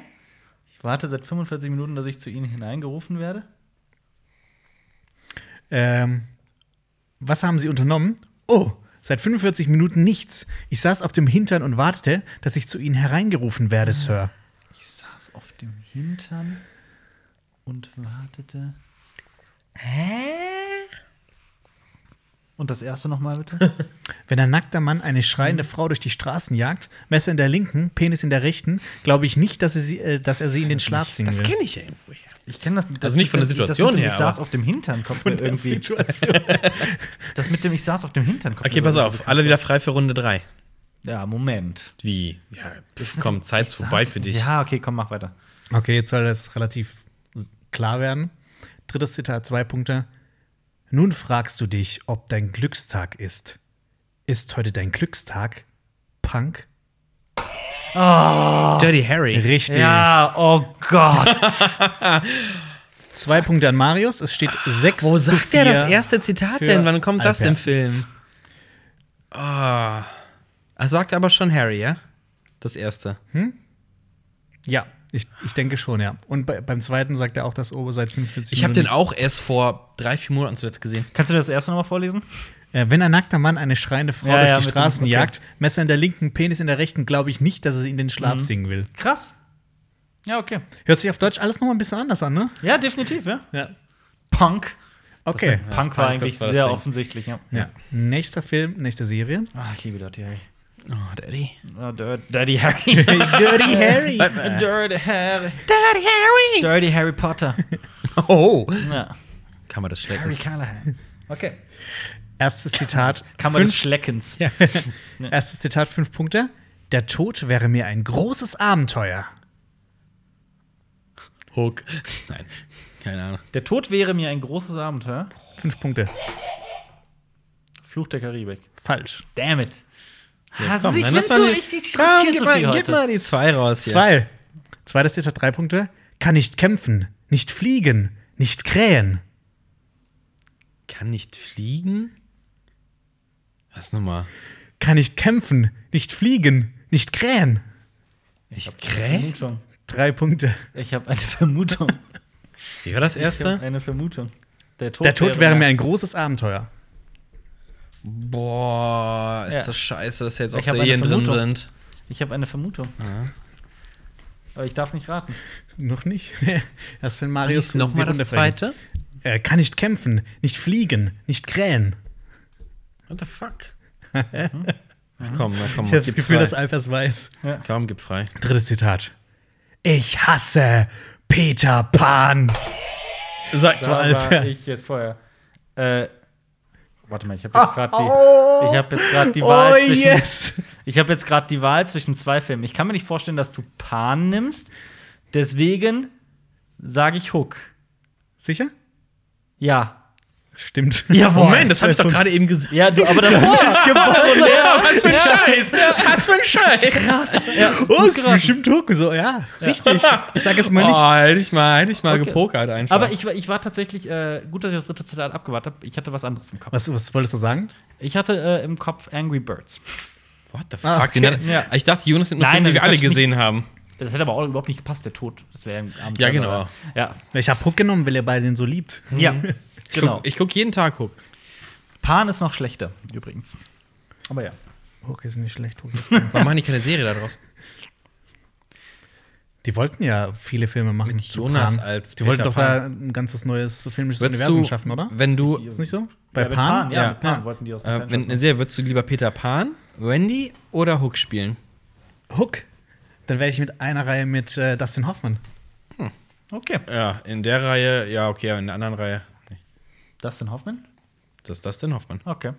Speaker 1: Ich warte seit 45 Minuten, dass ich zu Ihnen hineingerufen werde.
Speaker 2: Ähm, was haben Sie unternommen? Oh, seit 45 Minuten nichts. Ich saß auf dem Hintern und wartete, dass ich zu Ihnen hereingerufen werde, Sir.
Speaker 1: Ich saß auf dem Hintern und wartete.
Speaker 3: Hä?
Speaker 1: Und das erste nochmal bitte?
Speaker 2: Wenn ein nackter Mann eine schreiende Frau durch die Straßen jagt, Messer in der linken, Penis in der rechten, glaube ich nicht, dass er sie, äh, dass er sie in den Schlaf singen
Speaker 3: Das
Speaker 2: will.
Speaker 3: kenne ich ja irgendwo her.
Speaker 1: Ich kenne das, das
Speaker 3: Also nicht von der
Speaker 1: mit dem-
Speaker 3: Situation
Speaker 1: das mit dem
Speaker 3: her,
Speaker 1: Ich saß
Speaker 3: aber-
Speaker 1: auf dem Hintern kommt mir irgendwie.
Speaker 2: Situation.
Speaker 1: [LAUGHS] Das mit dem Ich saß auf dem Hintern kommt
Speaker 3: Okay,
Speaker 1: mir
Speaker 3: pass
Speaker 1: so
Speaker 3: auf. Alle wieder frei für Runde 3.
Speaker 1: Ja, Moment.
Speaker 3: Wie? Ja, pff, komm, Zeit ist
Speaker 1: Ich saß
Speaker 3: vorbei
Speaker 1: auf-
Speaker 3: für dich.
Speaker 1: Ja, okay, komm, mach weiter.
Speaker 2: Okay, jetzt soll das relativ klar werden. Drittes Zitat, zwei Punkte. Nun fragst du dich, ob dein Glückstag ist. Ist heute dein Glückstag? Punk?
Speaker 3: Dirty Harry.
Speaker 2: Richtig.
Speaker 1: Ja, oh Gott. [LAUGHS]
Speaker 2: Zwei Punkte an Marius. Es steht sechs
Speaker 3: Ah, Wo
Speaker 2: zu
Speaker 3: sagt
Speaker 2: vier.
Speaker 3: er das erste Zitat
Speaker 2: für
Speaker 3: denn? Wann kommt das im
Speaker 2: Alpers.
Speaker 3: Film? Ah. Er sagt aber schon Harry, ja? Das erste.
Speaker 2: Ja, ich, ich denke schon, ja. Und bei, beim zweiten sagt er auch, dass Ober seit 45
Speaker 3: Ich habe den
Speaker 2: Minuten
Speaker 3: auch erst vor drei, vier Monaten zuletzt gesehen.
Speaker 1: Kannst du das erste nochmal vorlesen?
Speaker 2: nichts- Äh, wenn ein nackter Mann eine schreiende Frau
Speaker 1: Ja,
Speaker 2: durch
Speaker 1: ja,
Speaker 2: die
Speaker 1: mit dem-
Speaker 2: Straßen
Speaker 1: okay.
Speaker 2: jagt, Messer in der linken, Penis in der rechten, glaube ich nicht, dass er sie in den
Speaker 1: Mhm.
Speaker 2: Schlaf singen will.
Speaker 1: Krass. Ja, okay.
Speaker 2: Hört sich auf Deutsch alles nochmal ein bisschen anders an, ne?
Speaker 1: Ja, definitiv, ja.
Speaker 2: Ja.
Speaker 1: Punk.
Speaker 2: Okay.
Speaker 1: Punk
Speaker 3: Das Punk,
Speaker 1: war
Speaker 3: das
Speaker 1: eigentlich
Speaker 3: war das
Speaker 1: sehr
Speaker 3: Ding.
Speaker 1: offensichtlich, ja.
Speaker 2: Ja. Nächster Film,
Speaker 1: [LAUGHS]
Speaker 2: nächste Serie.
Speaker 1: Ah, ich liebe Dirty Harry.
Speaker 3: Oh, Daddy.
Speaker 1: Ah, Dir- Dirty Harry.
Speaker 2: [LAUGHS] Dirty Harry.
Speaker 1: Dirty Harry.
Speaker 3: Daddy Harry!
Speaker 1: Dirty Harry Potter.
Speaker 3: Oh.
Speaker 1: Ja.
Speaker 3: Kann man das schlecken?
Speaker 1: Harry Callahan. Okay.
Speaker 2: Erstes Zitat.
Speaker 1: Kann man des
Speaker 2: fünf,
Speaker 1: Schleckens.
Speaker 3: Ja.
Speaker 2: erstes Zitat, fünf Punkte. Der Tod wäre mir ein großes Abenteuer.
Speaker 3: Hook. [LAUGHS] Nein. Keine Ahnung.
Speaker 1: Der Tod wäre mir ein großes Abenteuer.
Speaker 2: Fünf Punkte.
Speaker 1: Fluch der Karibik.
Speaker 2: Falsch.
Speaker 1: Damn it. Ja,
Speaker 3: Komm, nein, das war die- Komm, gib, mal, gib mal die zwei raus. Hier.
Speaker 2: Zwei. Zweites Zitat, drei Punkte. Kann nicht kämpfen, nicht fliegen, nicht krähen.
Speaker 3: Kann nicht fliegen? Was nochmal?
Speaker 2: kann nicht kämpfen, nicht fliegen, nicht krähen.
Speaker 3: Ich kräh?
Speaker 4: Vermutung.
Speaker 2: Drei Punkte.
Speaker 1: Ich habe eine Vermutung.
Speaker 3: Wie war das
Speaker 4: Ich hab
Speaker 3: erste?
Speaker 4: eine Vermutung.
Speaker 1: Der Tod,
Speaker 2: Der Tod wäre mir ein großes Abenteuer.
Speaker 3: Boah, ist
Speaker 4: Ja.
Speaker 3: das scheiße, dass jetzt auch
Speaker 1: Ich hab eine
Speaker 3: Serien drin
Speaker 1: Vermutung.
Speaker 3: sind.
Speaker 1: Ich habe eine Vermutung. Aber ich darf nicht raten.
Speaker 2: Noch nicht? [LAUGHS] Nee. Das für Marius
Speaker 3: Lies noch mal
Speaker 2: Sekunde
Speaker 3: das
Speaker 2: verhindert.
Speaker 3: zweite?
Speaker 2: Er kann nicht kämpfen, nicht fliegen, nicht krähen.
Speaker 3: What the fuck? Ach komm, na
Speaker 1: Oh,
Speaker 3: komm,
Speaker 2: Ich habe das
Speaker 3: gib
Speaker 2: Gefühl,
Speaker 3: frei.
Speaker 2: dass Alpha es weiß.
Speaker 3: Komm, gib frei.
Speaker 2: Drittes Zitat. Ich hasse Peter Pan.
Speaker 3: Sag
Speaker 1: Da
Speaker 3: mal.
Speaker 2: Alf, ja.
Speaker 1: war ich jetzt vorher. Äh, warte mal, ich habe jetzt gerade die, ich hab jetzt grad die Wahl
Speaker 2: oh
Speaker 1: zwischen.
Speaker 2: yes!
Speaker 1: Ich habe jetzt gerade die Wahl zwischen zwei Filmen. Ich kann mir nicht vorstellen, dass du Pan nimmst. Deswegen sage ich Hook.
Speaker 2: Sicher?
Speaker 1: Ja.
Speaker 2: Stimmt.
Speaker 1: Jawohl.
Speaker 3: Moment, das habe ich doch gerade eben gesagt.
Speaker 1: Ja, du,
Speaker 4: [LAUGHS]
Speaker 1: aber [LAUGHS] davor.
Speaker 3: [LAUGHS] Was für ein Scheiß! Was für ein Scheiß!
Speaker 2: Oh, ist bestimmt Hook. So, ja, richtig. Ich sag jetzt mal nichts.
Speaker 3: Oh, hätte ich mal, hätte ich mal
Speaker 1: Okay.
Speaker 3: gepokert einfach.
Speaker 1: aber ich, war- ich war tatsächlich, äh, gut, dass ich das dritte Zitat abgewartet habe. Ich hatte was anderes im Kopf.
Speaker 2: Was, was wolltest du sagen?
Speaker 1: Ich hatte äh, im Kopf Angry Birds.
Speaker 3: What the fuck?
Speaker 2: Ah, okay.
Speaker 3: Den hat-
Speaker 1: Ja.
Speaker 3: Ich dachte, Jonas sind nur
Speaker 1: Nein,
Speaker 3: Filme, die wir
Speaker 1: das
Speaker 3: alle
Speaker 1: ist nicht-
Speaker 3: gesehen haben.
Speaker 1: Das hätte aber auch überhaupt nicht gepasst, der Tod. Das wäre ein Abend.
Speaker 3: Ja, genau.
Speaker 1: Ja,
Speaker 2: Ich hab Hook genommen, weil ihr beide den so liebt.
Speaker 4: Ja.
Speaker 3: Ich
Speaker 1: genau.
Speaker 3: guck, ich guck jeden Tag hoch.
Speaker 4: Pan ist noch schlechter, übrigens. Aber ja.
Speaker 2: Hook ist nicht schlecht. Hook [LAUGHS] ist
Speaker 3: Warum machen die keine Serie daraus?
Speaker 2: Die wollten ja viele Filme machen.
Speaker 3: Mit
Speaker 2: zu
Speaker 3: Jonas
Speaker 2: Pan.
Speaker 3: als
Speaker 2: Die wollten
Speaker 3: Peter
Speaker 2: doch da ein ganzes neues filmisches
Speaker 3: Würdest
Speaker 2: Universum
Speaker 3: du,
Speaker 2: schaffen, oder?
Speaker 3: Wenn du,
Speaker 2: Ist nicht so? Bei
Speaker 4: ja, mit
Speaker 2: Pan?
Speaker 4: Ja,
Speaker 3: Ja.
Speaker 4: mit Pan
Speaker 2: Ja.
Speaker 4: wollten die aus dem
Speaker 3: äh,
Speaker 4: Franchise
Speaker 3: wenn eine Serie, würdest du lieber Peter Pan, Wendy oder Hook spielen?
Speaker 2: Hook. Dann wäre ich mit einer Reihe mit äh, Dustin Hoffmann.
Speaker 4: machen. Okay.
Speaker 3: Ja, in der Reihe, ja, okay, in der anderen Reihe. Nee,
Speaker 4: Dustin Hoffman?
Speaker 3: Das ist das denn, Hoffmann.
Speaker 4: Okay.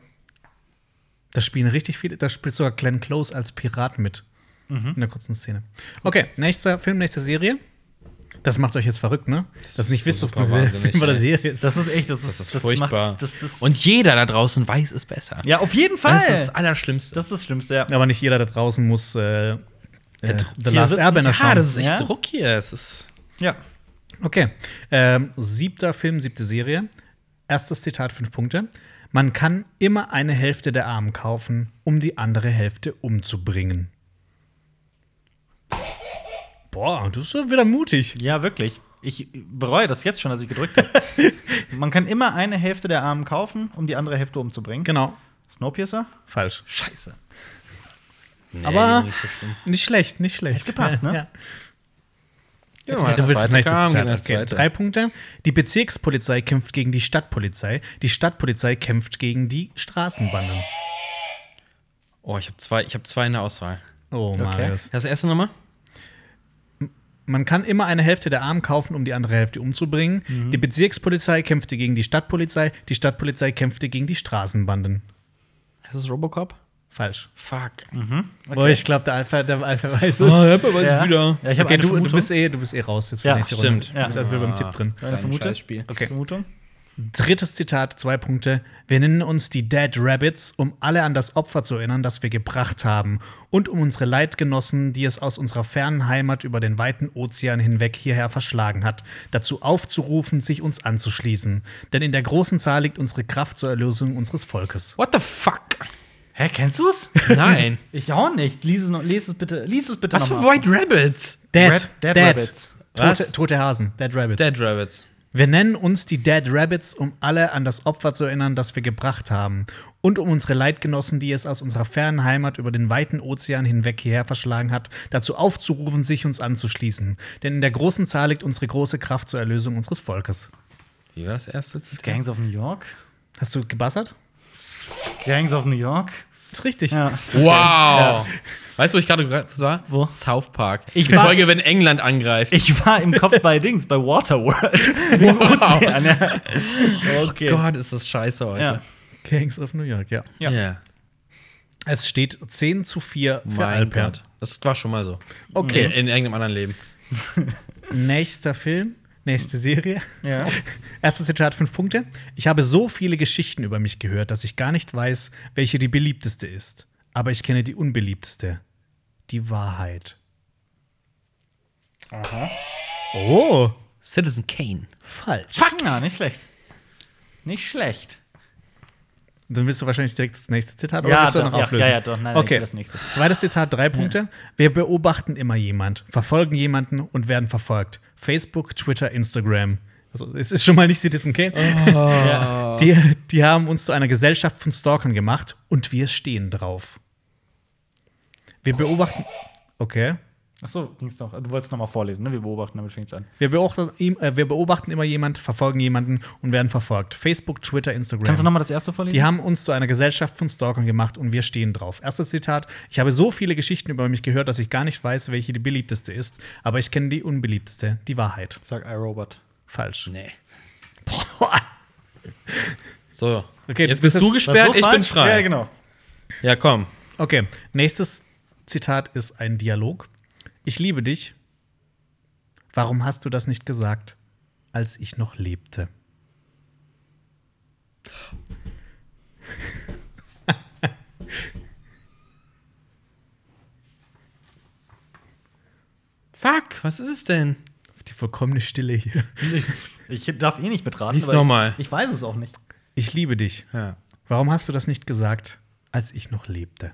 Speaker 2: Da spielen richtig viele. Da spielt sogar Glenn Close als Pirat mit. In einer kurzen Szene. Okay, nächster Film, nächste Serie. Das macht euch jetzt verrückt, ne? Dass ihr nicht
Speaker 3: so
Speaker 2: wisst, dass
Speaker 3: super
Speaker 2: das ein
Speaker 3: wahnsinnig,
Speaker 2: Film oder
Speaker 3: ey.
Speaker 2: Serie ist.
Speaker 4: Das ist echt, das
Speaker 3: Das
Speaker 4: ist,
Speaker 3: ist
Speaker 4: das
Speaker 3: furchtbar.
Speaker 4: macht- das ist,
Speaker 3: Und jeder da draußen weiß es besser.
Speaker 4: ja, auf jeden Fall.
Speaker 3: Das ist das Allerschlimmste.
Speaker 4: Das ist das Schlimmste, ja.
Speaker 2: Aber nicht jeder da draußen muss äh, äh, The
Speaker 4: hier
Speaker 2: Last
Speaker 4: sitzen-
Speaker 2: Airbender
Speaker 3: ja,
Speaker 2: schauen.
Speaker 3: das ist echt
Speaker 4: Ja?
Speaker 3: Druck hier. Es ist
Speaker 4: Ja.
Speaker 2: Okay. Ähm, siebter Film, siebte Serie. Erstes Zitat, fünf Punkte. Man kann immer eine Hälfte der Armen kaufen, um die andere Hälfte umzubringen. Boah, du bist ja wieder mutig.
Speaker 4: Ja, wirklich. Ich bereue das jetzt schon, dass ich gedrückt habe. Man kann immer eine Hälfte der Armen kaufen, um die andere Hälfte umzubringen.
Speaker 2: Genau.
Speaker 4: Snowpiercer?
Speaker 2: Falsch.
Speaker 4: Scheiße.
Speaker 2: Aber nicht schlecht, nicht schlecht.
Speaker 4: Hätte gepasst, ne?
Speaker 2: Ja.
Speaker 3: ja,
Speaker 2: Ja, du willst das nächste
Speaker 3: kam,
Speaker 2: Zitat.
Speaker 3: das
Speaker 2: Okay,
Speaker 3: zweite.
Speaker 2: drei Punkte. Die Bezirkspolizei kämpft gegen die Stadtpolizei. Die Stadtpolizei kämpft gegen die Straßenbanden.
Speaker 3: Oh, ich habe zwei, ich habe zwei in der Auswahl.
Speaker 2: Oh, Marius.
Speaker 3: Das erste nochmal?
Speaker 2: Man kann immer eine Hälfte der Armen kaufen, um die andere Hälfte umzubringen. Die Bezirkspolizei kämpfte gegen die Stadtpolizei. Die Stadtpolizei kämpfte gegen die Straßenbanden.
Speaker 3: Ist das Robocop?
Speaker 2: Falsch.
Speaker 3: Fuck.
Speaker 2: Boah, ich glaube, der Alpha, der Alpha weiß es.
Speaker 3: aber
Speaker 4: Ja. Ja, ich habe
Speaker 2: Oh, okay,
Speaker 4: eine
Speaker 2: du, du
Speaker 4: Vermutung.
Speaker 2: bist eh, du bist eh raus jetzt für
Speaker 4: Ja,
Speaker 2: nächste
Speaker 3: Stimmt.
Speaker 2: Runde. Du bist also wieder beim Tipp drin.
Speaker 4: Deine Vermutung?
Speaker 3: Spiel.
Speaker 2: Okay.
Speaker 4: Vermutung?
Speaker 2: Drittes Zitat, zwei Punkte. Wir nennen uns die Dead Rabbits, um alle an das Opfer zu erinnern, das wir gebracht haben. Und um unsere Leidgenossen, die es aus unserer fernen Heimat über den weiten Ozean hinweg hierher verschlagen hat, dazu aufzurufen, sich uns anzuschließen. Denn in der großen Zahl liegt unsere Kraft zur Erlösung unseres Volkes.
Speaker 3: What the fuck?
Speaker 4: Hä, kennst du es?
Speaker 3: [LAUGHS] Nein.
Speaker 4: ich auch nicht. Lies es, noch, lies es bitte, lies es bitte
Speaker 3: Was für
Speaker 4: nochmal.
Speaker 3: White Rabbits?
Speaker 2: Dead,
Speaker 4: Red- Dead Rabbits.
Speaker 2: Tote,
Speaker 3: Was?
Speaker 2: tote Hasen, Dead Rabbits.
Speaker 3: Dead Rabbits.
Speaker 2: Wir nennen uns die Dead Rabbits, um alle an das Opfer zu erinnern, das wir gebracht haben. Und um unsere Leidgenossen, die es aus unserer fernen Heimat über den weiten Ozean hinweg hierher verschlagen hat, dazu aufzurufen, sich uns anzuschließen. Denn in der großen Zahl liegt unsere große Kraft zur Erlösung unseres Volkes.
Speaker 3: Wie war das erste?
Speaker 4: Gangs of New York?
Speaker 2: Hast du gebassert?
Speaker 4: Gangs of New York?
Speaker 2: Ist richtig.
Speaker 4: Ja.
Speaker 3: [LAUGHS] Wow. Weißt du, wo ich gerade gerade war?
Speaker 4: Wo?
Speaker 3: South Park.
Speaker 4: Ich
Speaker 3: Die
Speaker 4: war-
Speaker 3: Folge, wenn England angreift.
Speaker 4: Ich war im Kopf bei Dings, bei Waterworld. Wegen Ozean, [LAUGHS] ja. Okay.
Speaker 3: Gott, ist das scheiße heute.
Speaker 4: ja.
Speaker 2: Gangs of New York, ja.
Speaker 4: Ja.
Speaker 2: Es steht 10 zu 4 für
Speaker 3: Mein
Speaker 2: Alpert.
Speaker 3: Gott. Das war schon mal so.
Speaker 2: Okay.
Speaker 3: In, in irgendeinem anderen Leben.
Speaker 2: Nächster Film, nächste Serie.
Speaker 4: ja.
Speaker 2: Erstes Zitat, fünf Punkte. Ich habe so viele Geschichten über mich gehört, dass ich gar nicht weiß, welche die beliebteste ist. Aber ich kenne die unbeliebteste. Die Wahrheit. Aha. Oh,
Speaker 3: Citizen Kane.
Speaker 2: falsch.
Speaker 4: Fuck! Na, nicht schlecht. Nicht schlecht.
Speaker 2: Dann willst du wahrscheinlich direkt das nächste Zitat
Speaker 1: Ja,
Speaker 2: willst du
Speaker 1: doch,
Speaker 2: noch
Speaker 1: ja,
Speaker 2: auflösen?
Speaker 1: ja, ja, doch, nein, nein,
Speaker 2: okay.
Speaker 1: ich will das Hm. nächste.
Speaker 2: Zweites Zitat, drei Punkte. Wir beobachten immer jemand, verfolgen jemanden und werden verfolgt. Facebook, Twitter, Instagram. Also es ist schon mal nicht Citizen Kane.
Speaker 1: Ja.
Speaker 2: Die, die haben uns zu einer Gesellschaft von Stalkern gemacht und wir stehen drauf. Wir beobachten. Okay.
Speaker 1: Achso, ging's noch. Du wolltest nochmal vorlesen, ne? Wir beobachten, damit fängt's an.
Speaker 2: Wir beobachten, ihm- äh, wir beobachten immer jemand, verfolgen jemanden und werden verfolgt. Facebook, Twitter, Instagram.
Speaker 1: Kannst du nochmal das erste vorlesen?
Speaker 2: Die haben uns zu einer Gesellschaft von Stalkern gemacht und wir stehen drauf. Erstes Zitat: Ich habe so viele Geschichten über mich gehört, dass ich gar nicht weiß, welche die beliebteste ist. Aber ich kenne die unbeliebteste, die Wahrheit.
Speaker 1: Sag iRobot.
Speaker 2: Falsch.
Speaker 3: Nee.
Speaker 2: Boah.
Speaker 3: So.
Speaker 2: Okay,
Speaker 3: jetzt bist
Speaker 2: das-
Speaker 3: du
Speaker 2: das
Speaker 3: gesperrt, ich bin frei.
Speaker 1: Ja, genau.
Speaker 3: Ja, komm.
Speaker 2: Okay, nächstes Zitat ist ein Dialog. Ich liebe dich. Warum hast du das nicht gesagt, als ich noch lebte?
Speaker 3: Fuck, was ist es denn?
Speaker 2: Die vollkommene Stille hier.
Speaker 1: Ich, ich darf eh nicht mitraten.
Speaker 3: Lies
Speaker 1: weil
Speaker 3: noch mal.
Speaker 1: Ich, ich weiß es auch nicht.
Speaker 2: Ich liebe dich.
Speaker 3: Ja.
Speaker 2: Warum hast du das nicht gesagt, als ich noch lebte?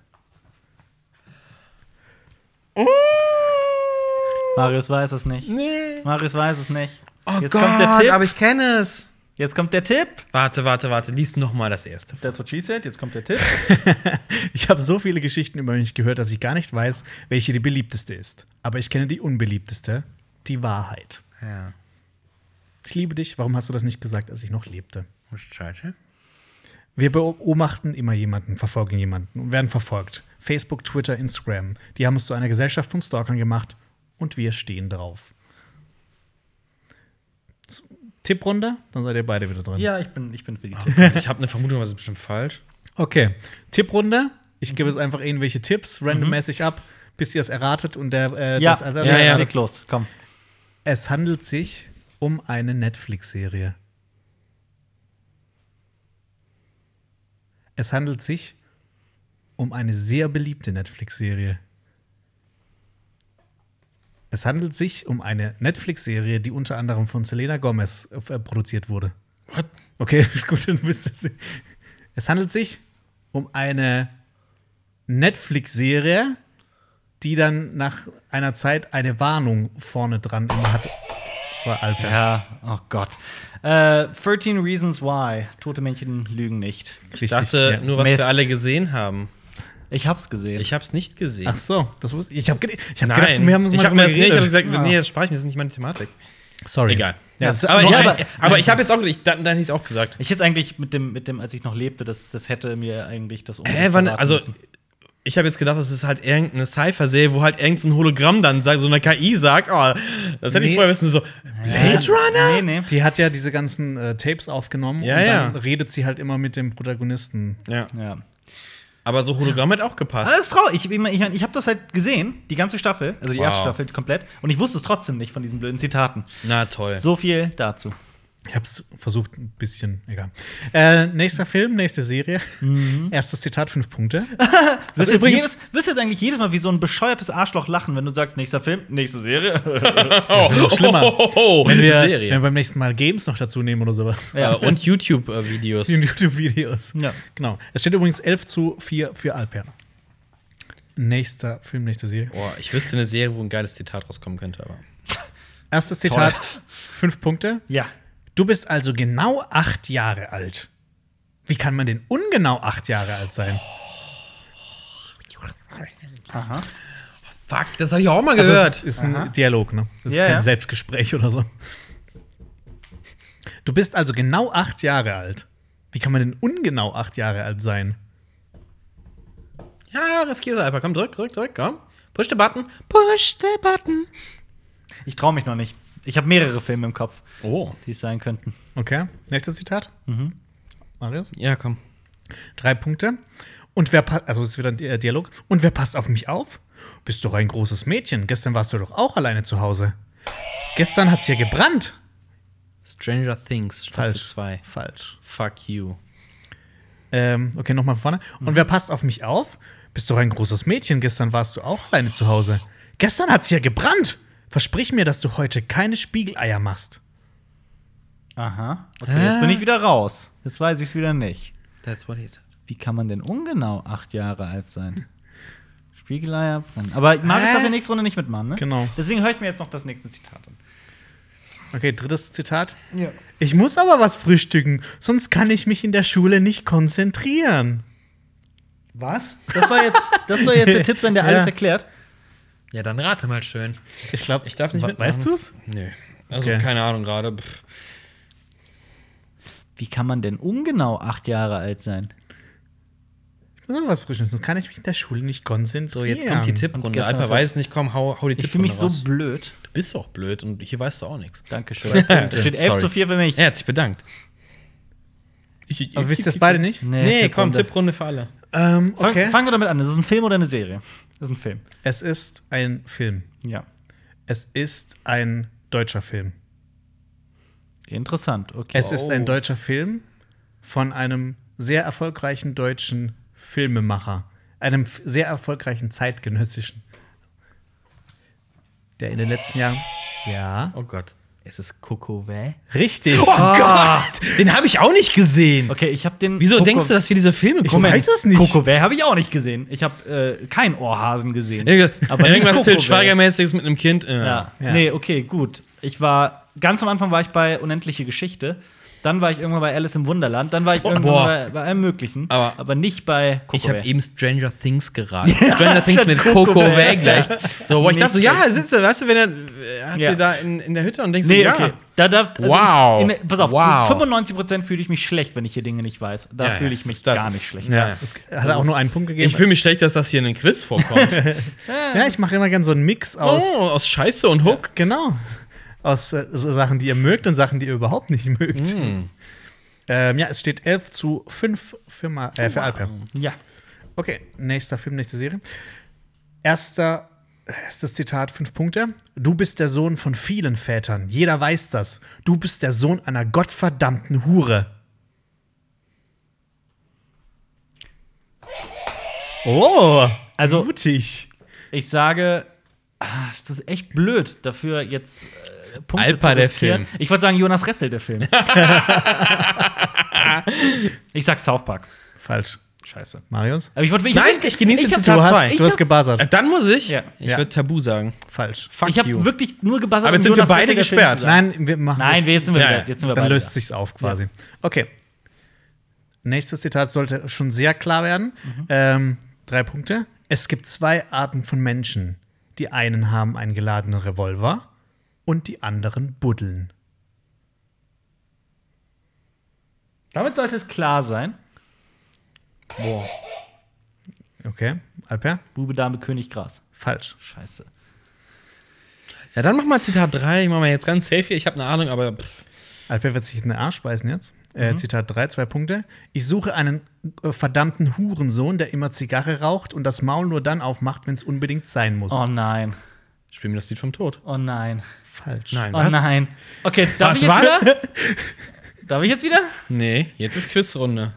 Speaker 1: Marius weiß es nicht.
Speaker 3: Nee.
Speaker 1: Marius weiß es nicht.
Speaker 3: Oh
Speaker 1: Jetzt
Speaker 3: Gott,
Speaker 1: kommt der Tipp.
Speaker 3: aber ich kenne es.
Speaker 1: Jetzt kommt der Tipp.
Speaker 3: Warte, warte, warte. Lies noch mal das erste.
Speaker 1: That's what she said. Jetzt kommt der Tipp.
Speaker 2: Ich habe so viele Geschichten über mich gehört, dass ich gar nicht weiß, welche die beliebteste ist. Aber ich kenne die unbeliebteste, die Wahrheit.
Speaker 3: Ja.
Speaker 2: Ich liebe dich. Warum hast du das nicht gesagt, als ich noch lebte?
Speaker 3: Scheiße.
Speaker 2: Wir beobachten immer jemanden, verfolgen jemanden und werden verfolgt. Facebook, Twitter, Instagram. Die haben uns zu einer Gesellschaft von Stalkern gemacht und wir stehen drauf. Z- Tipprunde, dann seid ihr beide wieder drin.
Speaker 1: Ja, ich bin, ich bin für die
Speaker 3: Oh
Speaker 1: Tipps.
Speaker 3: Gott, ich habe eine Vermutung, was ist bestimmt falsch.
Speaker 2: Okay, Tipprunde. Ich
Speaker 1: Mhm.
Speaker 2: gebe jetzt einfach irgendwelche Tipps randommäßig ab, bis ihr es erratet und der äh,
Speaker 1: Ja,
Speaker 2: das als
Speaker 1: ja,
Speaker 2: erster
Speaker 1: ja,
Speaker 3: ja.
Speaker 1: leg los. Komm.
Speaker 2: Es handelt sich um eine Netflix-Serie. Es handelt sich um eine sehr beliebte Netflix-Serie. Es handelt sich um eine Netflix-Serie, die unter anderem von Selena Gomez äh, produziert wurde.
Speaker 3: What?
Speaker 2: Okay, [LAUGHS] ist gut, dann wisst ihr es. Es handelt sich um eine Netflix-Serie, die dann nach einer Zeit eine Warnung vorne dran immer hatte. Das war Alper.
Speaker 1: Ja, oh Gott. Äh, 13 Reasons Why. Tote Männchen lügen nicht.
Speaker 3: Ich dachte nur, was
Speaker 1: Mist.
Speaker 3: wir alle gesehen haben.
Speaker 1: Ich hab's gesehen.
Speaker 3: Ich habe es nicht gesehen.
Speaker 2: Ach so, das wusste ich. Ich habe ged ich hab
Speaker 3: Nein,
Speaker 2: gedacht, wir haben uns
Speaker 3: ich
Speaker 2: mal
Speaker 3: habe mir
Speaker 2: drüber
Speaker 3: das nicht, ich hab
Speaker 2: geredet.
Speaker 3: gesagt,
Speaker 1: Ja.
Speaker 3: nee, das sprach ich mir, das ist nicht meine Thematik.
Speaker 2: Sorry.
Speaker 3: Egal.
Speaker 2: Ja, das,
Speaker 3: Aber,
Speaker 2: aber,
Speaker 3: ich,
Speaker 2: ja,
Speaker 3: aber, ich habe jetzt auch, ich, dann, dann hätte ich es auch gesagt.
Speaker 1: Ich hätte eigentlich mit dem, mit dem, als ich noch lebte, das, das hätte mir eigentlich das
Speaker 3: Hä,
Speaker 1: unbedingt
Speaker 3: wann,
Speaker 1: verraten
Speaker 3: also
Speaker 1: müssen.
Speaker 3: ich habe jetzt gedacht, das ist halt irgendeine Cypher-Serie, wo halt irgendein Hologramm dann sagt, so eine KI sagt, oh, das hätte
Speaker 2: Nee.
Speaker 3: ich vorher wissen, so, Blade Runner?
Speaker 1: Ähm, Nee, nee.
Speaker 2: die hat ja diese ganzen äh, Tapes aufgenommen
Speaker 3: Ja,
Speaker 2: und
Speaker 3: ja.
Speaker 2: dann redet sie halt immer mit dem Protagonisten.
Speaker 3: Ja,
Speaker 1: Ja.
Speaker 3: aber so Hologramm hat auch
Speaker 1: Aber
Speaker 3: gepasst.
Speaker 1: das ist traurig. Ich, ich, mein, ich, mein, ich habe das halt gesehen, die ganze Staffel, also die erste
Speaker 3: Wow.
Speaker 1: Staffel komplett, und ich wusste es trotzdem nicht von diesen blöden Zitaten.
Speaker 3: Na toll.
Speaker 1: So viel
Speaker 3: Also
Speaker 1: dazu.
Speaker 2: Ich habe es versucht, ein bisschen, egal. Äh, nächster Film, nächste Serie.
Speaker 3: Mhm.
Speaker 2: Erstes Zitat, fünf
Speaker 3: [LAUGHS]
Speaker 2: Punkte.
Speaker 1: Wirst
Speaker 2: Also
Speaker 1: du jetzt,
Speaker 2: übrigens-
Speaker 1: jedes- wirst du jetzt eigentlich jedes Mal wie so ein bescheuertes Arschloch lachen, wenn du sagst, nächster Film, nächste
Speaker 3: [LAUGHS]
Speaker 1: Serie?
Speaker 2: Das wird noch schlimmer.
Speaker 3: Oh, oh, oh,
Speaker 2: Wenn wir, wenn wir
Speaker 3: Serie.
Speaker 2: beim nächsten Mal Games noch dazu nehmen oder sowas.
Speaker 3: Äh, Und
Speaker 2: [LAUGHS]
Speaker 3: YouTube-Videos.
Speaker 2: Die YouTube-Videos.
Speaker 1: Ja.
Speaker 2: Genau. Es steht übrigens 11 zu 4 für Alper. Nächster Film, nächste Serie.
Speaker 3: Boah, ich wüsste eine Serie, wo ein geiles Zitat rauskommen könnte, aber.
Speaker 2: Erstes Zitat: fünf Punkte.
Speaker 1: ja.
Speaker 2: Du bist also genau acht Jahre alt. Wie kann man denn ungenau acht Jahre alt sein?
Speaker 1: Oh. Aha.
Speaker 3: Fuck, das habe ich auch mal
Speaker 2: Also,
Speaker 3: gehört.
Speaker 2: es ist ein Dialog, ne? Das ist
Speaker 1: Ja,
Speaker 2: kein
Speaker 1: ja.
Speaker 2: Selbstgespräch oder so. Du bist also genau acht Jahre alt. Wie kann man denn ungenau acht Jahre alt sein?
Speaker 3: ja, riskiere Alper. Komm, drück, drück, drück, komm. Push the button. Push the button.
Speaker 1: Ich traue mich noch nicht. Ich habe mehrere Filme im Kopf,
Speaker 3: Oh.
Speaker 1: die es sein könnten.
Speaker 2: Okay, nächstes Zitat.
Speaker 1: Mhm.
Speaker 2: Marius?
Speaker 3: Ja, komm.
Speaker 2: Drei Punkte. Und wer passt, also es ist wieder ein Di- Dialog. Und wer passt auf mich auf? Bist doch ein großes Mädchen. Gestern warst du doch auch alleine zu Hause. Gestern hat's hier gebrannt.
Speaker 3: Stranger Things, Staffel 2.
Speaker 2: Falsch.
Speaker 3: Fuck you.
Speaker 2: Ähm, okay, nochmal vorne. Und
Speaker 3: Mhm.
Speaker 2: wer passt auf mich auf? Bist doch ein großes Mädchen. Gestern warst du auch alleine zu Hause. Gestern hat's hier gebrannt. Versprich mir, dass du heute keine Spiegeleier machst.
Speaker 1: Aha. Okay, jetzt bin ich wieder raus. Jetzt weiß ich es wieder nicht.
Speaker 3: That's what it.
Speaker 1: Wie kann man denn ungenau acht Jahre alt sein? Spiegeleier brennen. Aber Marius darf in der nächsten Runde nicht mitmachen, ne?
Speaker 2: Genau.
Speaker 1: Deswegen höre ich mir jetzt noch das nächste Zitat an.
Speaker 2: Okay, drittes Zitat.
Speaker 4: Ja.
Speaker 2: Ich muss aber was frühstücken, sonst kann ich mich in der Schule nicht konzentrieren.
Speaker 4: Was?
Speaker 1: Das war jetzt, das soll jetzt der Tipp
Speaker 3: [LAUGHS]
Speaker 1: sein, der alles
Speaker 2: Ja.
Speaker 1: erklärt.
Speaker 3: Ja, dann rate mal schön.
Speaker 2: Ich glaube,
Speaker 3: Ich darf nicht mitmachen.
Speaker 2: Weißt du es?
Speaker 3: Nö. Also,
Speaker 2: Okay.
Speaker 3: keine Ahnung gerade. Pff.
Speaker 1: Wie kann man denn ungenau acht Jahre alt sein?
Speaker 2: Ich muss aber was frühstücken, sonst kann ich mich in der Schule nicht konzentrieren.
Speaker 3: So, jetzt kommt die
Speaker 1: Und
Speaker 3: Tipprunde.
Speaker 1: gestern
Speaker 3: Alper
Speaker 1: hat's-
Speaker 3: weiß nicht, komm, hau, hau die
Speaker 1: Ich fühle
Speaker 3: Tipprunde
Speaker 1: mich so
Speaker 3: raus.
Speaker 1: blöd.
Speaker 3: Du bist doch blöd und hier weißt du auch nichts.
Speaker 1: Dankeschön. Es steht 11
Speaker 3: Sorry.
Speaker 1: zu 4 für mich.
Speaker 3: Er hat sich bedankt.
Speaker 2: Aber wisst ihr das beide nicht?
Speaker 3: Nee, komm,
Speaker 1: Tipprunde.
Speaker 3: Tipprunde für alle.
Speaker 2: Ähm,
Speaker 1: Fang,
Speaker 2: okay.
Speaker 1: Fangen wir damit an. Ist es ein Film oder eine Serie? Das ist ein Film.
Speaker 2: Es ist ein Film.
Speaker 1: Ja.
Speaker 2: Es ist ein deutscher Film.
Speaker 1: Interessant. Okay.
Speaker 2: Es ist
Speaker 3: Oh.
Speaker 2: ein deutscher Film von einem sehr erfolgreichen deutschen Filmemacher, einem f- sehr erfolgreichen zeitgenössischen, der in den letzten Jahren. Ja.
Speaker 3: Oh Gott. Es ist Coco Wä?
Speaker 2: Richtig.
Speaker 3: Oh Gott! Den habe ich auch nicht gesehen.
Speaker 1: Oh okay, ich habe den.
Speaker 3: Wieso
Speaker 1: Coco-
Speaker 3: denkst du, dass wir diese Filme [LAUGHS]
Speaker 2: ich
Speaker 3: gucken?
Speaker 2: weiß es nicht.
Speaker 1: Coco Wär habe ich auch nicht gesehen. Ich habe äh, keinen Ohrhasen gesehen.
Speaker 3: Aber irgendwas
Speaker 1: nicht
Speaker 3: Till
Speaker 1: Coco Wä.
Speaker 3: Schweigermäßiges mit einem Kind. Äh.
Speaker 1: Ja.
Speaker 2: Ja.
Speaker 1: Nee, okay, gut. Ich war ganz am Anfang war ich bei Unendliche Geschichte, dann war ich irgendwann bei Alice im Wunderland, dann war ich irgendwann
Speaker 3: boah.
Speaker 1: bei, bei allem Möglichen,
Speaker 3: Aber-
Speaker 1: nicht bei Coco
Speaker 3: Ich habe
Speaker 1: Wär.
Speaker 3: eben Stranger Things [LAUGHS] geraten. Stranger Things mit Coco
Speaker 1: Coco
Speaker 3: Wä
Speaker 1: Wä.
Speaker 3: gleich. So, wo ich dachte so,
Speaker 1: Nicht
Speaker 3: ja, sitzt du, weißt du, wenn er äh, hat
Speaker 1: Ja.
Speaker 3: sie da in, in der Hütte und denkst
Speaker 1: Nee,
Speaker 3: du, ja.
Speaker 1: okay. Da, da, also
Speaker 3: Wow.
Speaker 1: Ich, in, pass auf,
Speaker 3: Wow.
Speaker 1: zu 95% fühle ich mich schlecht, wenn ich hier Dinge nicht weiß. Da
Speaker 3: Ja, ja,
Speaker 1: fühle
Speaker 3: das
Speaker 1: ich mich
Speaker 3: ist- das
Speaker 1: gar
Speaker 3: ist-
Speaker 1: nicht schlecht.
Speaker 2: Ja, es hat auch nur einen Punkt gegeben.
Speaker 3: Ich fühle mich schlecht, dass das hier in einem Quiz vorkommt.
Speaker 2: ja, ich mache immer gerne so einen Mix aus.
Speaker 3: [LAUGHS] oh, aus Scheiße und Hook.
Speaker 2: Genau. Aus äh, so Sachen, die ihr mögt und Sachen, die ihr überhaupt nicht mögt.
Speaker 3: Hm.
Speaker 2: Ähm, ja, es steht 11 zu 5 für, Ma äh,
Speaker 3: Oh,
Speaker 2: für Alper.
Speaker 1: Ja.
Speaker 2: Okay, nächster Film, nächste Serie. Erster, erstes Zitat, fünf Punkte. Du bist der Sohn von vielen Vätern. Jeder weiß das. Du bist der Sohn einer gottverdammten Hure. Oh,
Speaker 1: Also-
Speaker 2: mutig.
Speaker 1: Ich sage, ah, ist das echt blöd, dafür jetzt äh, Punkte
Speaker 3: Alpa,
Speaker 1: zu
Speaker 3: der
Speaker 1: riskieren.
Speaker 3: Film.
Speaker 1: Ich wollte sagen, Jonas Ressel, der
Speaker 3: [LAUGHS]
Speaker 1: Film. ich sag South Park.
Speaker 2: Falsch.
Speaker 1: Scheiße.
Speaker 2: Marius?
Speaker 1: Aber ich wollte ich
Speaker 3: Nein,
Speaker 1: hab-
Speaker 3: ich genieße
Speaker 1: ich hab-
Speaker 3: Zitat
Speaker 2: Du
Speaker 3: zwei.
Speaker 2: hast,
Speaker 1: Ich
Speaker 2: du hast
Speaker 1: hab,
Speaker 3: Äh,
Speaker 2: gebasert.
Speaker 3: Dann muss ich.
Speaker 1: Ja.
Speaker 3: Ich
Speaker 2: Ja.
Speaker 3: würde Tabu sagen.
Speaker 2: Falsch.
Speaker 3: Fuck
Speaker 1: ich hab
Speaker 3: you.
Speaker 1: wirklich nur gebuzzert.
Speaker 3: Aber jetzt
Speaker 1: um
Speaker 3: sind wir
Speaker 1: Jonas
Speaker 3: beide
Speaker 1: Ressel, der Film
Speaker 3: gesperrt.
Speaker 1: zu sagen.
Speaker 2: Nein, wir machen
Speaker 1: Nein, wir- jetzt sind wir
Speaker 3: Ja,
Speaker 1: wieder.
Speaker 3: ja.
Speaker 1: Jetzt sind wir
Speaker 2: Dann
Speaker 1: beide
Speaker 2: löst
Speaker 1: da.
Speaker 2: sich's auf quasi. Okay. Nächstes Zitat sollte schon sehr klar werden.
Speaker 3: Mhm.
Speaker 2: Ähm, drei Punkte. Es gibt zwei Arten von Menschen. Die einen haben einen geladenen Revolver und die anderen buddeln.
Speaker 1: Damit sollte es klar sein.
Speaker 3: Boah.
Speaker 2: Okay, Alper?
Speaker 1: Bube, Dame, König, Gras.
Speaker 2: Falsch.
Speaker 1: Scheiße.
Speaker 3: Ja, dann mach mal Zitat 3. Ich mach mal jetzt ganz safe hier. Ich habe eine Ahnung, aber pff.
Speaker 2: Alper wird sich in den Arsch beißen jetzt.
Speaker 3: Mhm.
Speaker 2: Äh, Zitat 3, zwei Punkte. Ich suche einen äh, verdammten Hurensohn, der immer Zigarre raucht und das Maul nur dann aufmacht, wenn es unbedingt sein muss.
Speaker 1: Oh nein.
Speaker 3: spiel mir das Lied vom Tod.
Speaker 1: Oh nein.
Speaker 2: Falsch.
Speaker 3: Nein,
Speaker 1: Oh nein. Okay, darf
Speaker 3: Was,
Speaker 1: ich jetzt
Speaker 3: was?
Speaker 1: wieder? Darf ich jetzt wieder?
Speaker 3: Nee, jetzt ist Quizrunde.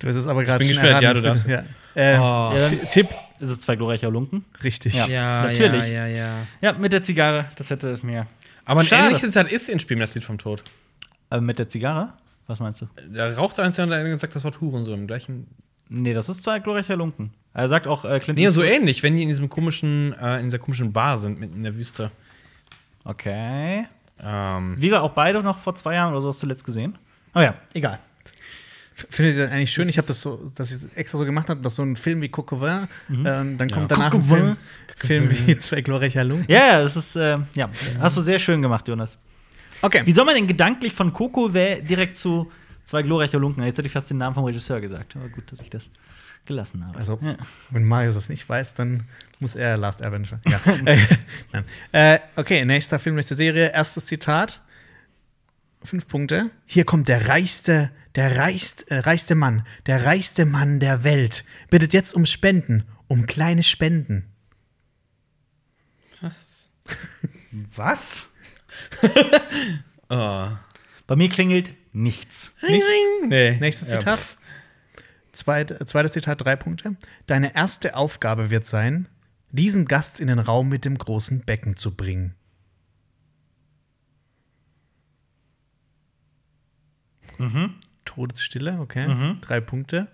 Speaker 2: Du hast es aber gerade
Speaker 3: bin
Speaker 2: schon
Speaker 3: gesperrt, ja,
Speaker 2: erraten.
Speaker 3: du darfst.
Speaker 2: Ja. Ähm,
Speaker 3: Oh.
Speaker 1: Ja,
Speaker 2: T- Tipp
Speaker 1: Ist es zwei glorreicher Lunken?
Speaker 2: richtig.
Speaker 1: Ja. natürlich.
Speaker 3: Ja, ja, ja.
Speaker 1: Ja, mit der Zigarre. Das hätte es mir.
Speaker 3: Aber ein
Speaker 1: Schade.
Speaker 3: ähnliches Zitat ist in Spiel mir das Lied vom Tod.
Speaker 1: Aber Äh, mit der Zigarre? Was meinst du?
Speaker 3: Da raucht eins ja und der andere sagt das Wort Huren so im gleichen.
Speaker 1: Nee, das ist zwei glorreicher Lunken. Er sagt auch äh, Clint
Speaker 3: Nee, so
Speaker 1: Eastwood-
Speaker 3: ähnlich, wenn die in diesem komischen, äh, in dieser komischen Bar sind, mitten in der Wüste.
Speaker 1: Okay.
Speaker 3: Ähm,
Speaker 1: Wie gesagt, auch beide noch vor zwei Jahren oder so hast du letzt gesehen. Oh ja, egal.
Speaker 2: F- Finde ich das eigentlich schön. Ich habe das so, dass ich es extra so gemacht habe, dass so ein Film wie Coquevin,
Speaker 1: Mhm.
Speaker 2: ähm, dann kommt danach ein Film, Film wie Zwei glorreicher Lungen.
Speaker 1: Ja, ja, das ist, äh, ja. Hast du sehr schön gemacht, Jonas. Wie
Speaker 2: Okay.
Speaker 1: soll man denn gedanklich von Coco Wä- direkt zu zwei glorreicher Lunken? Jetzt hätte ich fast den Namen vom Regisseur gesagt. Aber gut, dass ich das gelassen habe.
Speaker 2: Also,
Speaker 1: ja.
Speaker 2: wenn Marius das nicht weiß, dann muss er Last Avenger.
Speaker 1: [LAUGHS]
Speaker 2: Ja. Äh, Nein. Äh, okay, nächster Film, nächste Serie. Erstes Zitat. Fünf Punkte. Hier kommt der reichste, der reichst, äh, reichste Mann, der reichste Mann der Welt. Bittet jetzt um Spenden, um kleine Spenden.
Speaker 1: Was?
Speaker 3: oh.
Speaker 1: Bei mir klingelt nichts.
Speaker 3: Ring, ring. Nee.
Speaker 2: Nächstes
Speaker 3: Ja,
Speaker 2: Zitat.
Speaker 3: pff.
Speaker 2: Zweit, zweites Zitat, drei Punkte. Deine erste Aufgabe wird sein, diesen Gast in den Raum mit dem großen Becken zu bringen. Todesstille, okay. Drei Punkte.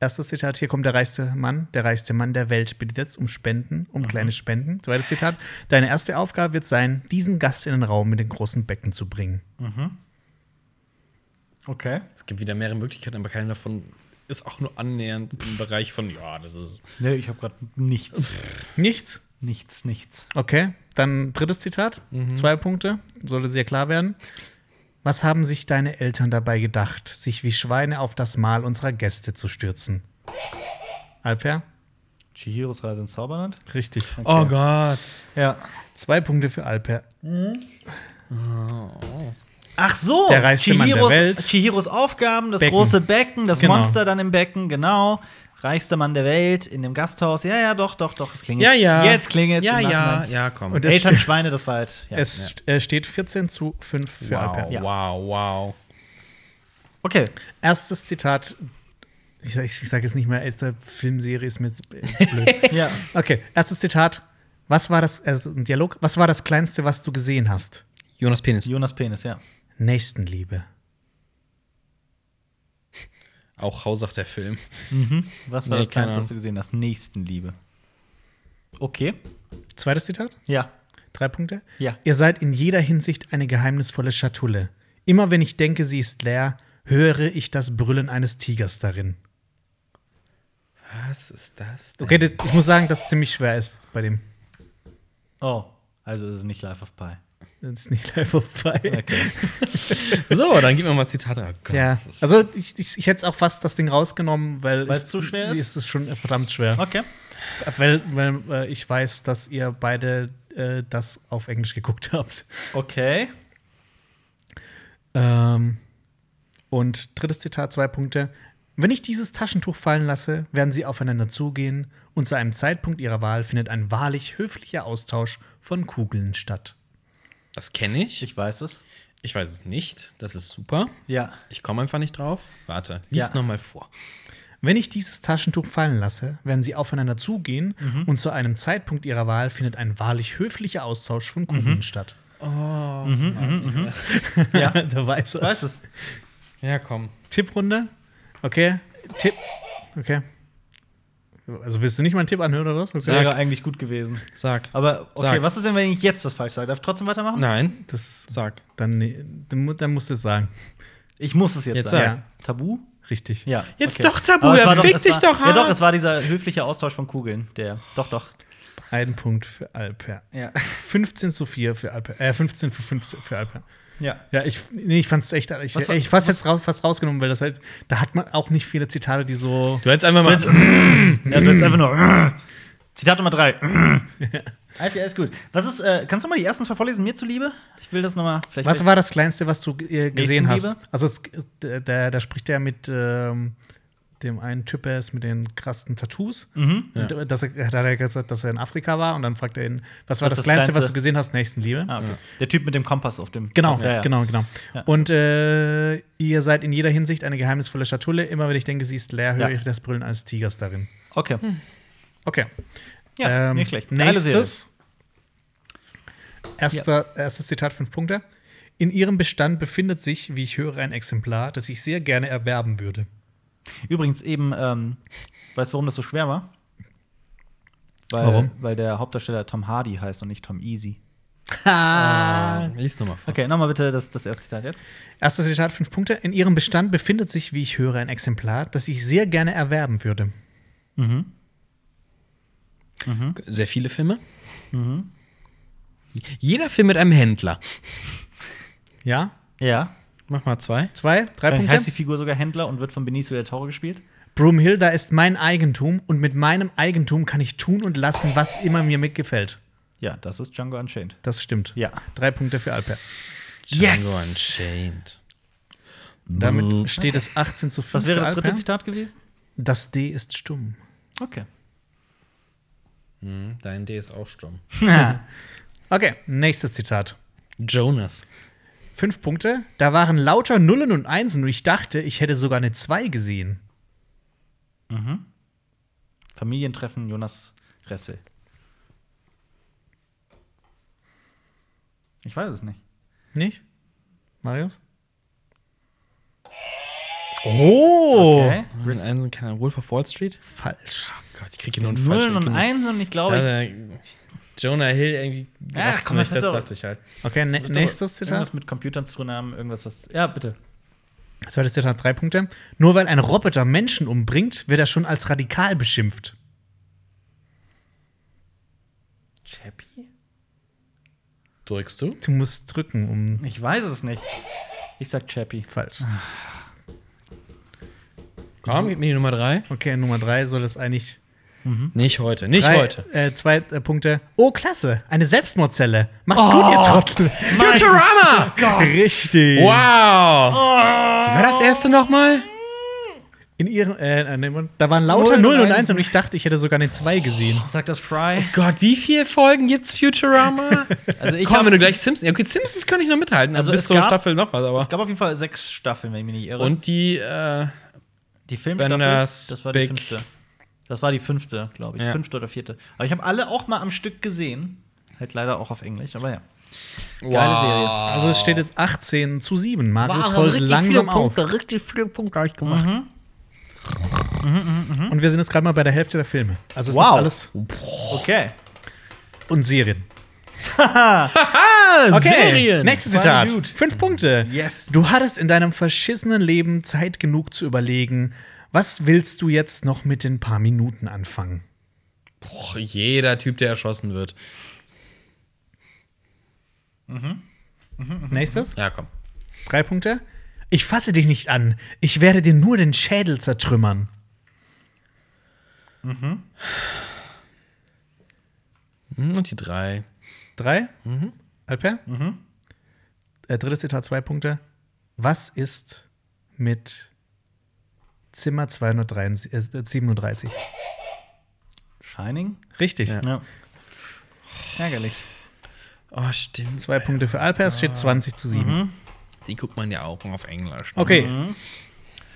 Speaker 2: Erstes Zitat, hier kommt der reichste Mann, der reichste Mann der Welt, bittet jetzt um Spenden, um kleine Spenden. Zweites Zitat, deine erste Aufgabe wird sein, diesen Gast in den Raum mit den großen Becken zu bringen.
Speaker 4: Okay.
Speaker 3: Es gibt wieder mehrere Möglichkeiten, aber keine davon ist auch nur annähernd im Bereich von, ja, das ist.
Speaker 1: Nee, ich habe gerade nichts.
Speaker 2: Nichts?
Speaker 1: nichts, nichts.
Speaker 2: Okay, dann drittes Zitat,
Speaker 4: Mhm.
Speaker 2: zwei Punkte, sollte sehr klar werden. Was haben sich deine Eltern dabei gedacht, sich wie Schweine auf das Mahl unserer Gäste zu stürzen? Alper?
Speaker 1: Chihiros Reise ins Zauberland?
Speaker 2: Richtig.
Speaker 3: Oh Gott.
Speaker 1: Ja.
Speaker 2: Zwei Punkte für Alper.
Speaker 4: Ach so,
Speaker 2: Der reichste Mann der
Speaker 4: Chihiros,
Speaker 2: Welt.
Speaker 4: Chihiros Aufgaben, das
Speaker 2: Becken.
Speaker 4: große Becken, das
Speaker 2: Genau.
Speaker 4: Monster dann im Becken, genau. Reichster Mann der Welt in dem Gasthaus. Ja, ja, doch, doch, doch, es klingelt.
Speaker 3: Ja, ja.
Speaker 4: Jetzt klingelt
Speaker 3: Ja, ja, ja, komm.
Speaker 2: Und es,
Speaker 4: Eltern
Speaker 2: st
Speaker 4: Schweine, das war halt. Ja.
Speaker 2: es äh, steht 14 zu 5 für Alper.
Speaker 3: wow,
Speaker 4: Ja.
Speaker 3: wow, wow.
Speaker 4: Okay.
Speaker 2: Erstes Zitat. Ich, ich, ich sage jetzt nicht mehr, erste Filmserie ist mir jetzt, jetzt blöd.
Speaker 4: [LAUGHS] Ja.
Speaker 2: Okay, erstes Zitat. Was war das, also ein Dialog, was war das Kleinste, was du gesehen hast?
Speaker 3: Jonas Penis.
Speaker 4: Jonas Penis, ja.
Speaker 2: Nächstenliebe.
Speaker 3: Auch Hausach der Film.
Speaker 4: Was war
Speaker 3: Nee,
Speaker 4: das Kleinste,
Speaker 3: keine
Speaker 4: was du gesehen hast? Nächstenliebe. Okay.
Speaker 2: Zweites Zitat,
Speaker 4: Ja.
Speaker 2: drei Punkte.
Speaker 4: Ja.
Speaker 2: Ihr seid in jeder Hinsicht eine geheimnisvolle Schatulle. Immer wenn ich denke, sie ist leer, höre ich das Brüllen eines Tigers darin.
Speaker 3: Was ist das? Denn?
Speaker 2: Okay, das, ich muss sagen, dass es ziemlich schwer ist bei dem.
Speaker 1: Oh, also ist es nicht Life of Pi.
Speaker 2: Das ist nicht [LAUGHS] live vorbei.
Speaker 1: Okay.
Speaker 3: So, dann gib mir mal Zitate. Oh Gott.
Speaker 2: Ja, also ich, ich, ich hätte auch fast das Ding rausgenommen, weil
Speaker 1: Weil's
Speaker 2: ich-
Speaker 1: zu schwer ist?
Speaker 2: Es ist schon verdammt schwer,
Speaker 4: Okay.
Speaker 2: weil, weil äh, ich weiß, dass ihr beide äh, das auf Englisch geguckt [LAUGHS] habt.
Speaker 4: Okay.
Speaker 2: Ähm, und drittes Zitat, zwei Punkte. Wenn ich dieses Taschentuch fallen lasse, werden sie aufeinander zugehen und zu einem Zeitpunkt ihrer Wahl findet ein wahrlich höflicher Austausch von Kugeln statt.
Speaker 3: Das kenne ich.
Speaker 1: Ich weiß es.
Speaker 3: Ich weiß es nicht. Das ist super.
Speaker 1: Ja.
Speaker 3: Ich komme einfach nicht drauf. Warte, lies
Speaker 1: Ja.
Speaker 3: noch nochmal vor.
Speaker 2: Wenn ich dieses Taschentuch fallen lasse, werden sie aufeinander zugehen und zu einem Zeitpunkt ihrer Wahl findet ein wahrlich höflicher Austausch von Kugeln statt.
Speaker 3: Oh, Mhm,
Speaker 1: Ja.
Speaker 2: da weiß er
Speaker 1: Weiß
Speaker 2: es.
Speaker 1: es.
Speaker 3: Ja, komm.
Speaker 2: Tipprunde. Okay. Tipp. Okay. Also willst du nicht meinen Tipp anhören oder was? Okay.
Speaker 3: Sag.
Speaker 1: Wäre eigentlich gut gewesen.
Speaker 3: Sag.
Speaker 1: Aber okay,
Speaker 3: Sag.
Speaker 1: was ist denn, wenn ich jetzt was falsch sage? Darf ich trotzdem weitermachen?
Speaker 3: Nein,
Speaker 2: Das,
Speaker 3: sag.
Speaker 2: dann, nee, dann mu- dann musst du es sagen.
Speaker 1: Ich muss es jetzt,
Speaker 3: Jetzt
Speaker 1: sagen.
Speaker 2: sag.
Speaker 1: Tabu?
Speaker 2: Richtig.
Speaker 1: Ja.
Speaker 3: Jetzt doch Tabu,
Speaker 1: Aber es
Speaker 3: ja,
Speaker 1: war
Speaker 3: fick
Speaker 1: es
Speaker 3: dich
Speaker 1: war,
Speaker 3: doch
Speaker 1: Ja,
Speaker 3: hart.
Speaker 1: doch, es war dieser höfliche Austausch von Kugeln, der. Doch, doch.
Speaker 2: Ein Punkt für Alper.
Speaker 1: Ja.
Speaker 2: 15 zu 4 für Alper. Äh, 15 zu 5 für Alper.
Speaker 1: Ja.
Speaker 2: Ja, ich, nee, ich fand's echt, ich,
Speaker 1: Was war-
Speaker 2: ich fast jetzt raus, fast rausgenommen, weil das halt, da hat man auch nicht viele Zitate, die so.
Speaker 3: Du hättest einfach mal.
Speaker 1: Ja, du jetzt einfach nur. Zitat Nummer drei. Alfie, alles gut. Was ist, äh, kannst du mal die ersten zwei vorlesen, mir zuliebe? Ich will das nochmal. vielleicht-
Speaker 2: Was war das Kleinste, was du äh, gesehen hast?
Speaker 1: Nächstenliebe?
Speaker 2: Also, es, äh, da, da spricht er mit ähm, dem einen Typ, der ist mit den krassen Tattoos.
Speaker 1: Mhm.
Speaker 2: Und, äh, Dass er, da hat er gesagt, dass er in Afrika war und dann fragt er ihn, was war
Speaker 1: Was
Speaker 2: das,
Speaker 1: das
Speaker 2: Kleinste, was
Speaker 1: Kleinste?
Speaker 2: du gesehen hast? Nächstenliebe.
Speaker 1: Ah, okay. Der Typ mit dem Kompass auf dem.
Speaker 2: Genau,
Speaker 1: ja, ja.
Speaker 2: genau, genau.
Speaker 1: Ja.
Speaker 2: Und äh, ihr seid in jeder Hinsicht eine geheimnisvolle Schatulle. Immer wenn ich denke, sie ist leer, höre
Speaker 1: Ja.
Speaker 2: ich das Brüllen eines Tigers darin.
Speaker 1: Okay.
Speaker 2: Okay.
Speaker 1: Ja,
Speaker 2: Hm. Ähm,
Speaker 1: nicht schlecht. Geile
Speaker 2: Nächstes. Erster, Erstes Zitat, fünf Punkte. In ihrem Bestand befindet sich, wie ich höre, ein Exemplar, das ich sehr gerne erwerben würde.
Speaker 1: Serie. Übrigens eben, ähm, weißt du, warum das so schwer war? Weil,
Speaker 2: Warum?
Speaker 1: Weil der Hauptdarsteller Tom Hardy heißt und nicht Tom Easy.
Speaker 3: Ah, lies nochmal vor.
Speaker 1: Okay, nochmal bitte das, das erste Zitat jetzt.
Speaker 2: Erstes Zitat, fünf Punkte. In ihrem Bestand befindet sich, wie ich höre, ein Exemplar, das ich sehr gerne erwerben würde.
Speaker 3: Sehr viele Filme. Jeder Film mit einem Händler.
Speaker 2: Ja?
Speaker 1: Ja.
Speaker 3: Mach mal zwei.
Speaker 2: Zwei, drei
Speaker 1: Dann
Speaker 2: Punkte.
Speaker 1: Äh, heißt die Figur sogar Händler und wird von Benicio del Toro gespielt.
Speaker 2: Broomhilda ist mein Eigentum und mit meinem Eigentum kann ich tun und lassen, was immer mir mitgefällt.
Speaker 1: Ja, das ist Django Unchained.
Speaker 2: Das stimmt.
Speaker 1: Ja.
Speaker 2: Drei Punkte für Alper.
Speaker 3: Django Unchained.
Speaker 2: Damit steht es 18 zu 5
Speaker 1: Was wäre
Speaker 2: für
Speaker 1: das
Speaker 2: Alper.
Speaker 1: dritte Zitat gewesen?
Speaker 2: Das D ist stumm.
Speaker 1: Okay.
Speaker 3: Mhm, Dein D ist auch stumm.
Speaker 2: Okay, nächstes Zitat.
Speaker 3: Jonas.
Speaker 2: Fünf Punkte. Da waren lauter Nullen und Einsen und ich dachte, ich hätte sogar eine 2 gesehen.
Speaker 1: Familientreffen Jonas Ressel. Ich weiß es nicht.
Speaker 2: Nicht? Marius? Oh!
Speaker 1: Okay.
Speaker 3: Neun Einsen, keine Ahnung, Wolf of Wall Street?
Speaker 2: Falsch.
Speaker 3: Gott, ich kriege hier nur einen
Speaker 1: Nullen
Speaker 3: falschen.
Speaker 1: und
Speaker 3: Genau.
Speaker 1: Einsen und ich glaube, ich
Speaker 3: Ja, ja, Jonah Hill irgendwie.
Speaker 1: Ach,
Speaker 3: Ach,
Speaker 1: komm,
Speaker 3: nicht,
Speaker 1: das ist
Speaker 3: das
Speaker 1: doch-
Speaker 3: dachte ich halt.
Speaker 2: Okay, nä- nächstes Zitat.
Speaker 1: Irgendwas mit Computern zu tun haben, irgendwas, was. Ja, bitte.
Speaker 2: Zweites Zitat, drei Punkte. Nur weil ein Roboter Menschen umbringt, wird er schon als radikal beschimpft.
Speaker 1: Chappie?
Speaker 3: Drückst du?
Speaker 2: Du musst drücken, um.
Speaker 1: Ich weiß es nicht. Ich sag Chappie.
Speaker 2: Falsch.
Speaker 3: Komm, gib mir die Nummer drei.
Speaker 2: Okay, Nummer drei soll es eigentlich.
Speaker 3: Nicht heute, nicht
Speaker 2: drei,
Speaker 3: heute.
Speaker 2: Äh, zwei äh, Punkte. Oh, klasse. Eine Selbstmordzelle. Macht's gut,
Speaker 1: Oh.
Speaker 2: ihr
Speaker 1: [LAUGHS]
Speaker 2: Trottel.
Speaker 3: Futurama!
Speaker 2: Richtig.
Speaker 3: Wow! Wie war das erste nochmal?
Speaker 2: In ihrem, äh, äh, nee, Moment. da waren lauter
Speaker 1: Null und
Speaker 2: 0 und
Speaker 1: Einsen.
Speaker 2: 1 und ich dachte, ich hätte sogar eine 2 gesehen.
Speaker 1: Sagt das Fry?
Speaker 3: Gott, wie viele Folgen gibt's Futurama?
Speaker 1: Also ich
Speaker 3: Komm,
Speaker 1: hab,
Speaker 3: wenn du gleich Simpsons. Ja, okay, Simpsons könnte ich noch mithalten, also
Speaker 1: Also
Speaker 3: bis
Speaker 1: es
Speaker 3: zur
Speaker 1: gab-
Speaker 3: Staffel noch was, aber.
Speaker 1: es gab auf jeden Fall sechs Staffeln, wenn ich mich nicht irre.
Speaker 3: Und die, äh,
Speaker 1: die Filmstaffel,
Speaker 3: Benders
Speaker 1: das war die
Speaker 3: Big-
Speaker 1: fünfte. Das war die fünfte, glaube ich.
Speaker 3: Ja.
Speaker 1: Fünfte oder vierte. Aber ich habe alle auch mal am Stück gesehen. Halt leider auch auf Englisch, aber ja.
Speaker 3: wow.
Speaker 1: Serie.
Speaker 2: Also es steht jetzt 18 zu 7. Marius rollt langsam auf. Mhm.
Speaker 3: richtig viele Punkte habe ich gemacht.
Speaker 2: Und wir sind jetzt gerade mal bei der Hälfte der Filme. Also es
Speaker 1: Wow.
Speaker 2: wow. alles
Speaker 1: Okay.
Speaker 2: und Serien.
Speaker 3: Ah,
Speaker 2: nächstes
Speaker 1: Voll
Speaker 2: Zitat.
Speaker 1: gut.
Speaker 2: Fünf Punkte.
Speaker 1: Yes.
Speaker 2: Du hattest in deinem verschissenen Leben Zeit genug zu überlegen, was willst du jetzt noch mit den paar Minuten anfangen?
Speaker 3: Boah, jeder Typ, der erschossen wird.
Speaker 1: Mhm.
Speaker 2: Nächstes.
Speaker 3: Ja, komm.
Speaker 2: Drei Punkte. Ich fasse dich nicht an. Ich werde dir nur den Schädel zertrümmern.
Speaker 3: Hm, Und die drei.
Speaker 2: Drei?
Speaker 1: Mhm.
Speaker 2: Alper? Äh, drittes Zitat, zwei Punkte. Was ist mit Zimmer 237? Äh, 37?
Speaker 1: Shining?
Speaker 2: Richtig.
Speaker 1: Ja. Ärgerlich.
Speaker 3: Oh, stimmt.
Speaker 2: Zwei Punkte für Alper, es steht 20 zu 7.
Speaker 3: Die guckt man ja auch auf Englisch. ne?
Speaker 2: Okay.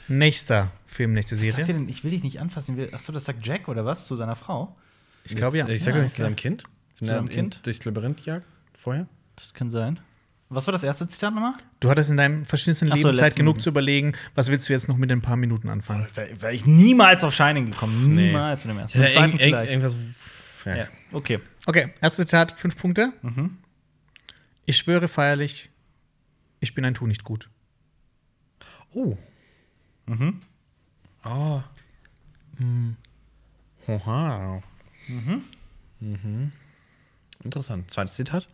Speaker 2: Nächster Film, nächste
Speaker 1: Sagt ihr
Speaker 2: Serie.
Speaker 1: denn, ich will dich nicht anfassen? ich will- Achso, das sagt Jack oder was? Zu seiner Frau?
Speaker 2: Ich glaube ja.
Speaker 3: Ich sag
Speaker 1: Ja,
Speaker 3: doch nicht zu
Speaker 1: okay.
Speaker 3: seinem Kind. Wenn er
Speaker 1: seinem
Speaker 3: ihn
Speaker 1: Kind?
Speaker 3: Durchs Labyrinth jagt vorher.
Speaker 1: Das kann sein. Was war das erste Zitat nochmal?
Speaker 2: Du hattest in deinem verschiedenen
Speaker 1: Ach so,
Speaker 2: Leben Zeit
Speaker 1: letzten
Speaker 2: genug
Speaker 1: Minuten.
Speaker 2: zu überlegen, was willst du jetzt noch mit den paar Minuten anfangen?
Speaker 1: Wäre wär ich niemals auf Shining gekommen. Niemals von Hm, dem ersten. Beim
Speaker 3: Ja,
Speaker 1: zweiten
Speaker 3: irgend- irgend-
Speaker 1: vielleicht.
Speaker 3: irgendwas. Ja.
Speaker 1: Ja, okay.
Speaker 2: Okay, erstes Zitat, fünf Punkte. Ich schwöre feierlich, ich bin ein Tu nicht gut.
Speaker 3: Oh. Mhm.
Speaker 1: Mhm.
Speaker 3: Ah. Hm. Oha. Mhm. Interessant. Zweites Zitat.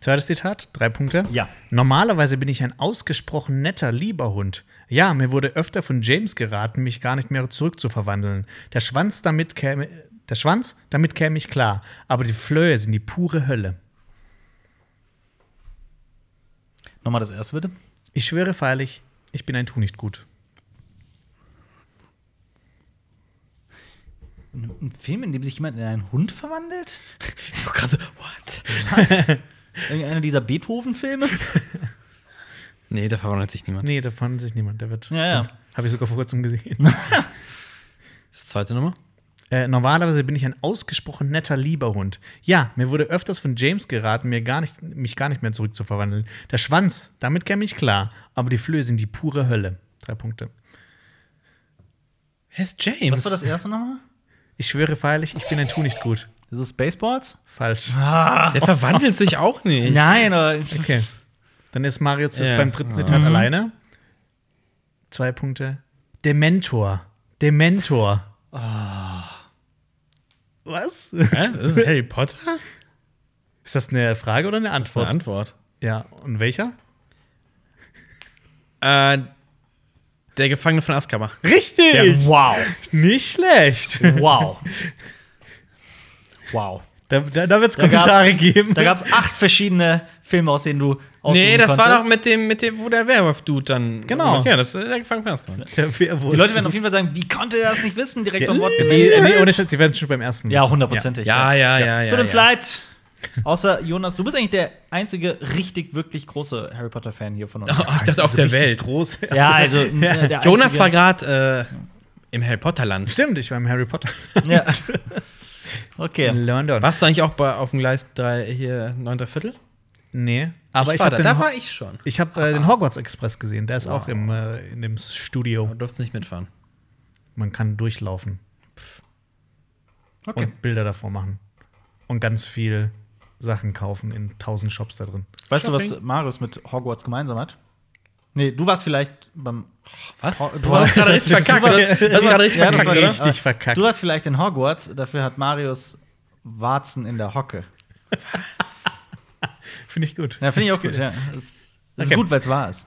Speaker 2: Zweites Zitat, drei Punkte.
Speaker 1: Ja.
Speaker 2: Normalerweise bin ich ein ausgesprochen netter, lieber Hund. Ja, mir wurde öfter von James geraten, mich gar nicht mehr zurückzuverwandeln. Der Schwanz damit käme, der Schwanz, damit käme ich klar. Aber die Flöhe sind die pure Hölle.
Speaker 1: Nochmal das erste bitte.
Speaker 2: Ich schwöre feierlich, ich bin ein Tu nicht gut.
Speaker 1: Ein Film, in dem sich jemand in einen Hund verwandelt?
Speaker 3: Ich war gerade so, Oh what?
Speaker 1: Irgendeiner dieser
Speaker 3: [LAUGHS]
Speaker 1: Beethoven-Filme?
Speaker 3: Nee, da verwandelt sich niemand.
Speaker 2: Nee, da fand sich niemand. Der wird.
Speaker 1: Ja, ja.
Speaker 2: Habe ich sogar vor
Speaker 1: [LAUGHS]
Speaker 2: kurzem gesehen.
Speaker 3: Das zweite Nummer.
Speaker 2: äh, normalerweise bin ich ein ausgesprochen netter, lieber Hund. Ja, mir wurde öfters von James geraten, mir gar nicht, mich gar nicht mehr zurückzuverwandeln. Der Schwanz, damit käme ich klar. Aber die Flöhe sind die pure Hölle. Drei Punkte.
Speaker 3: Wer ist James?
Speaker 1: Was war das erste nochmal?
Speaker 2: Ich schwöre feierlich, ich bin ein Tu nicht gut.
Speaker 1: Ist es Spaceballs?
Speaker 2: Falsch.
Speaker 3: Ah. Der verwandelt sich auch nicht.
Speaker 1: Nein, aber
Speaker 2: Okay. Dann ist Mario jetzt
Speaker 3: Ja. Mhm.
Speaker 2: beim dritten Zitat alleine. Zwei Punkte. Dementor. Dementor.
Speaker 3: Ah.
Speaker 2: Was?
Speaker 3: Was? Ist es Harry Potter?
Speaker 2: Ist das eine Frage oder eine
Speaker 3: Das ist
Speaker 2: Antwort?
Speaker 3: eine Antwort.
Speaker 2: ja, und welcher?
Speaker 3: Äh, der Gefangene von Azkaban.
Speaker 2: Richtig!
Speaker 1: wow.
Speaker 2: Nicht schlecht.
Speaker 1: Wow. Wow.
Speaker 2: Da, da, da wird es
Speaker 1: Da gab's-
Speaker 2: Kommentare geben.
Speaker 1: Da gab es acht verschiedene Filme, aus denen du
Speaker 3: Nee,
Speaker 1: aussuchen
Speaker 3: das war
Speaker 1: konntest.
Speaker 3: doch mit dem, mit dem, wo der Werwolf-Dude dann.
Speaker 2: Genau.
Speaker 3: Ja, das ist der Gefangene von Azkaban.
Speaker 2: Der Werwolf.
Speaker 1: Die Leute werden auf jeden Fall sagen, wie konnte er das nicht wissen? Direkt
Speaker 2: Ja,
Speaker 1: beim Wort.
Speaker 2: die, äh, nee, ohne Scheiß, die werden schon beim ersten.
Speaker 1: Ja,
Speaker 2: wissen.
Speaker 1: hundertprozentig.
Speaker 3: Ja, ja, ja, ja.
Speaker 1: Es tut uns
Speaker 3: ja.
Speaker 1: leid. Außer Jonas, du bist eigentlich der einzige richtig, wirklich große Harry Potter-Fan hier von uns.
Speaker 3: [LAUGHS] Ach, das Oh, auf der
Speaker 2: Also Richtig
Speaker 3: Welt.
Speaker 2: groß.
Speaker 1: Ja, also n- der
Speaker 3: Jonas war
Speaker 1: einzige-
Speaker 3: gerade äh, im Harry Potter-Land.
Speaker 2: Stimmt, ich war im Harry Potter.
Speaker 1: Ja. [LAUGHS] Okay.
Speaker 2: In London. Äh,
Speaker 3: Warst du eigentlich auch bei, auf dem Gleis 3, hier 9 Viertel?
Speaker 2: Nee. Aber ich,
Speaker 3: war
Speaker 2: habe
Speaker 3: da, da
Speaker 2: den, Ho
Speaker 3: war ich schon.
Speaker 2: ich hab, äh, den Hogwarts Express gesehen. Der ist auch im, äh, in dem Studio.
Speaker 3: Du durfst nicht mitfahren.
Speaker 2: Man kann durchlaufen
Speaker 1: Okay.
Speaker 2: und Bilder davor machen. Und ganz viel Sachen kaufen in tausend Shops da drin.
Speaker 1: Weißt du, was
Speaker 3: Shopping?
Speaker 1: Marius mit Hogwarts gemeinsam hat? Nee, du warst vielleicht beim.
Speaker 3: Was?
Speaker 1: Oh,
Speaker 3: Du hast gerade richtig verkackt. Das, das war gerade richtig
Speaker 1: Ja, das
Speaker 3: verkackt,
Speaker 1: war
Speaker 3: oder?
Speaker 1: richtig.
Speaker 2: verkackt.
Speaker 1: Du warst vielleicht in Hogwarts, dafür hat Marius Warzen in der Hocke.
Speaker 2: Finde ich gut.
Speaker 1: Ja, finde ich auch gut, ja. [LAUGHS] Ist, ist
Speaker 2: Okay.
Speaker 1: gut, weil es wahr ist.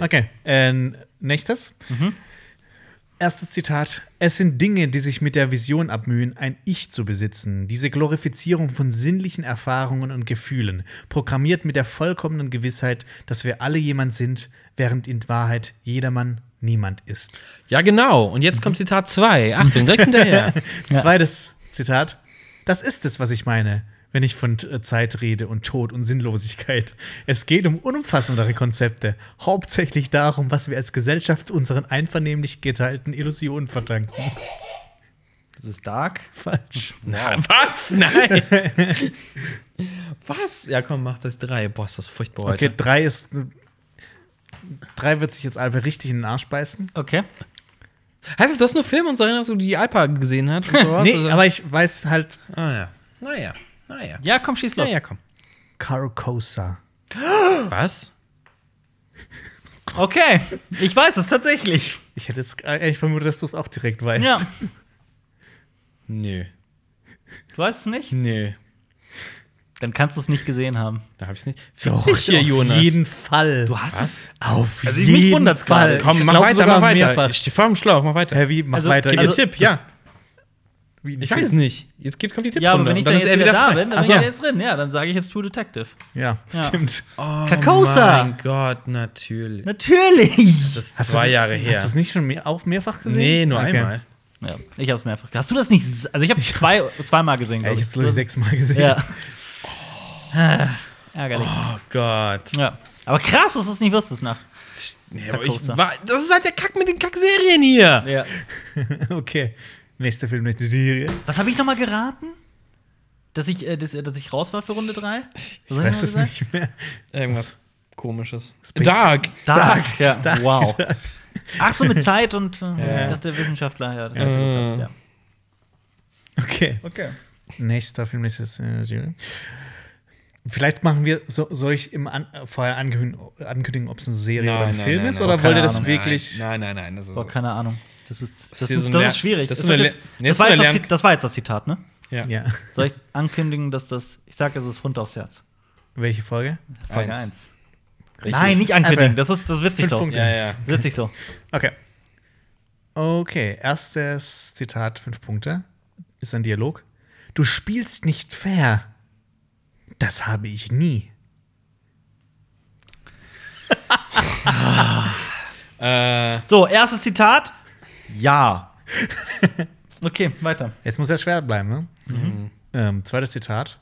Speaker 2: Okay. Äh, nächstes. Erstes Zitat. Es sind Dinge, die sich mit der Vision abmühen, ein Ich zu besitzen. Diese Glorifizierung von sinnlichen Erfahrungen und Gefühlen, programmiert mit der vollkommenen Gewissheit, dass wir alle jemand sind, während in Wahrheit jedermann niemand ist.
Speaker 3: Ja, genau. Und jetzt kommt Zitat 2. Achtung, direkt hinterher.
Speaker 2: Zweites Zitat. Das ist es, was ich meine, wenn ich von äh, Zeit rede und Tod und Sinnlosigkeit. Es geht um unumfassendere Konzepte, hauptsächlich darum, was wir als Gesellschaft unseren einvernehmlich geteilten Illusionen verdanken.
Speaker 1: Das ist dark.
Speaker 2: Falsch.
Speaker 3: Na, was? Nein. [LAUGHS] was? Ja, komm, mach das 3. Boah, ist das furchtbar heute.
Speaker 2: Okay, drei ist. äh, Drei wird sich jetzt Alper richtig in den Arsch beißen.
Speaker 1: Okay.
Speaker 3: Heißt es, du hast nur Filme und so Erinnerung, die die Alpa gesehen hat? Und
Speaker 2: [LAUGHS]
Speaker 3: sowas?
Speaker 2: Nee,
Speaker 3: Also-
Speaker 2: aber ich weiß halt
Speaker 3: Ah ja. Naja. Naja.
Speaker 1: Ja, komm, schieß los.
Speaker 3: Naja, komm.
Speaker 2: Carcosa.
Speaker 3: Was?
Speaker 1: Okay. Ich weiß es tatsächlich.
Speaker 2: Ich hätte jetzt äh, ich vermute, dass du es auch direkt weißt.
Speaker 1: Ja.
Speaker 3: Nö.
Speaker 1: Du weißt es nicht?
Speaker 3: Nö.
Speaker 1: Dann kannst du es nicht gesehen haben.
Speaker 3: Da hab ich's nicht.
Speaker 2: Doch, [LAUGHS]
Speaker 3: Fick dich
Speaker 2: auf jeden Fall.
Speaker 1: Du hast es.
Speaker 2: Auf
Speaker 1: Also, ich- mich
Speaker 2: jeden
Speaker 1: wundert's gerade.
Speaker 2: Fall.
Speaker 1: Ich
Speaker 3: Komm, mach
Speaker 2: glaub
Speaker 3: weiter,
Speaker 2: sogar
Speaker 3: mach weiter.
Speaker 2: mehrfach.
Speaker 3: Ich steh vor dem Schlauch, mach weiter.
Speaker 2: Hä, wie? Mach
Speaker 1: Also,
Speaker 2: weiter.
Speaker 3: Gib
Speaker 1: Also,
Speaker 3: mir Tipp, ja.
Speaker 2: Wie,
Speaker 3: Ich weiß nicht. Jetzt gibt, kommt die Tipprunde.
Speaker 1: Ja, aber wenn ich
Speaker 3: und
Speaker 1: dann,
Speaker 3: ist
Speaker 1: jetzt
Speaker 3: er
Speaker 1: wieder da
Speaker 3: frei.
Speaker 1: bin, dann
Speaker 3: Ach
Speaker 1: bin ich
Speaker 3: so.
Speaker 1: ja jetzt drin. Ja, dann sage ich jetzt True Detective.
Speaker 2: Ja,
Speaker 1: Ja.
Speaker 2: stimmt.
Speaker 3: Oh
Speaker 1: Carcosa.
Speaker 3: mein Gott, natürlich.
Speaker 1: Natürlich. [LAUGHS]
Speaker 3: Das ist
Speaker 2: Hast
Speaker 3: zwei
Speaker 2: du's-
Speaker 3: Jahre
Speaker 2: Hast
Speaker 3: her.
Speaker 2: du es nicht schon mehr, auch mehrfach gesehen?
Speaker 3: Nee, nur
Speaker 2: Okay.
Speaker 3: einmal.
Speaker 1: Ja, ich habe es mehrfach. Hast du das nicht? s- Also ich habe es zwei, zweimal gesehen.
Speaker 2: Ja,
Speaker 1: glaub
Speaker 2: ich habe es,
Speaker 1: Du
Speaker 2: glaube ich,
Speaker 1: hast-
Speaker 2: sechsmal gesehen.
Speaker 3: [LAUGHS]
Speaker 1: Ja. Ah, Ärgerlich.
Speaker 3: Oh Gott.
Speaker 1: Ja. Aber krass, dass du es nicht wusstest nach.
Speaker 3: Nee, aber ich
Speaker 1: Carcosa.
Speaker 3: war, das ist halt der Kack mit den Kackserien hier.
Speaker 1: Ja.
Speaker 2: [LAUGHS] Okay. Nächster Film, nächste Serie.
Speaker 1: Was habe ich nochmal geraten? Dass ich, äh, dass, äh, dass ich raus war für Runde 3? Ich
Speaker 2: Ich weiß es nicht mehr. [LAUGHS]
Speaker 3: Irgendwas komisches.
Speaker 2: Space-
Speaker 3: Dark.
Speaker 1: Dark, ja.
Speaker 2: Dark.
Speaker 3: [LAUGHS]
Speaker 1: Wow. Ach so, mit Zeit und äh,
Speaker 3: Ja. Äh.
Speaker 1: ich dachte Wissenschaftler, ja, das
Speaker 3: Ja.
Speaker 1: hätte gepasst, ja.
Speaker 2: Okay.
Speaker 1: Okay.
Speaker 2: Nächster Film, nächste äh, Serie. Vielleicht machen wir, so, soll ich im An äh, vorher ankündigen, ankündigen ob es eine Serie oder ein Film ist? Oder
Speaker 1: keine
Speaker 2: wollt ihr das
Speaker 1: Ahnung.
Speaker 2: wirklich.
Speaker 3: Nein, nein, nein. Das ist
Speaker 1: Boah, keine Ahnung. Das ist, das
Speaker 3: ist hier so
Speaker 1: ist,
Speaker 3: ein
Speaker 1: das
Speaker 3: Lern-
Speaker 1: ist schwierig.
Speaker 3: das ist
Speaker 1: Ist das
Speaker 3: eine
Speaker 1: jetzt-
Speaker 3: Lern- Nee,
Speaker 1: das
Speaker 3: das
Speaker 1: war
Speaker 3: ist
Speaker 1: jetzt
Speaker 3: eine
Speaker 1: das
Speaker 3: Lern-
Speaker 1: Zi- das war jetzt das Zitat, ne?
Speaker 2: Ja. [LAUGHS]
Speaker 1: Soll ich ankündigen, dass das. Ich sag, das ist Hund aufs Herz.
Speaker 2: Welche Folge?
Speaker 1: Folge
Speaker 3: Eins.
Speaker 1: 1. Nein, nicht ankündigen. Das ist, das ist witzig
Speaker 2: Fünf
Speaker 1: so.
Speaker 2: Punkte.
Speaker 3: Ja, ja.
Speaker 1: Das ist witzig so.
Speaker 2: Okay. Okay, erstes Zitat, fünf Punkte. Ist ein Dialog. Du spielst nicht fair. Das habe ich nie.
Speaker 3: Äh,
Speaker 1: So, erstes Zitat. Ja. [LAUGHS] Okay, weiter.
Speaker 2: Jetzt muss er schwer bleiben, ne? Ähm, zweites Zitat.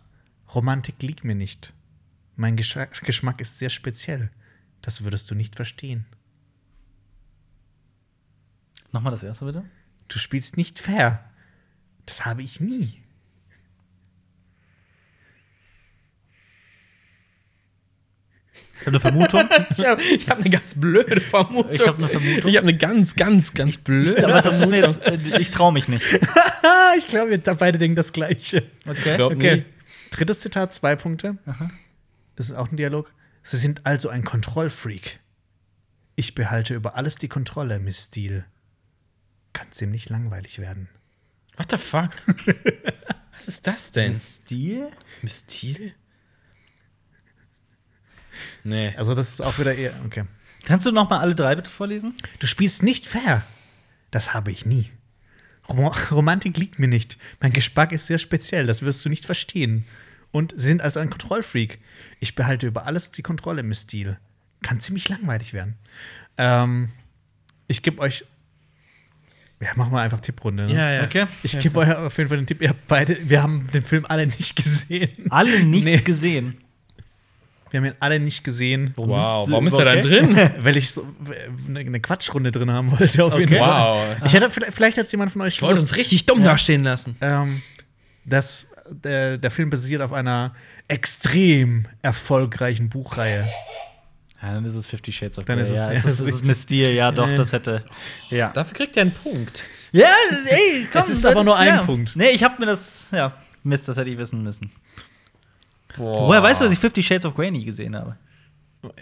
Speaker 2: Romantik liegt mir nicht. Mein Gescha Geschmack ist sehr speziell. Das würdest du nicht verstehen.
Speaker 1: Nochmal das erste, bitte.
Speaker 2: Du spielst nicht fair. Das habe ich nie.
Speaker 1: Ich habe eine [LAUGHS] Vermutung.
Speaker 3: Ich habe ich hab eine ganz blöde Vermutung.
Speaker 1: Ich hab eine Vermutung.
Speaker 3: Ich hab eine ganz, ganz, ganz blöde
Speaker 1: aber das ist mir
Speaker 3: Vermutung.
Speaker 1: jetzt. äh, Ich traue mich nicht.
Speaker 2: Ah, [LAUGHS] ich glaube, wir da beide denken das Gleiche.
Speaker 1: Okay.
Speaker 3: Ich glaub
Speaker 2: Okay.
Speaker 3: nie.
Speaker 2: Drittes Zitat, zwei Punkte. Das ist auch ein Dialog. Sie sind also ein Kontrollfreak. Ich behalte über alles die Kontrolle, Miss Steele. Kann ziemlich langweilig werden.
Speaker 3: What the fuck? Was ist das denn?
Speaker 1: Stil?
Speaker 3: Mistil? Nee.
Speaker 2: Also, das ist auch wieder eher. Okay.
Speaker 1: Kannst du nochmal alle drei bitte vorlesen?
Speaker 2: Du spielst nicht fair. Das habe ich nie. Rom Romantik liegt mir nicht. Mein Geschmack ist sehr speziell, das wirst du nicht verstehen. Und sie sind also ein Kontrollfreak. Ich behalte über alles die Kontrolle, Miss Steele. Kann ziemlich langweilig werden. Ähm, ich gebe euch. Ja, machen wir einfach Tipprunde. Ne?
Speaker 3: Ja, ja.
Speaker 1: Okay.
Speaker 2: Ich gebe euch auf jeden Fall den Tipp, ihr habt beide, wir haben den Film alle nicht gesehen.
Speaker 1: Alle nicht
Speaker 2: Nee.
Speaker 1: gesehen.
Speaker 2: Wir haben ihn alle nicht gesehen,
Speaker 3: Wow, warum ist er da
Speaker 2: [LAUGHS]
Speaker 3: drin?
Speaker 2: weil ich so eine ne Quatschrunde drin haben wollte, auf jeden
Speaker 1: Okay.
Speaker 2: Fall.
Speaker 3: Wow.
Speaker 2: Ich hätte vielleicht, vielleicht hat jemand von euch
Speaker 3: Ich wollte uns richtig dumm dastehen lassen.
Speaker 2: ähm, dass der, der Film basiert auf einer extrem erfolgreichen Buchreihe.
Speaker 1: Ja, dann ist es Fifty Shades of
Speaker 2: Dann
Speaker 1: Grey.
Speaker 2: ist es-
Speaker 1: ja, [LAUGHS]
Speaker 2: ja,
Speaker 1: es ist, es
Speaker 2: das
Speaker 1: ist
Speaker 2: ist
Speaker 1: Miss Deal, ja, doch, das hätte. Ja.
Speaker 3: Dafür kriegt er einen Punkt.
Speaker 1: Ja, ey, komm.
Speaker 2: Es ist
Speaker 1: das-
Speaker 2: aber nur ein
Speaker 1: ja.
Speaker 2: Punkt.
Speaker 1: Nee, ich hab mir das, ja, Mist, das hätte ich wissen müssen.
Speaker 3: Boah.
Speaker 1: Woher weißt du, dass ich Fifty Shades of Grey nie gesehen habe?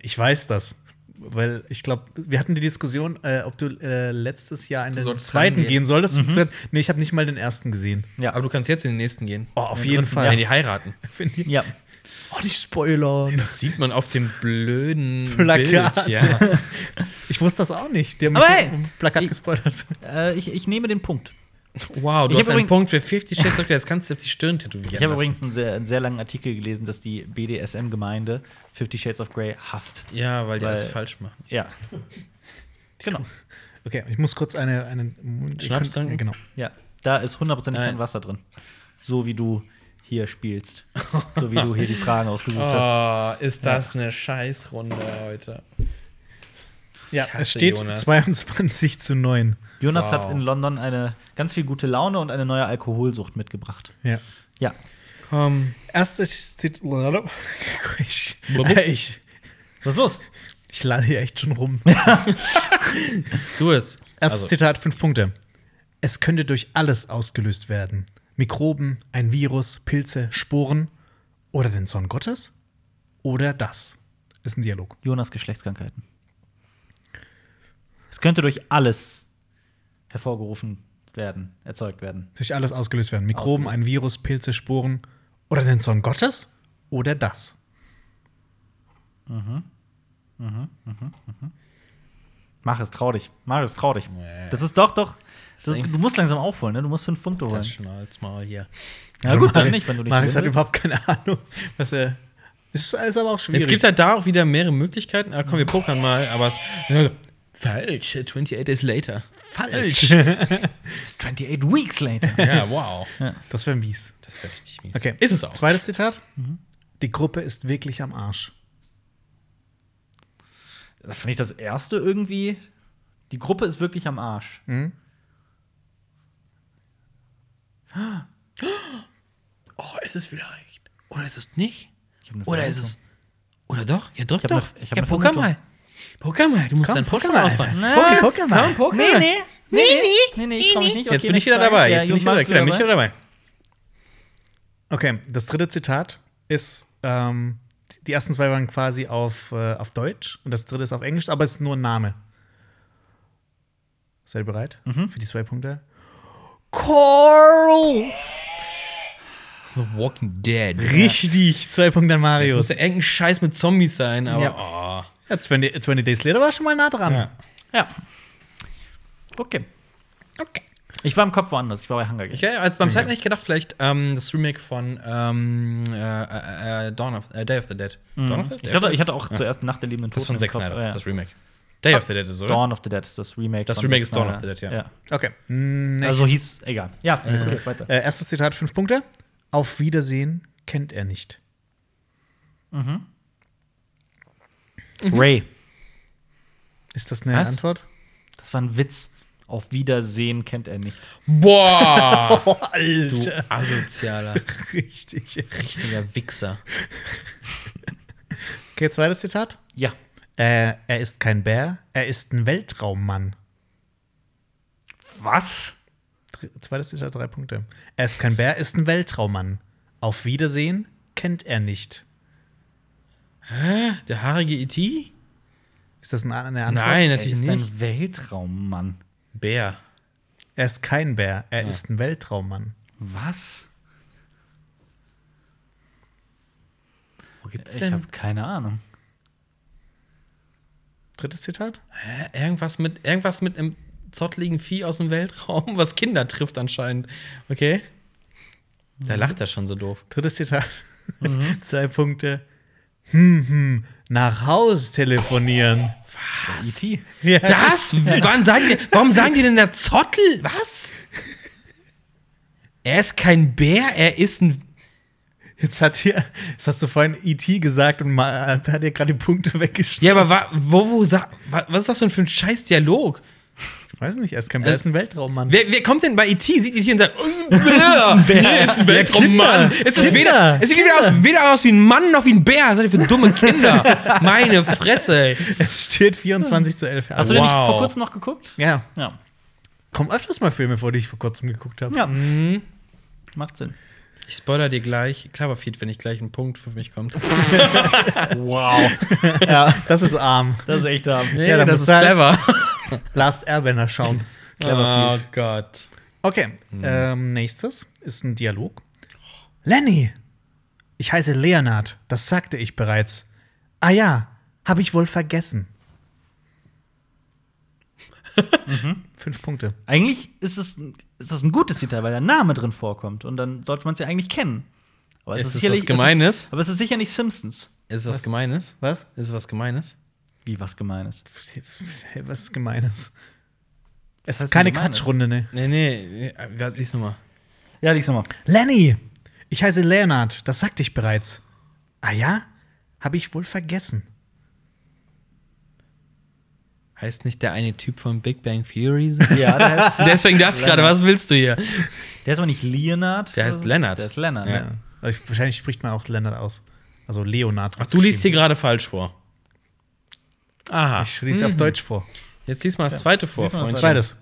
Speaker 2: Ich weiß das. Weil ich glaube, wir hatten die Diskussion, äh, ob du äh, letztes Jahr in den
Speaker 3: solltest
Speaker 2: zweiten
Speaker 3: reingehen.
Speaker 2: gehen, solltest.
Speaker 1: Mhm.
Speaker 2: Und gesagt, nee, ich habe nicht mal den ersten gesehen.
Speaker 1: Ja.
Speaker 3: Aber du kannst jetzt in den nächsten gehen.
Speaker 2: Oh, auf jeden Fall.
Speaker 3: Wenn die heiraten.
Speaker 2: Wenn die-
Speaker 1: Ja.
Speaker 2: Oh, nicht spoilern.
Speaker 3: Das sieht man auf dem blöden
Speaker 2: Plakat.
Speaker 3: Bild. Ja.
Speaker 2: Ich wusste das auch nicht. Die haben
Speaker 1: Aber
Speaker 2: mich
Speaker 1: hey!
Speaker 2: auf dem Plakat
Speaker 1: Ich-
Speaker 2: gespoilert.
Speaker 1: Äh, ich, ich nehme den Punkt.
Speaker 3: Wow, du
Speaker 1: Ich hab
Speaker 3: hast einen
Speaker 1: übrigens-
Speaker 3: Punkt für 50 Shades of Grey. Das kannst du auf die Stirn tätowieren.
Speaker 1: Ich habe
Speaker 3: lassen.
Speaker 1: übrigens einen sehr, einen sehr langen Artikel gelesen, dass die BDSM-Gemeinde Fifty Shades of Grey hasst.
Speaker 3: Ja, weil die
Speaker 1: Weil-
Speaker 3: alles falsch machen. [LAUGHS]
Speaker 1: Ja. Genau.
Speaker 2: Okay, ich muss kurz eine. eine ihr
Speaker 3: Schnaps
Speaker 2: könnt-
Speaker 3: trinken?
Speaker 2: Genau.
Speaker 1: Ja. Da ist hundertprozentig
Speaker 3: Nein.
Speaker 1: kein Wasser drin. So wie du hier
Speaker 3: [LAUGHS]
Speaker 1: spielst. so wie du hier die Fragen ausgesucht hast.
Speaker 3: Oh, ist das eine Scheißrunde heute.
Speaker 2: Ja,
Speaker 3: hasse
Speaker 2: es steht
Speaker 3: Jonas.
Speaker 2: 22 zu 9.
Speaker 1: Jonas
Speaker 3: Wow.
Speaker 1: hat in London eine ganz viel gute Laune und eine neue Alkoholsucht mitgebracht.
Speaker 2: Ja.
Speaker 1: Ja.
Speaker 3: Komm.
Speaker 2: Erstes Zit- Ich,
Speaker 3: Blub.
Speaker 2: [LAUGHS] ich,
Speaker 1: Was ist los? Also.
Speaker 2: ich lade hier echt
Speaker 1: [LAUGHS]
Speaker 2: schon rum.
Speaker 3: Du es.
Speaker 2: Erstes
Speaker 3: Also,
Speaker 2: Zitat, fünf Punkte. Es könnte durch alles ausgelöst werden. Mikroben, ein Virus, Pilze, Sporen oder den Zorn Gottes oder das. Ist ein Dialog.
Speaker 1: Jonas Geschlechtskrankheiten. Es könnte durch alles hervorgerufen werden, erzeugt werden.
Speaker 2: Durch alles ausgelöst werden. Mikroben,
Speaker 1: Ausgelöst.
Speaker 2: ein Virus, Pilze, Sporen oder den Zorn Gottes oder das.
Speaker 1: Mach es, trau dich. Mach es, trau dich.
Speaker 3: Nee.
Speaker 1: Das ist doch, doch. Das ist,
Speaker 3: Sing.
Speaker 1: du musst langsam aufholen, ne? Du musst fünf Punkte
Speaker 3: das
Speaker 1: holen.
Speaker 3: schnallt's mal hier.
Speaker 1: Ja, gut, dann nicht, wenn du nicht
Speaker 2: Marius hat
Speaker 1: gewinnen willst.
Speaker 2: überhaupt keine Ahnung, was er. Ist alles aber auch schwierig.
Speaker 3: Es gibt halt da auch wieder mehrere Möglichkeiten. Ah, komm, wir pokern mal, aber es. Falsch, 28 Days Later.
Speaker 2: falsch.
Speaker 1: It's 28 weeks later.
Speaker 3: [LAUGHS] Ja, wow.
Speaker 2: Das wäre mies.
Speaker 3: Das wäre richtig mies.
Speaker 2: Okay.
Speaker 3: Ist es auch. Mhm.
Speaker 2: Zweites Zitat. Die Gruppe ist wirklich am Arsch.
Speaker 1: Da fand ich das erste irgendwie. Die Gruppe ist wirklich am Arsch.
Speaker 3: Oh, ist es vielleicht? Oder ist es nicht?
Speaker 1: Ich hab eine
Speaker 3: Oder ist
Speaker 1: Vermutung.
Speaker 3: es. Oder doch? Ja, drück
Speaker 1: Ich hab
Speaker 3: doch.
Speaker 1: ne- ich hab
Speaker 3: ja,
Speaker 1: ne
Speaker 3: poker mal.
Speaker 1: Vermutung.
Speaker 3: Poker mal. Du musst
Speaker 2: Komm,
Speaker 3: deinen Vorschlag
Speaker 2: poker mal
Speaker 3: ausmachen.
Speaker 1: Na,
Speaker 2: Poker, poker mal.
Speaker 3: Komm, poker.
Speaker 1: Nee, nee.
Speaker 3: Nee, nee.
Speaker 1: Nee, nee, ich komm ich nicht.
Speaker 3: Jetzt
Speaker 1: Okay,
Speaker 3: bin ich
Speaker 1: nächste
Speaker 3: wieder
Speaker 1: Frage.
Speaker 3: dabei.
Speaker 1: Ja,
Speaker 3: Jetzt bin ich wieder, ne?
Speaker 1: Jonas,
Speaker 3: dabei. bin ich wieder dabei.
Speaker 2: Okay, das dritte Zitat ist, ähm, die ersten zwei waren quasi auf, äh, auf Deutsch und das dritte ist auf Englisch, aber es ist nur ein Name. Seid ihr bereit
Speaker 3: Mhm.
Speaker 2: für die zwei Punkte? Coral!
Speaker 3: The Walking Dead.
Speaker 2: Richtig, zwei Punkte an
Speaker 3: Das muss
Speaker 2: Marius.
Speaker 3: ja irgendein Scheiß mit Zombies sein, aber. Oh.
Speaker 2: Ja, 20, 20 Days Later war schon mal nah dran.
Speaker 3: Ja.
Speaker 1: Ja. Okay.
Speaker 3: Okay.
Speaker 1: Ich war im Kopf woanders. Ich war bei Hunger Games.
Speaker 3: Ich hätte als beim zweiten echt gedacht, vielleicht ähm, das Remake von ähm, äh, äh, äh, Dawn of, äh, Day of the Dead. Dawn of the Dead?
Speaker 1: Ich hatte, ich hatte auch zuerst Nacht der lebenden Toten
Speaker 3: das ist von
Speaker 1: im
Speaker 3: Zack
Speaker 1: Kopf,
Speaker 3: Snyder,
Speaker 1: aber ja.
Speaker 3: das Remake. Day of the Dead ist es, oder?
Speaker 1: Dawn of the Dead ist das Remake.
Speaker 3: Das
Speaker 1: von
Speaker 3: Remake
Speaker 1: Zack
Speaker 3: ist Dawn
Speaker 1: Snyder.
Speaker 3: of the Dead, ja.
Speaker 2: Okay. Nächstes,
Speaker 1: Also hieß, egal. Ja, okay, weiter.
Speaker 2: äh, erstes Zitat, fünf Punkte. Auf Wiedersehen kennt er nicht.
Speaker 1: Ray.
Speaker 2: Ist das eine
Speaker 3: Was?
Speaker 2: Antwort?
Speaker 1: Das war ein Witz. Auf Wiedersehen kennt er nicht.
Speaker 3: [LAUGHS] Boah!
Speaker 2: Oh,
Speaker 3: du
Speaker 2: Alter.
Speaker 3: asozialer,
Speaker 2: Richtig.
Speaker 3: [LAUGHS] richtiger Wichser.
Speaker 2: Okay, zweites Zitat.
Speaker 1: Ja.
Speaker 2: Äh, er ist kein Bär, er ist ein Weltraummann.
Speaker 1: Was?
Speaker 2: Dr zweites Zitat, drei Punkte. Er ist kein Bär, ist ein Weltraummann. Auf Wiedersehen kennt er nicht.
Speaker 3: Hä? Der haarige E.T.?
Speaker 2: Ist das eine, eine Antwort?
Speaker 3: Nein,
Speaker 1: Er
Speaker 3: natürlich
Speaker 1: ist
Speaker 3: nicht.
Speaker 1: ein Weltraummann.
Speaker 3: Bär.
Speaker 2: Er ist kein Bär, er ist ein Weltraummann.
Speaker 1: Was?
Speaker 3: Wo gibt's
Speaker 1: Ich habe keine Ahnung.
Speaker 2: Drittes Zitat?
Speaker 3: Hä? Irgendwas mit, irgendwas mit einem zottligen Vieh aus dem Weltraum, [LAUGHS] was Kinder trifft anscheinend. Okay? Da lacht er schon so doof.
Speaker 2: Drittes Zitat.
Speaker 3: Mhm.
Speaker 2: [LAUGHS] Zwei Punkte. Hm, hm, nach Haus telefonieren.
Speaker 3: Was?
Speaker 1: E.T.
Speaker 2: Ja.
Speaker 3: Das? Wann sagen die, warum sagen die denn der Zottel? Was? Er ist kein Bär, er ist ein.
Speaker 2: Jetzt hat hier, das hast du vorhin E.T. gesagt und äh, Ma- Alper hat dir gerade die Punkte weggeschnitten.
Speaker 3: Ja, aber wa, wo, wo, sa- wa, was ist das denn für ein scheiß Dialog?
Speaker 2: Weiß nicht, er ist kein Bär, er ist ein Weltraummann.
Speaker 3: Wer, wer kommt denn bei IT, sieht IT und sagt, oh, ein Bär. Nee, [LAUGHS] ist ein Weltraummann.
Speaker 2: Kinder.
Speaker 3: es ist
Speaker 2: Kinder.
Speaker 3: weder, es sieht weder aus, weder aus wie ein Mann noch wie ein Bär. Was seid ihr für dumme [LAUGHS] Kinder? Meine Fresse, ey.
Speaker 2: [LAUGHS] Es steht 24 zu
Speaker 1: Hast
Speaker 2: 11.
Speaker 1: du
Speaker 2: Also,
Speaker 1: den nicht
Speaker 3: Wow.
Speaker 1: vor kurzem noch geguckt?
Speaker 2: ja,
Speaker 1: Ja,
Speaker 2: kommen öfters mal Filme vor, die ich vor kurzem geguckt Mhm. habe.
Speaker 1: Ja. macht Sinn.
Speaker 3: Ich spoiler dir gleich Cloverfield, wenn ich gleich ein Punkt für mich kommt.
Speaker 1: Wow.
Speaker 2: Ja, das ist arm.
Speaker 1: Das ist echt arm.
Speaker 3: Nee,
Speaker 2: Ja, dann
Speaker 3: das
Speaker 2: musst
Speaker 3: ist
Speaker 2: du halt-
Speaker 3: clever.
Speaker 2: Last Airbender [LAUGHS] schauen. Ah,
Speaker 3: Oh Gott.
Speaker 2: Okay, ähm, nächstes ist ein Dialog. Lenny, ich heiße Leonard, das sagte ich bereits. Ah ja, habe ich wohl [LAUGHS] vergessen. Mhm, Fünf Punkte.
Speaker 1: Eigentlich ist es, ein- ist es ein gutes Detail, weil der Name drin vorkommt und dann sollte man es ja eigentlich kennen. Aber
Speaker 3: Ist es was
Speaker 1: sicherlich-
Speaker 3: Gemeines?
Speaker 1: ist- aber es ist sicher nicht Simpsons.
Speaker 3: [LAUGHS] Ist es was Gemeines?
Speaker 2: Was? [LAUGHS]
Speaker 3: Ist es was Gemeines?
Speaker 1: Wie was Gemeines.
Speaker 2: Hey, Was Gemeines. Es ist
Speaker 1: heißt
Speaker 2: keine
Speaker 1: denn gemein?
Speaker 2: Quatschrunde, ne?
Speaker 3: Nee, nee, nee. äh, Lies nochmal.
Speaker 1: Ja, lies nochmal.
Speaker 2: Lenny, ich heiße Leonard, das sagte ich bereits. Ah ja, habe ich wohl vergessen.
Speaker 3: Heißt nicht der eine Typ von Big Bang Theory? [LAUGHS]
Speaker 1: Ja, der heißt,
Speaker 3: Deswegen dachte ich gerade, was willst du hier?
Speaker 1: der ist aber nicht Leonard. äh,
Speaker 3: Der heißt Leonard.
Speaker 1: Der ist Leonard.
Speaker 3: Ja.
Speaker 1: ne?
Speaker 2: Ja. Also Wahrscheinlich spricht man auch Leonard aus. Also Leonard.
Speaker 3: Ach, du liest hier gerade falsch vor. Aha.
Speaker 2: Ich schließe auf Deutsch vor.
Speaker 3: Jetzt lies mal Mhm. das zweite vor.
Speaker 1: Lies mal das
Speaker 3: Freundchen.
Speaker 2: Zweites.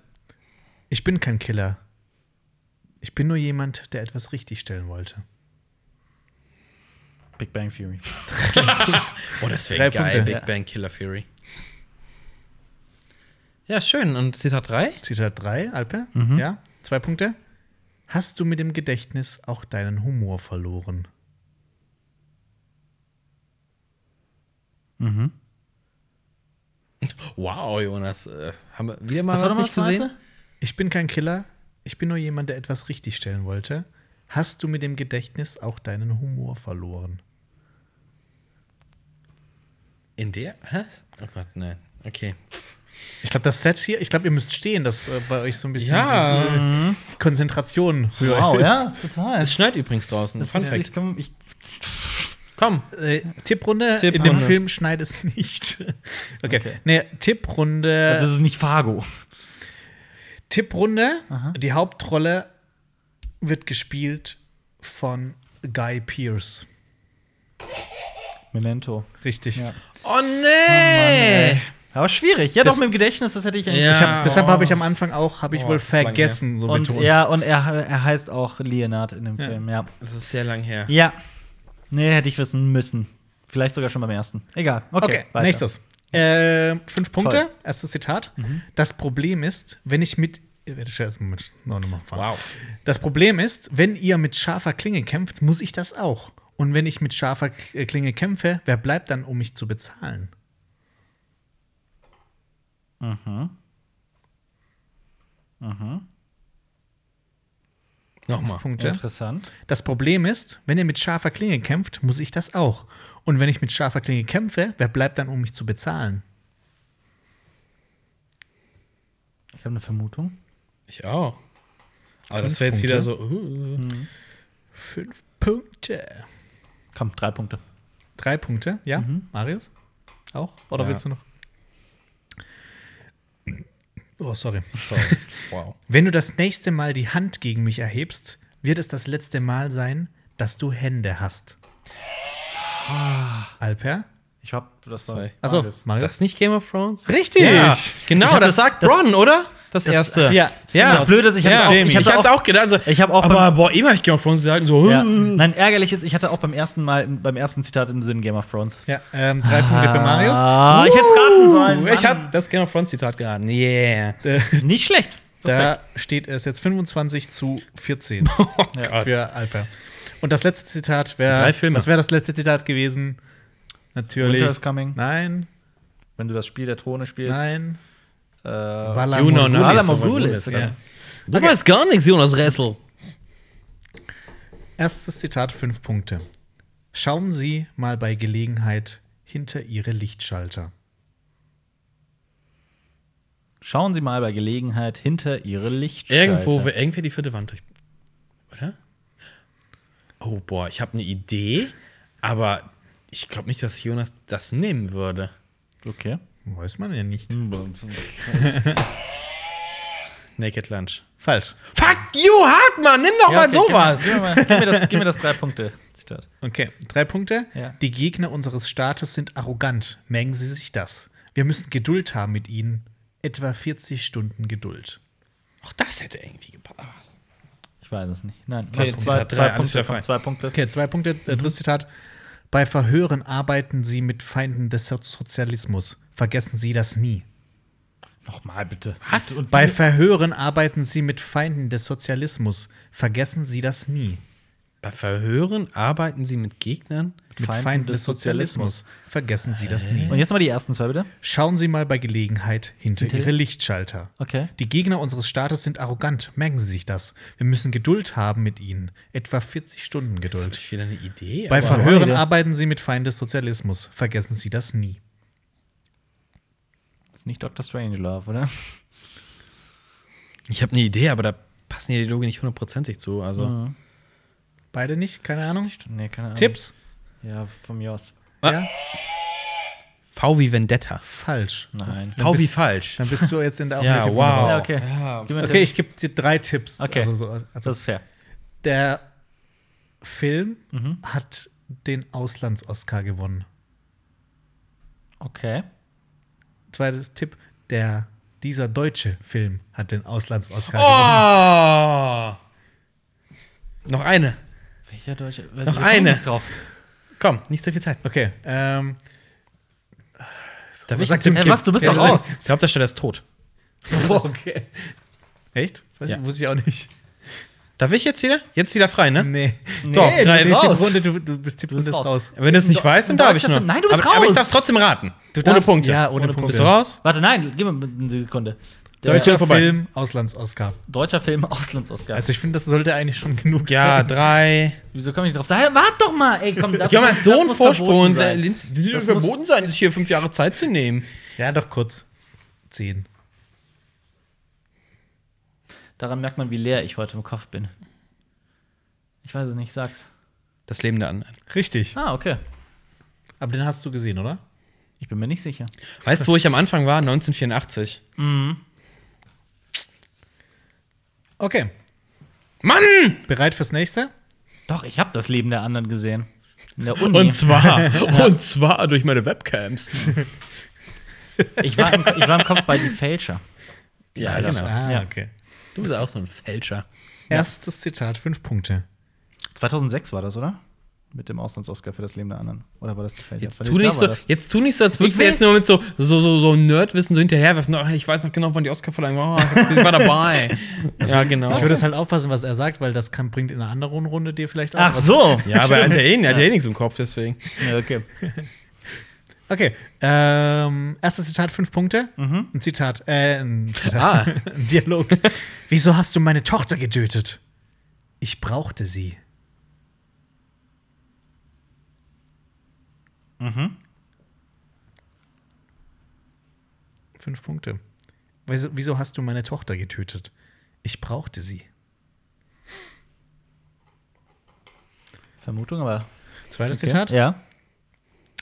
Speaker 2: Ich bin kein Killer. Ich bin nur jemand, der etwas richtigstellen wollte.
Speaker 1: Big Bang
Speaker 3: [LAUGHS]
Speaker 1: Theory.
Speaker 3: Oh, das
Speaker 2: Drei
Speaker 3: wäre geil.
Speaker 2: Punkte.
Speaker 3: Big
Speaker 1: Ja.
Speaker 3: Bang Killer Theory. Ja, schön. Und Zitat 3?
Speaker 2: Zitat 3, Alpe.
Speaker 3: Mhm.
Speaker 2: Ja, zwei Punkte. Hast du mit dem Gedächtnis auch deinen Humor verloren?
Speaker 3: Wow, Jonas. Äh, haben wir wieder mal
Speaker 1: Was
Speaker 3: was,
Speaker 1: war nochmal
Speaker 3: nicht gesehen?
Speaker 2: Ich bin kein Killer. Ich bin nur jemand, der etwas richtigstellen wollte. Hast du mit dem Gedächtnis auch deinen Humor verloren?
Speaker 3: In der? Hä? Oh Gott, nein. Okay.
Speaker 2: Ich glaube, das Set hier, ich glaube, ihr müsst stehen, dass äh, bei euch so ein bisschen
Speaker 3: Ja.
Speaker 2: diese, die Konzentration höher
Speaker 1: Wow,
Speaker 2: ist.
Speaker 1: ja, total.
Speaker 3: Ah, Es schneit übrigens draußen.
Speaker 1: Das
Speaker 3: Fun
Speaker 1: ist,
Speaker 3: Fact.
Speaker 1: ich komm, ich,
Speaker 3: Komm.
Speaker 2: Äh, Tipprunde, in
Speaker 3: Tipprunde.
Speaker 2: dem Film schneit es nicht. [LAUGHS] Okay. Nee, Tipprunde.
Speaker 3: Äh,
Speaker 1: also, es ist nicht Fargo.
Speaker 2: Tipprunde. Die Hauptrolle wird gespielt von Guy Pearce.
Speaker 1: Memento.
Speaker 2: Richtig.
Speaker 1: Ja.
Speaker 3: Oh nee!
Speaker 1: Aber schwierig. Ja,
Speaker 2: Das-
Speaker 1: doch, mit dem Gedächnis, das hätte ich eigentlich-
Speaker 3: Ja.
Speaker 2: Ich hab, Ah. deshalb
Speaker 3: oh.
Speaker 2: habe ich am Anfang auch, habe ich
Speaker 3: Oh,
Speaker 2: wohl
Speaker 3: das ist lang
Speaker 2: vergessen, so
Speaker 1: Und,
Speaker 2: betont.
Speaker 1: ja, und er, er heißt auch Leonard in dem Film, ja.
Speaker 3: das ist sehr lang her.
Speaker 1: Ja. Nee, hätte ich wissen müssen. Vielleicht sogar schon beim ersten. Egal. Okay,
Speaker 2: Okay, nächstes. Äh, fünf Punkte,
Speaker 1: Toll. Mhm.
Speaker 2: erstes Zitat. Das Problem ist, wenn ich mit. äh, warte, erst mal mit- noch mal fahren.
Speaker 3: Wow.
Speaker 2: Das Problem ist, wenn ihr mit scharfer Klinge kämpft, muss ich das auch. Und wenn ich mit scharfer K- äh, Klinge kämpfe, wer bleibt dann, um mich zu bezahlen?
Speaker 3: Nochmal.
Speaker 2: Punkte.
Speaker 1: Interessant.
Speaker 2: Das Problem ist, wenn ihr mit scharfer Klinge kämpft, muss ich das auch. Und wenn ich mit scharfer Klinge kämpfe, wer bleibt dann, um mich zu bezahlen?
Speaker 1: Ich habe eine Vermutung.
Speaker 3: Ich auch. Aber das
Speaker 2: Fünf
Speaker 3: wäre jetzt
Speaker 2: Punkte.
Speaker 3: wieder so. uh, uh.
Speaker 2: Fünf Punkte.
Speaker 1: Komm, drei Punkte.
Speaker 2: Drei Punkte, ja? Marius? Auch? Oder
Speaker 3: Ja.
Speaker 2: willst du noch? Oh, sorry.
Speaker 3: So. Wow.
Speaker 2: Wenn du das nächste Mal die Hand gegen mich erhebst, wird es das letzte Mal sein, dass du Hände hast. Alper?
Speaker 1: Ich hab das war
Speaker 3: Zwei.
Speaker 2: Achso,
Speaker 1: Marius.
Speaker 3: Ist
Speaker 2: Marius.
Speaker 3: das nicht Game of Thrones?
Speaker 2: Richtig!
Speaker 3: Ja, genau,
Speaker 1: Ich hab
Speaker 3: das,
Speaker 1: das-
Speaker 3: sagt
Speaker 1: das-
Speaker 3: Bronn, oder? Das, erste.
Speaker 2: ja.
Speaker 3: ja.
Speaker 1: Das Blöde ist, ich hab's
Speaker 3: ja.
Speaker 1: auch- ich
Speaker 3: Ich
Speaker 1: hab's
Speaker 3: hab's auch,
Speaker 1: auch-
Speaker 3: gedacht. So,
Speaker 1: ich hab auch
Speaker 3: aber boah, immer ich Game of Thrones sagen, so.
Speaker 1: Ja.
Speaker 3: uh.
Speaker 1: Nein, ärgerlich ist, ich hatte auch beim ersten Mal, beim ersten Zitat im Sinn Game of Thrones.
Speaker 2: Ja, ähm, drei Punkte für Marius.
Speaker 1: Ah, ich hätte es raten sollen.
Speaker 3: Uh, ich
Speaker 1: Mann.
Speaker 3: hab das Game of Thrones Zitat geraten. Yeah.
Speaker 1: Nicht schlecht.
Speaker 2: Da steht es jetzt 25 zu 14
Speaker 3: Gott.
Speaker 2: für Alper. Und das letzte Zitat wäre.
Speaker 3: sind drei Filme.
Speaker 2: Was wäre das letzte Zitat gewesen? Natürlich.
Speaker 1: Winter is coming.
Speaker 2: Nein,
Speaker 1: Wenn du das Spiel der Throne spielst.
Speaker 2: nein.
Speaker 1: Äh,
Speaker 2: Valar
Speaker 3: Juno,
Speaker 2: Morghulis.
Speaker 1: Valar
Speaker 3: Morghulis.
Speaker 1: Morghulis,
Speaker 3: Ja.
Speaker 1: genau.
Speaker 3: Du weißt gar nichts, Jonas Ressel.
Speaker 2: Erstes Zitat, fünf Punkte. Schauen Sie mal bei Gelegenheit hinter Ihre Lichtschalter.
Speaker 1: Schauen Sie mal bei Gelegenheit hinter Ihre Lichtschalter.
Speaker 3: Irgendwo, will irgendwer die vierte Wand durch. Oder? Oh, boah, ich habe eine Idee, aber ich glaube nicht, dass Jonas das nehmen würde.
Speaker 1: Okay.
Speaker 2: Hm. Weiß man ja nicht.
Speaker 3: Naked Lunch.
Speaker 2: Falsch.
Speaker 3: Fuck you, Hartmann, nimm doch mal sowas.
Speaker 1: Gib mir, mal, gib, mir das, gib mir das drei Punkte. Zitat.
Speaker 2: Okay, drei Punkte.
Speaker 1: Ja.
Speaker 2: Die Gegner unseres Staates sind arrogant. Merken Sie sich das. Wir müssen Geduld haben mit ihnen. Etwa 40 Stunden Geduld.
Speaker 3: Auch das hätte irgendwie gepasst.
Speaker 1: Ich weiß es nicht. Nein,
Speaker 3: Okay,
Speaker 1: zwei,
Speaker 3: Zitat drei,
Speaker 1: zwei,
Speaker 3: alles
Speaker 1: Punkte
Speaker 3: wieder
Speaker 1: von
Speaker 3: frei.
Speaker 1: zwei Punkte.
Speaker 2: Okay, zwei Punkte. Äh, drittes Zitat. Bei Verhören arbeiten Sie mit Feinden des So- Sozialismus. Vergessen Sie das nie.
Speaker 1: Nochmal bitte.
Speaker 3: Was?
Speaker 1: Und, und
Speaker 2: Bei Verhören arbeiten Sie mit Feinden des Sozialismus. Vergessen Sie das nie.
Speaker 3: Bei Verhören arbeiten sie mit Gegnern?
Speaker 2: Mit Feinden, des Sozialismus. Äh. Vergessen Sie das nie.
Speaker 1: und jetzt mal die ersten zwei bitte.
Speaker 2: Schauen Sie mal bei Gelegenheit hinter Ihre Lichtschalter.
Speaker 1: Okay.
Speaker 2: Die Gegner unseres Staates sind arrogant, merken Sie sich das. Wir müssen Geduld haben mit ihnen. Etwa 40 Stunden
Speaker 3: Habe
Speaker 2: Geduld.
Speaker 3: ich wieder eine Idee?
Speaker 2: Bei
Speaker 3: aber-
Speaker 2: Verhören
Speaker 1: Idee.
Speaker 2: arbeiten Sie mit Feinden des Sozialismus. Vergessen Sie das nie.
Speaker 1: Das ist nicht Dr. Strangelove, oder?
Speaker 3: ich habe eine Idee, aber da passen die Dialoge nicht hundertprozentig zu. Also.
Speaker 2: Beide nicht? Keine Ahnung.
Speaker 1: Nee, keine Ahnung.
Speaker 2: Tipps?
Speaker 1: Ja, von mir aus.
Speaker 3: Ah.
Speaker 2: Ja?
Speaker 3: V wie Vendetta.
Speaker 2: Falsch.
Speaker 1: Nein.
Speaker 3: V wie
Speaker 2: bist-
Speaker 3: falsch.
Speaker 2: Dann bist du jetzt
Speaker 1: [LAUGHS]
Speaker 2: in der auch in der
Speaker 3: Ja,
Speaker 2: Tipprunde
Speaker 3: wow.
Speaker 1: Ja,
Speaker 2: raus.
Speaker 1: okay.
Speaker 3: Ja,
Speaker 1: Gib mir einen
Speaker 2: Okay,
Speaker 1: Tipp.
Speaker 2: ich gebe dir drei Tipps.
Speaker 1: Okay.
Speaker 2: Also, so, also
Speaker 1: das ist fair.
Speaker 2: der Film
Speaker 1: Mhm.
Speaker 2: hat den Auslands-Oscar gewonnen.
Speaker 1: Okay.
Speaker 2: Zweites Tipp, der dieser deutsche Film hat den Auslands-Oscar gewonnen.
Speaker 3: Oh! Noch eine.
Speaker 1: Welcher deutsche?
Speaker 3: Noch
Speaker 1: Wieso
Speaker 3: eine.
Speaker 1: komm ich Drauf?
Speaker 3: Komm, nicht so viel Zeit.
Speaker 2: Okay, ähm,
Speaker 3: Da
Speaker 2: Was sagt dem
Speaker 1: Hey,
Speaker 2: Tipp?
Speaker 1: was, du bist
Speaker 2: Ja,
Speaker 1: doch
Speaker 2: was [LAUGHS]
Speaker 1: raus.
Speaker 3: Ich glaube, der Stelle ist tot.
Speaker 2: Oh, okay. Echt? Weiß,
Speaker 3: Ja.
Speaker 2: Wusste ich auch nicht. [LAUGHS]
Speaker 3: Darf ich jetzt wieder? Jetzt wieder frei, ne?
Speaker 2: Nee.
Speaker 3: Doch,
Speaker 2: nee,
Speaker 3: drei
Speaker 2: du, bist
Speaker 1: raus.
Speaker 2: Tipprunde, du, du bist Tipprunde
Speaker 1: Du bist
Speaker 2: ist raus.
Speaker 3: Wenn du es nicht weißt, dann darf ich noch.
Speaker 1: Nein, du bist
Speaker 3: aber, Aber ich
Speaker 1: raus.
Speaker 3: darf trotzdem raten.
Speaker 2: Du
Speaker 3: ohne
Speaker 2: darfst-
Speaker 3: Punkte.
Speaker 2: Ja, ohne,
Speaker 1: Ohne
Speaker 2: Punkte.
Speaker 3: Bist du raus?
Speaker 1: Warte, nein, gib mir eine Sekunde. Der
Speaker 3: Deutsche-
Speaker 2: Deutscher
Speaker 3: Ja, vorbei.
Speaker 2: Film, Auslands-Oscar.
Speaker 1: deutscher Film Auslands-Oscar.
Speaker 2: Also ich finde, das sollte eigentlich schon genug
Speaker 3: Ja,
Speaker 2: sein.
Speaker 3: drei.
Speaker 1: Wieso komme ich nicht drauf? Sei, warte doch mal, ey, komm, das
Speaker 3: Ja, man
Speaker 1: muss-
Speaker 3: hat so
Speaker 1: das
Speaker 3: einen
Speaker 1: muss
Speaker 3: Vorsprung.
Speaker 1: verboten sein.
Speaker 3: Die
Speaker 1: Das
Speaker 3: wird
Speaker 1: muss-
Speaker 3: verboten sein, sich hier fünf Jahre Zeit zu nehmen.
Speaker 2: Ja, doch kurz. Zehn.
Speaker 1: Daran merkt man, wie leer ich heute im Kopf bin. Ich weiß es nicht, sag's.
Speaker 3: Das Leben der anderen.
Speaker 2: Richtig.
Speaker 1: Ah, okay.
Speaker 2: Aber den hast du gesehen, oder?
Speaker 1: Ich bin mir nicht sicher.
Speaker 3: Weißt du, wo ich am Anfang war? 1984.
Speaker 2: Okay.
Speaker 3: Mann!
Speaker 2: Bereit fürs nächste?
Speaker 1: Doch, ich habe das Leben der anderen gesehen. In der Uni.
Speaker 3: Und zwar, und zwar durch meine Webcams.
Speaker 1: ich, war im, ich war im Kopf bei Die Fälscher.
Speaker 3: Ja,
Speaker 1: Alter.
Speaker 3: genau.
Speaker 2: Ah,
Speaker 1: Ja.
Speaker 2: okay.
Speaker 3: Du bist auch so ein Fälscher.
Speaker 2: Erstes Zitat, fünf Punkte.
Speaker 4: 2006 war das, oder? Mit dem Auslands-Oscar für das Leben der anderen. Oder war das die Fälscher?
Speaker 3: Jetzt
Speaker 4: Weil
Speaker 3: tu,
Speaker 4: ich
Speaker 3: nicht so,
Speaker 4: da war das.
Speaker 3: jetzt tu nicht so, als würdest du
Speaker 1: will-
Speaker 3: jetzt nur mit so, so, so, so Nerdwissen so hinterherwerfen. Oh, ich weiß noch genau, wann die Oscar-Verleihung war. Oh, ich war dabei. [LAUGHS] ja, genau.
Speaker 2: Ich würde es halt aufpassen, was er sagt, weil das kann, bringt in einer anderen Runde dir vielleicht auch
Speaker 4: Ach
Speaker 2: was.
Speaker 4: so!
Speaker 3: Ja, aber er hat ja eh, er hat ja eh nichts im Kopf, [LAUGHS] deswegen.
Speaker 1: Ja, okay.
Speaker 2: Okay. Ähm, erstes Zitat, fünf Punkte. Ein Zitat, äh, ein, Zitat.
Speaker 3: Ah.
Speaker 2: ein [LAUGHS] Dialog. Wieso hast du meine Tochter getötet? Ich brauchte sie. Mhm. Fünf Punkte. Wieso, wieso hast du meine Tochter getötet? Ich brauchte sie.
Speaker 1: Vermutung, aber.
Speaker 2: Zweites
Speaker 1: Okay.
Speaker 2: Zitat.
Speaker 1: Ja.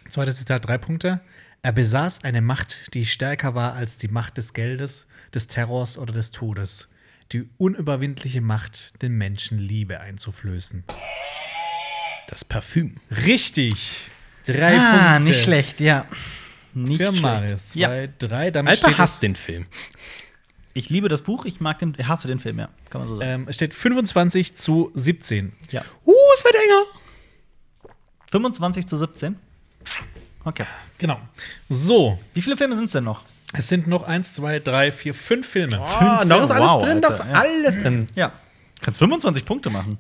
Speaker 2: Zweites Zitat, drei Punkte. Er besaß eine Macht, die stärker war als die Macht des Geldes, des Terrors oder des Todes. Die unüberwindliche Macht, den Menschen Liebe einzuflößen.
Speaker 3: Das Parfüm.
Speaker 2: Richtig. Drei
Speaker 4: Ah,
Speaker 2: Punkte.
Speaker 4: nicht schlecht, ja. Nicht
Speaker 2: Für Marius.
Speaker 4: schlecht.
Speaker 2: Zwei,
Speaker 4: Ja.
Speaker 2: drei. Damit
Speaker 3: Alper
Speaker 2: steht
Speaker 3: hasst
Speaker 2: es,
Speaker 3: den Film.
Speaker 4: Ich liebe das Buch, ich mag den, ich hasse den Film, ja. Kann man so sagen.
Speaker 2: ähm, es steht 25 zu 17.
Speaker 4: Äh, Ja.
Speaker 3: Uh, es wird enger.
Speaker 4: 25 zu 17. Okay.
Speaker 2: Genau. So,
Speaker 4: Wie viele Filme sind es denn noch?
Speaker 2: es sind noch eins, zwei, drei, vier, fünf Filme.
Speaker 3: Ah, noch ist alles
Speaker 4: Wow,
Speaker 3: drin, noch ist
Speaker 4: Alter, ja.
Speaker 3: alles drin.
Speaker 4: Ja. Kannst 25 Punkte machen.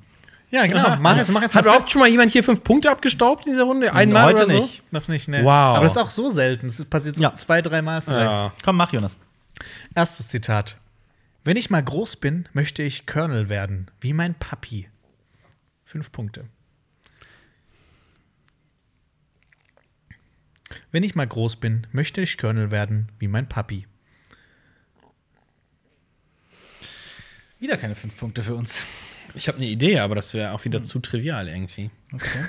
Speaker 2: Ja, genau. Marius, mach jetzt
Speaker 3: Hat
Speaker 2: mal
Speaker 3: überhaupt schon mal jemand hier fünf Punkte abgestaubt in dieser Runde? Einmal
Speaker 4: Heute
Speaker 3: oder so?
Speaker 4: nicht.
Speaker 2: Noch nicht, ne?
Speaker 3: Wow.
Speaker 2: Aber das ist auch so selten. Es passiert so
Speaker 4: Ja.
Speaker 2: zwei, dreimal vielleicht.
Speaker 3: Ja.
Speaker 4: Komm, mach, Jonas.
Speaker 2: Erstes Zitat. Wenn ich mal groß bin, möchte ich Colonel werden, wie mein Papi. Fünf Punkte. Wenn ich mal groß bin, möchte ich Colonel werden, wie mein Papi.
Speaker 4: Wieder keine 5 Punkte für uns.
Speaker 3: Ich habe eine Idee, aber das wäre auch wieder zu trivial irgendwie.
Speaker 4: Okay.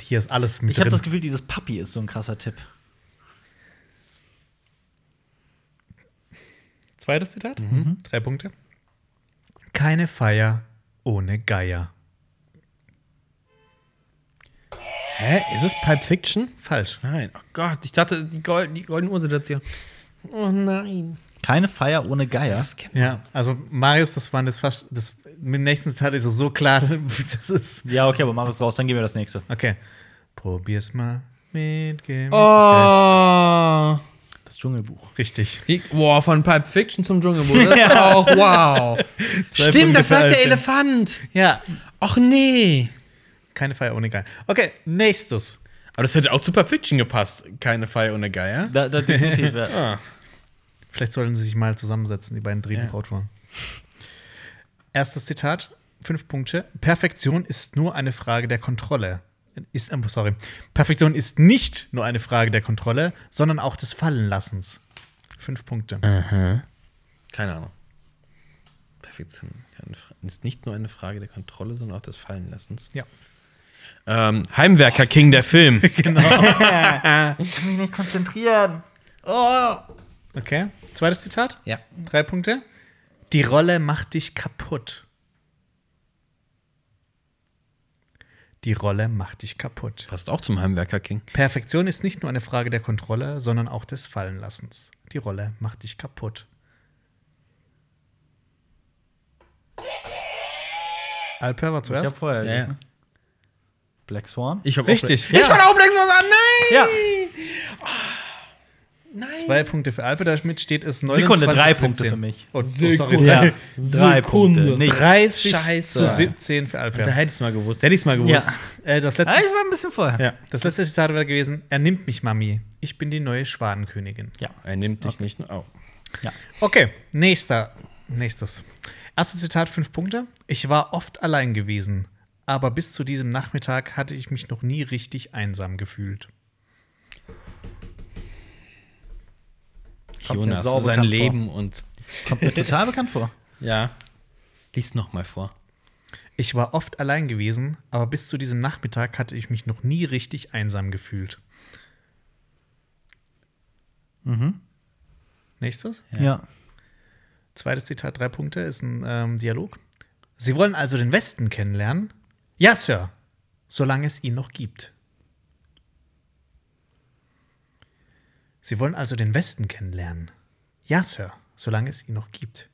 Speaker 2: Hier ist alles mit
Speaker 4: Ich habe
Speaker 2: drin.
Speaker 4: das Gefühl, dieses Papi ist so ein krasser Tipp.
Speaker 2: Zweites Zitat.
Speaker 4: Mhm.
Speaker 3: Drei Punkte.
Speaker 2: Keine Feier ohne Geier.
Speaker 3: Hä? Ist es Pulp Fiction?
Speaker 2: Falsch.
Speaker 3: Nein. Oh Gott, ich dachte, die, Gold, die goldene Uhr sind jetzt hier. Oh nein.
Speaker 4: Keine Feier ohne Geier.
Speaker 2: Ja, also Marius, das waren das fast. Das, mit dem nächsten Zitat ist es so klar, [LAUGHS] das ist.
Speaker 4: Ja, okay, aber mach es raus, dann gehen wir das nächste.
Speaker 2: Okay. Probier's mal mit Gemütlichkeit.
Speaker 3: Oh.
Speaker 4: Das Dschungelbuch.
Speaker 2: Richtig.
Speaker 3: Wie, boah, von Pulp Fiction zum Dschungelbuch. [LAUGHS] Das ist auch wow. Stimmt,
Speaker 2: Punkte
Speaker 3: das
Speaker 2: für
Speaker 3: sagt der
Speaker 2: Alfred.
Speaker 3: Elefant.
Speaker 2: Ja.
Speaker 3: Och nee.
Speaker 2: Keine Feier ohne Geier. Okay, nächstes.
Speaker 3: Aber das hätte auch zu Pulp Fiction gepasst. Keine Feier ohne Geier.
Speaker 4: Da, da definitiv. ja. [LAUGHS]
Speaker 3: Ah.
Speaker 2: Vielleicht sollten sie sich mal zusammensetzen, die beiden Drehbuchautoren. Erstes Zitat, fünf Punkte. Perfektion ist nur eine Frage der Kontrolle. Ist, ähm, sorry. Perfektion ist nicht nur eine Frage der Kontrolle, sondern auch des Fallenlassens. Fünf Punkte.
Speaker 3: Keine Ahnung. Perfektion ist ja eine Fra- ist nicht nur eine Frage der Kontrolle, sondern auch des Fallenlassens.
Speaker 2: Ja.
Speaker 3: Ähm, Heimwerker King, der Film. [LAUGHS]
Speaker 4: Ich kann mich nicht konzentrieren. Oh.
Speaker 2: Okay. Zweites Zitat,
Speaker 3: ja.
Speaker 2: drei Punkte. Die Rolle macht dich kaputt. Die Rolle macht dich kaputt.
Speaker 3: Passt auch zum Heimwerker King.
Speaker 2: Perfektion ist nicht nur eine Frage der Kontrolle, sondern auch des Fallenlassens. Die Rolle macht dich kaputt. Alper war
Speaker 4: Ich hab
Speaker 2: zuerst.
Speaker 4: vorher.
Speaker 3: Ja, ja.
Speaker 4: Black Swan.
Speaker 3: Ich hab
Speaker 2: Richtig.
Speaker 3: Auch Ich fand auch Black Swan an. Nein!
Speaker 4: Ja.
Speaker 2: Zwei Punkte für Alper. Damit steht es 29
Speaker 4: Sekunde, drei
Speaker 2: 17.
Speaker 4: Punkte für mich.
Speaker 2: Oh, oh, sorry.
Speaker 3: Sekunde.
Speaker 4: Ja.
Speaker 2: Drei-
Speaker 4: Drei Punkte. Nicht.
Speaker 2: 30
Speaker 3: Scheiße.
Speaker 2: zu 17 für
Speaker 3: Da
Speaker 2: Alper.
Speaker 3: hätte ich es mal gewusst. Hätte ich es mal gewusst.
Speaker 4: Ja.
Speaker 2: Äh, das,
Speaker 4: Ah,
Speaker 2: letzte,
Speaker 4: ich war ein bisschen vorher.
Speaker 3: Ja.
Speaker 2: das letzte Zitat war gewesen: Er nimmt mich, Mami. Ich bin die neue Schwanenkönigin.
Speaker 3: Er nimmt dich nicht. Oh.
Speaker 2: Okay, nächster. Nächstes. Erstes Zitat, fünf Punkte. Ich war oft allein gewesen, aber bis zu diesem Nachmittag hatte ich mich noch nie richtig einsam gefühlt.
Speaker 4: Kommt mir
Speaker 3: Jonas,
Speaker 4: sau
Speaker 3: sein
Speaker 4: bekannt
Speaker 3: Leben und.
Speaker 4: Kommt mir total bekannt vor.
Speaker 3: Ja. Lies nochmal vor.
Speaker 2: Ich war oft allein gewesen, aber bis zu diesem Nachmittag hatte ich mich noch nie richtig einsam gefühlt. Nächstes.
Speaker 4: Ja.
Speaker 2: Zweites Zitat, drei Punkte, ist ein ähm, Dialog. Sie wollen also den Westen kennenlernen? Ja, Sir. Solange es ihn noch gibt. Sie wollen also den Westen kennenlernen? Ja, Sir. Solange es ihn noch gibt.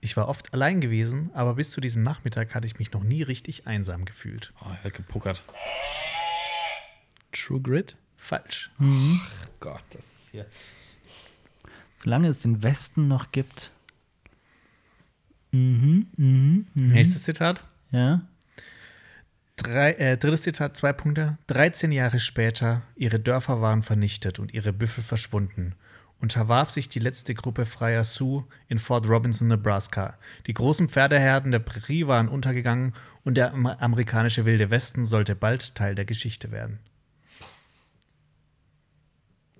Speaker 2: Ich war oft allein gewesen, aber bis zu diesem Nachmittag hatte ich mich noch nie richtig einsam gefühlt.
Speaker 3: Oh, er hat gepokert. True Grid?
Speaker 2: Falsch.
Speaker 3: Gott, das ist hier.
Speaker 4: Solange es den Westen noch gibt.
Speaker 2: Nächstes Zitat.
Speaker 4: Ja.
Speaker 2: Drei, äh, drittes Zitat, zwei Punkte. 13 Jahre später, ihre Dörfer waren vernichtet und ihre Büffel verschwunden. Unterwarf sich die letzte Gruppe freier Sioux in Fort Robinson, Nebraska. Die großen Pferdeherden der Prärie waren untergegangen und der am- amerikanische Wilde Westen sollte bald Teil der Geschichte werden.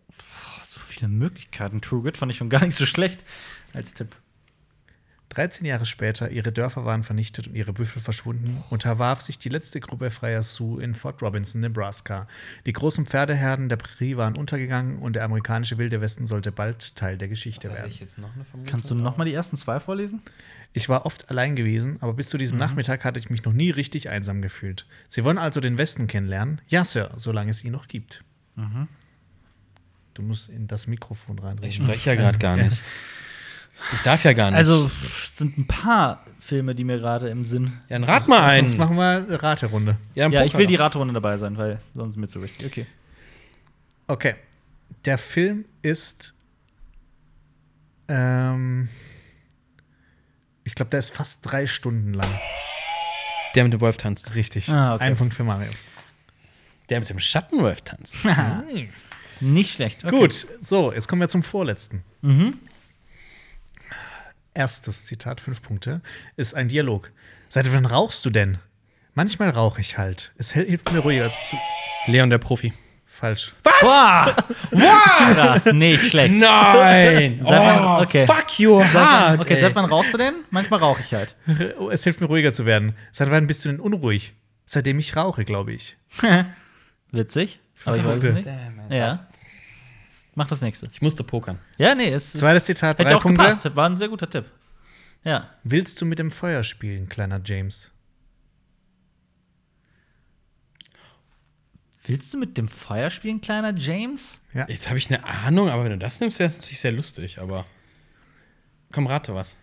Speaker 4: Oh, so viele Möglichkeiten. True Good fand ich schon gar nicht so schlecht als Tipp.
Speaker 2: 13 Jahre später, ihre Dörfer waren vernichtet und ihre Büffel verschwunden, unterwarf sich die letzte Gruppe freier Sioux in Fort Robinson, Nebraska. Die großen Pferdeherden der Prärie waren untergegangen und der amerikanische Wilde Westen sollte bald Teil der Geschichte werden.
Speaker 3: jetzt noch eine Vermutung?
Speaker 4: Kannst du noch mal die ersten zwei vorlesen?
Speaker 2: Ich war oft allein gewesen, aber bis zu diesem
Speaker 3: Mhm.
Speaker 2: Nachmittag hatte ich mich noch nie richtig einsam gefühlt. Sie wollen also den Westen kennenlernen? Ja, Sir, solange es ihn noch gibt. Du musst in das Mikrofon
Speaker 3: Mhm. Ich
Speaker 2: reinreden.
Speaker 3: spreche ja gerade gar nicht. Ich darf ja gar nicht.
Speaker 4: Also, pff, es sind ein paar Filme, die mir gerade im Sinn.
Speaker 3: dann rat mal einen.
Speaker 2: Sonst machen wir eine Raterunde.
Speaker 3: ja, ein
Speaker 4: Ja, ich
Speaker 3: Poker.
Speaker 4: will die Raterunde dabei sein, weil sonst ist mir zu risky. Okay.
Speaker 2: Okay. Der Film ist. Ähm, ich glaube, der ist fast drei Stunden lang.
Speaker 3: Der mit dem Wolf tanzt.
Speaker 2: Richtig.
Speaker 4: Ah, okay.
Speaker 2: Ein Punkt für Marius.
Speaker 3: Der mit dem Schattenwolf [LAUGHS] tanzt.
Speaker 4: Nicht schlecht. Ah. Okay.
Speaker 2: Mhm.
Speaker 4: Mhm.
Speaker 2: Gut, so, jetzt kommen wir zum vorletzten. Erstes Zitat, fünf Punkte, ist ein Dialog. Seit wann rauchst du denn? Manchmal rauche ich halt. Es hel- hilft mir ruhiger zu.
Speaker 3: Leon der Profi.
Speaker 2: Falsch.
Speaker 4: [LAUGHS] Boah! Krass, nicht schlecht.
Speaker 3: [LAUGHS] Nein! Oh,
Speaker 4: Seit wann- okay.
Speaker 3: Fuck your
Speaker 4: Seit wann,
Speaker 3: heart!
Speaker 4: okay,
Speaker 3: ey.
Speaker 4: seit wann rauchst du denn? Manchmal rauche ich halt.
Speaker 2: Oh, Es hilft mir ruhiger zu werden. Seit wann bist du denn unruhig? Seitdem ich rauche, glaube ich.
Speaker 4: Witzig. Aber ich weiß es
Speaker 2: Punkte.
Speaker 4: nicht. Ja.
Speaker 1: Mach das nächste.
Speaker 3: Ich musste pokern.
Speaker 1: Ja, nee, es es-
Speaker 2: Zweites Zitat,
Speaker 1: hätte
Speaker 2: drei
Speaker 1: auch
Speaker 2: Punkte.
Speaker 1: gepasst. War ein sehr guter Tipp. Ja.
Speaker 2: Willst du mit dem Feuer spielen, kleiner [LAUGHS] James?
Speaker 1: Willst du mit dem Feuer spielen, kleiner James?
Speaker 3: Jetzt habe ich eine Ahnung, aber wenn du das nimmst, wäre es natürlich sehr lustig, aber. Komm, rate [LAUGHS] was.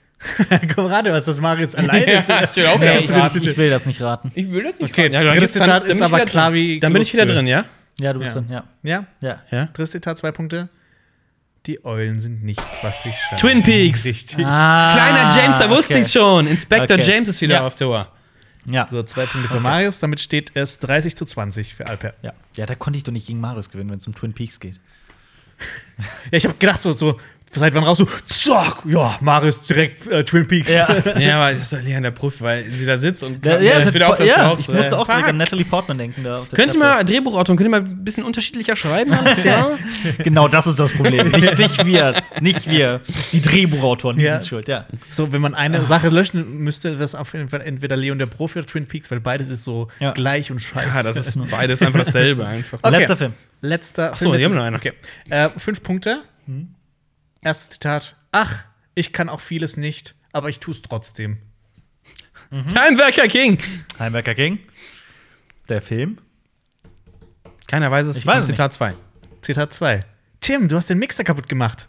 Speaker 2: Gerade was, das Marius alleine ist.
Speaker 3: ich, will auch
Speaker 1: Nee,
Speaker 3: wieder
Speaker 1: ich,
Speaker 3: was raten.
Speaker 1: raten, ich will das nicht raten.
Speaker 3: ich will das nicht.
Speaker 2: Okay,
Speaker 3: raten. dann
Speaker 2: drittes
Speaker 3: geht's- dann-
Speaker 2: Zitat
Speaker 3: dann
Speaker 2: ist
Speaker 3: bin ich
Speaker 2: aber
Speaker 3: wieder
Speaker 2: klar
Speaker 3: drin.
Speaker 2: wie
Speaker 3: Dann bin ich wieder
Speaker 2: Kloßbrühe.
Speaker 3: drin, ja?
Speaker 1: Ja, du bist
Speaker 2: Ja.
Speaker 1: drin, ja.
Speaker 2: Ja,
Speaker 1: Ja.
Speaker 3: Ja?
Speaker 2: drittes Zitat, zwei Punkte. Die Eulen sind nichts, was sich scheint.
Speaker 3: Twin Peaks.
Speaker 2: Richtig.
Speaker 1: Ah,
Speaker 3: Kleiner James, da wusste
Speaker 1: okay.
Speaker 3: ich's schon. Inspector
Speaker 1: Okay.
Speaker 3: James ist wieder
Speaker 1: Ja.
Speaker 3: auf Tour.
Speaker 1: Ja.
Speaker 2: So, zwei Punkte für Marius. Damit steht es 30 zu 20 für Alper.
Speaker 1: ja. Ja, da konnte ich doch nicht gegen Marius gewinnen, wenn es um Twin Peaks geht.
Speaker 2: Ja, ich habe gedacht, so, so, seit wann raus? So, zack, ja, Marius direkt äh, Twin Peaks. [LAUGHS]
Speaker 3: ja, aber das ist doch eher der Profi, weil sie da sitzt und
Speaker 1: Ja,
Speaker 3: kommt
Speaker 1: ja,
Speaker 3: dann
Speaker 1: es
Speaker 3: wieder auf das
Speaker 1: ja
Speaker 3: Lauf.
Speaker 1: ich musste auch direkt
Speaker 3: Fuck.
Speaker 1: an Natalie Portman denken. Da auf der
Speaker 3: Könnt ihr
Speaker 1: Treppe.
Speaker 3: mal Drehbuchautor, könnt ihr mal ein bisschen unterschiedlicher schreiben?
Speaker 1: [LAUGHS]
Speaker 3: Alles, ja?
Speaker 1: Genau das ist das Problem. Nicht, nicht wir, nicht wir. Die Drehbuchautoren, die
Speaker 2: Ja.
Speaker 1: sind schuld, ja.
Speaker 2: So, wenn man eine Sache löschen müsste, wäre es auf jeden Fall entweder Leon der Profi oder Twin Peaks, weil beides ist so
Speaker 1: Ja.
Speaker 2: gleich und scheiße.
Speaker 3: ja, das ist beides einfach dasselbe einfach.
Speaker 2: Okay.
Speaker 1: Letzter Film.
Speaker 2: Letzter
Speaker 3: so, die haben
Speaker 2: letztes-
Speaker 3: noch einen.
Speaker 2: Okay. Äh, fünf Punkte. Erstes Zitat. Ach, ich kann auch vieles nicht, aber ich tue es trotzdem.
Speaker 3: Heimwerker King!
Speaker 1: Heimwerker King. Der Film.
Speaker 3: Keiner weiß es,
Speaker 1: Ich weiß es
Speaker 3: Zitat 2.
Speaker 2: Zitat 2. Tim, du hast den Mixer kaputt gemacht.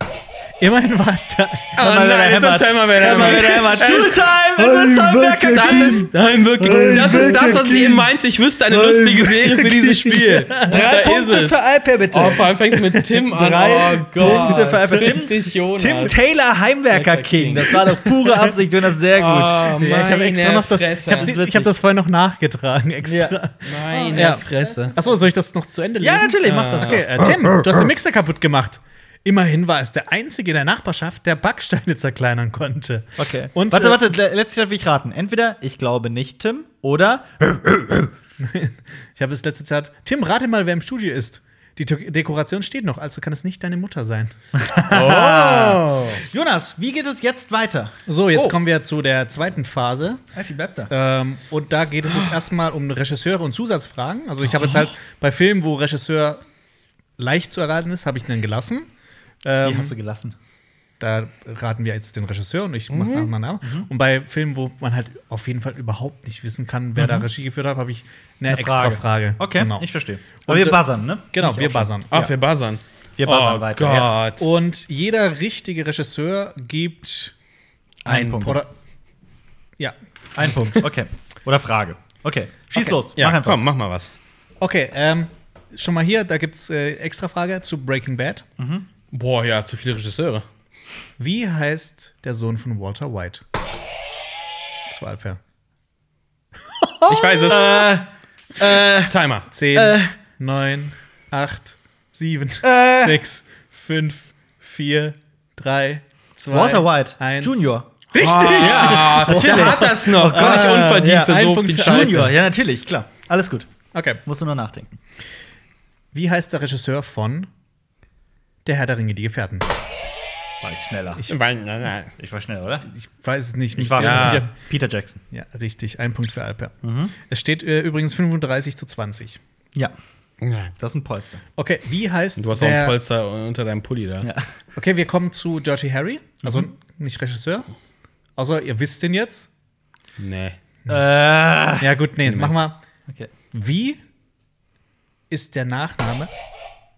Speaker 2: Immerhin war es der.
Speaker 3: Oh nein, jetzt ist Hammer, wer
Speaker 1: Two Time, es ist Heimwerker
Speaker 3: Das ist Heimwerker Das ist das, was ich eben meinte. Ich wüsste eine lustige Serie für dieses Spiel. Drei da ist es.
Speaker 1: Alper, bitte.
Speaker 3: Oh, vor allem fängst du mit Tim an.
Speaker 1: Drei
Speaker 3: oh Gott.
Speaker 1: Punkte für Alper. Tim-
Speaker 3: Fick dich, Jonas.
Speaker 1: Tim Taylor, Heimwerker
Speaker 3: halt Heimwerker King.
Speaker 1: King. Das war doch pure Absicht, du das sehr gut.
Speaker 3: Oh, meine
Speaker 2: Ja, ich habe extra noch das. Ich
Speaker 3: Fresse.
Speaker 2: habe das, ich hab das vorhin noch nachgetragen extra.
Speaker 3: meine
Speaker 2: Ja.
Speaker 3: Fresse.
Speaker 2: Achso, soll ich das noch zu Ende lesen?
Speaker 1: Ja, natürlich, mach das.
Speaker 2: Okay, äh, Tim, du hast den Mixer kaputt gemacht. Immerhin war es der einzige in der Nachbarschaft, der Backsteine zerkleinern konnte.
Speaker 1: Okay.
Speaker 2: Und,
Speaker 1: warte,
Speaker 2: äh,
Speaker 1: warte, le- letztes Jahr will ich raten. Entweder ich glaube nicht, Tim, oder
Speaker 2: Ich habe das letzte Zitat. Tim, rate mal, wer im Studio ist. Die Dek- Dekoration steht noch, also kann es nicht deine Mutter sein.
Speaker 1: Jonas, wie geht es jetzt weiter?
Speaker 2: So, jetzt
Speaker 3: Oh.
Speaker 2: kommen wir zu der zweiten Phase.
Speaker 1: Alfie, bleib da.
Speaker 2: Ähm, und da geht es jetzt erstmal um Regisseure und Zusatzfragen. Also ich habe jetzt halt bei Filmen, wo Regisseur leicht zu erraten ist, habe ich einen gelassen.
Speaker 1: Die
Speaker 2: Ähm,
Speaker 1: hast du gelassen.
Speaker 2: da raten wir jetzt den Regisseur und ich mache nach Namen. Und bei Filmen, wo man halt auf jeden Fall überhaupt nicht wissen kann, wer da Regie geführt hat, habe ich Mhm. eine, extra Frage.
Speaker 1: Okay,
Speaker 2: genau.
Speaker 1: ich verstehe. Aber
Speaker 2: Und,
Speaker 1: wir
Speaker 2: äh,
Speaker 1: buzzern, ne?
Speaker 2: genau wir buzzern.
Speaker 3: Ah, wir buzzern.
Speaker 1: Wir buzzern
Speaker 3: oh
Speaker 1: weiter, ja. Oh,
Speaker 3: Gott.
Speaker 2: Und jeder richtige Regisseur gibt
Speaker 3: Ein
Speaker 1: Punkt.
Speaker 2: oder ja.
Speaker 1: Ein Punkt, okay. Oder Frage. Okay, schieß
Speaker 2: Okay.
Speaker 1: los.
Speaker 3: Ja,
Speaker 1: mach einfach.
Speaker 3: komm, mach mal was.
Speaker 2: Okay, ähm, schon mal hier, da gibt's äh, extra Frage zu Breaking Bad.
Speaker 3: Boah, ja, zu viele Regisseure.
Speaker 2: Wie heißt der Sohn von Walter White? Das war Alper.
Speaker 1: Oh.
Speaker 3: Ich weiß es.
Speaker 1: Äh,
Speaker 3: Timer.
Speaker 2: 10, 9, 8, 7,
Speaker 1: Äh.
Speaker 2: 6, 5, 4, 3, 2.
Speaker 1: Walter White,
Speaker 2: 1.
Speaker 1: Junior.
Speaker 2: Richtig!
Speaker 3: Ah,
Speaker 1: natürlich.
Speaker 3: der hat das
Speaker 1: Oh
Speaker 3: noch. Gar nicht
Speaker 2: Ah,
Speaker 3: unverdient
Speaker 2: ja,
Speaker 3: für
Speaker 2: ein
Speaker 3: so
Speaker 2: Punkt
Speaker 3: viel
Speaker 2: für
Speaker 3: Scheiße.
Speaker 1: Junior, ja, natürlich, klar. Alles gut.
Speaker 2: Okay.
Speaker 1: Musst du nur nachdenken.
Speaker 2: Wie heißt der Regisseur von Der Herr der Ringe, die Gefährten?
Speaker 1: War ich schneller. Ich,
Speaker 3: Nein, nein, nein.
Speaker 1: war schneller, oder?
Speaker 2: Ich weiß es nicht.
Speaker 1: Ich war
Speaker 3: Ja.
Speaker 1: schneller. Peter Jackson.
Speaker 2: Ja, richtig. Ein Punkt für Alper. Es steht äh, übrigens 35 zu 20.
Speaker 1: Ja,
Speaker 3: Nein.
Speaker 1: das ist ein Polster.
Speaker 2: Okay, wie heißt
Speaker 3: Du hast auch
Speaker 2: der
Speaker 3: ein Polster unter deinem Pulli da.
Speaker 1: Ja.
Speaker 2: Okay, wir kommen zu Dirty Harry, also nicht Regisseur. Außer ihr wisst den jetzt.
Speaker 3: Nee.
Speaker 1: Äh,
Speaker 2: Ja, gut, nee, mach mal.
Speaker 1: okay.
Speaker 2: Wie ist der Nachname?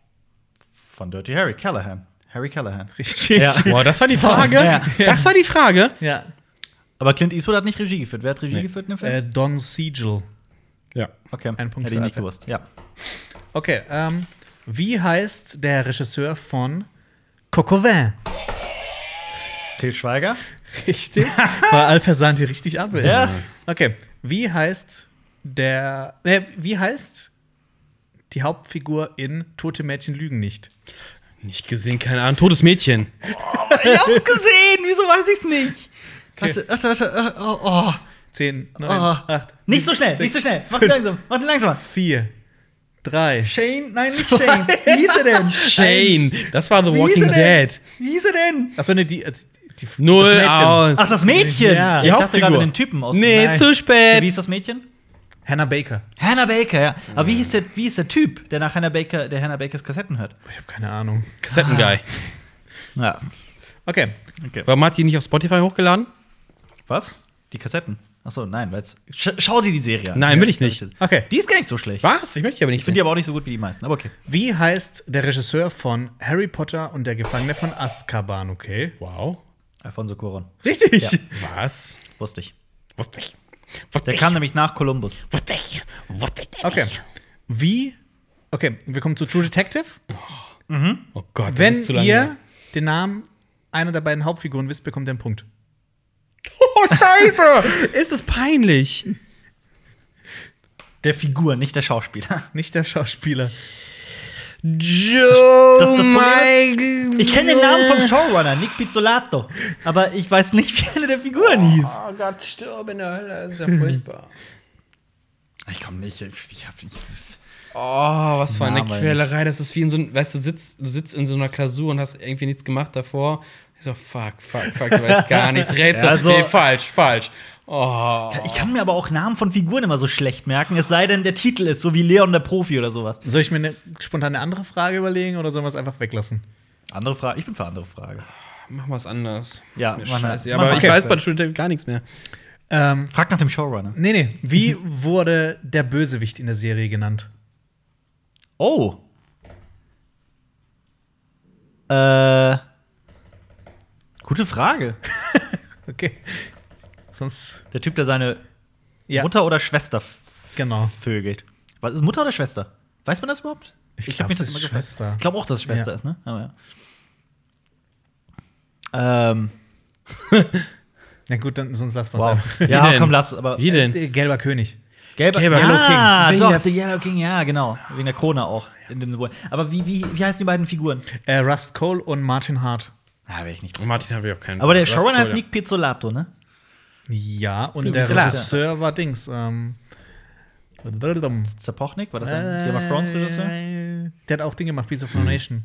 Speaker 2: [LAUGHS]
Speaker 1: Von Dirty Harry Callahan. Harry Callahan.
Speaker 2: Richtig.
Speaker 1: Ja.
Speaker 2: Ja.
Speaker 3: Boah, das war die Frage.
Speaker 1: [LAUGHS] Ja.
Speaker 3: Das war die Frage.
Speaker 1: Aber Clint Eastwood hat nicht Regie geführt. Wer hat Regie
Speaker 3: Nee.
Speaker 1: geführt in dem Film?
Speaker 2: Äh, Don Siegel.
Speaker 3: Ja.
Speaker 1: okay,
Speaker 2: ein Punkt
Speaker 1: hätte
Speaker 2: für
Speaker 1: ich nicht
Speaker 2: Alfred.
Speaker 1: gewusst. Ja.
Speaker 2: Okay, ähm, wie heißt der Regisseur von Coco Vin?
Speaker 1: Til Schweiger.
Speaker 2: [LAUGHS] Richtig. War Alper Santi richtig ab. ey.
Speaker 1: Ja.
Speaker 2: Okay, wie heißt der. Äh, wie heißt die Hauptfigur in Tote Mädchen lügen nicht?
Speaker 3: Nicht gesehen, keine Ahnung. Totes Mädchen.
Speaker 1: Ich hab's gesehen, wieso weiß ich's nicht? Warte, warte, warte, äh, oh, oh.
Speaker 2: 10, 9,
Speaker 3: Ah.
Speaker 1: Oh.
Speaker 2: 8.
Speaker 1: Nicht so schnell, nicht so schnell. Mach den langsam, mach den langsam.
Speaker 2: 4, 3.
Speaker 1: Shane, nein, nicht Shane. Wie hieß er [LAUGHS] denn?
Speaker 3: Shane. Das war The
Speaker 1: Wie hieß
Speaker 3: Walking
Speaker 1: er denn?
Speaker 3: Dead.
Speaker 1: Wie hieß er denn?
Speaker 2: Achso, ne, die. äh, die
Speaker 3: Null
Speaker 2: das Mädchen.
Speaker 3: aus.
Speaker 1: Ach, das Mädchen.
Speaker 2: Ja.
Speaker 1: ich
Speaker 3: Die
Speaker 1: dachte gerade
Speaker 3: Hauptfigur.
Speaker 1: den Typen aus.
Speaker 3: nee,
Speaker 1: Nein.
Speaker 3: zu
Speaker 1: Wie
Speaker 3: spät.
Speaker 1: hieß das Mädchen?
Speaker 2: Hannah Baker.
Speaker 1: Hannah Baker, ja. Aber wie hieß der, wie hieß der Typ, der nach Hannah Baker, der Hannah Bakers Kassetten hört?
Speaker 2: Ich habe keine Ahnung.
Speaker 3: Kassettenguy.
Speaker 1: Ja.
Speaker 2: Okay.
Speaker 3: Warum hat die nicht auf Spotify hochgeladen?
Speaker 1: Was? Die Kassetten? Achso, nein, weil sch schau dir die Serie an.
Speaker 3: Nein, will ich nicht.
Speaker 2: Okay.
Speaker 1: Die ist gar nicht so schlecht. Ich
Speaker 3: Was? Ich möchte die aber nicht
Speaker 1: finde die
Speaker 3: sehen.
Speaker 1: aber auch nicht so gut wie die meisten, aber okay.
Speaker 2: Wie heißt der Regisseur von Harry Potter und der Gefangene von Azkaban, okay?
Speaker 3: Wow.
Speaker 1: Alfonso Cuarón.
Speaker 2: Richtig.
Speaker 3: Was?
Speaker 1: Wusste ich.
Speaker 3: Wusste ich. Wusste
Speaker 1: Der kam nämlich nach Kolumbus.
Speaker 3: Wusste ich. Wusste ich.
Speaker 2: Okay. Wie Okay, wir kommen zu True Detective.
Speaker 3: Oh Gott,
Speaker 2: Wenn
Speaker 3: das ist zu lange.
Speaker 2: ihr den Namen einer der beiden Hauptfiguren wisst, bekommt ihr einen Punkt.
Speaker 3: Oh, [LAUGHS] Scheiße! ist das peinlich?
Speaker 1: Der Figur, nicht der Schauspieler.
Speaker 2: Nicht der Schauspieler.
Speaker 3: Joe
Speaker 1: Das- das Problem
Speaker 3: Michael.
Speaker 1: Ich kenne den Namen vom Showrunner, Nick Pizzolato. Aber ich weiß nicht, [LAUGHS] wie eine der Figuren hieß.
Speaker 3: Oh Gott, stirb in der Hölle, das ist ja furchtbar.
Speaker 1: Ich komm nicht. Ich hab nicht.
Speaker 3: [LAUGHS] Oh, was für eine
Speaker 1: Name.
Speaker 3: Quälerei. Das ist wie in so einem, weißt du, sitzt, du sitzt in so einer Klausur und hast irgendwie nichts gemacht davor. Ich so, fuck, fuck, fuck, du
Speaker 1: [LAUGHS]
Speaker 3: weißt gar nichts. Rätsel,
Speaker 1: Ja, so-
Speaker 3: nee, falsch, falsch. Oh.
Speaker 1: Ich kann mir aber auch Namen von Figuren immer so schlecht merken, es sei denn, der Titel ist so wie Leon der Profi oder sowas.
Speaker 2: Soll ich mir eine spontane andere Frage überlegen oder sollen wir es einfach weglassen?
Speaker 1: Andere Frage. Ich bin für andere Frage.
Speaker 3: Mach mal was anderes.
Speaker 1: Ja,
Speaker 3: ist mir
Speaker 1: mach mal-
Speaker 3: scheiße.
Speaker 1: mach
Speaker 3: aber
Speaker 1: mal
Speaker 3: ich
Speaker 1: was.
Speaker 3: weiß bei True Detective gar nichts mehr.
Speaker 2: Ähm,
Speaker 1: Frag nach dem Showrunner.
Speaker 2: nee, nee. Wie wurde der Bösewicht in der Serie genannt?
Speaker 1: Oh. Äh. Gute Frage.
Speaker 2: Okay. Sonst.
Speaker 1: Der Typ, der seine
Speaker 2: Ja,
Speaker 1: Mutter oder Schwester f-
Speaker 2: genau.
Speaker 1: vögelt. Was ist Mutter oder Schwester? Weiß man das überhaupt?
Speaker 2: glaub,
Speaker 1: mich
Speaker 2: das ist
Speaker 1: gefragt.
Speaker 2: Schwester.
Speaker 1: Ich glaube auch, dass es Schwester
Speaker 2: Ja.
Speaker 1: ist, ne? Aber ja. Ähm,
Speaker 2: Na gut, dann sonst lass was.
Speaker 1: wow.
Speaker 2: einfach.
Speaker 1: Ja,
Speaker 3: denn?
Speaker 1: komm, lass. Aber
Speaker 3: Wie denn?
Speaker 2: Äh, Gelber König.
Speaker 1: gelber,
Speaker 3: Gelber Yellow King.
Speaker 1: ah,
Speaker 3: Wegen
Speaker 1: doch,
Speaker 3: der-
Speaker 1: der Yellow King, ja, genau. Wegen der Krone auch in dem Symbol. Aber wie, wie, wie heißen die beiden Figuren?
Speaker 2: Äh, Rust Cole und Martin Hart.
Speaker 1: Ah, will ich nicht.
Speaker 3: Oh, Martin habe ich auch keinen.
Speaker 1: Aber der
Speaker 3: Du hast
Speaker 1: Showrunner heißt
Speaker 3: Kohle.
Speaker 1: Nick Pizzolato, ne?
Speaker 2: Ja, und
Speaker 3: Fliegen
Speaker 2: der
Speaker 3: Sie nach.
Speaker 2: Regisseur war Dings. Ähm,
Speaker 1: Zapochnik, war das ein Game of Thrones Regisseur?
Speaker 2: Äh, Der hat auch Dinge gemacht, Beast of No Nation.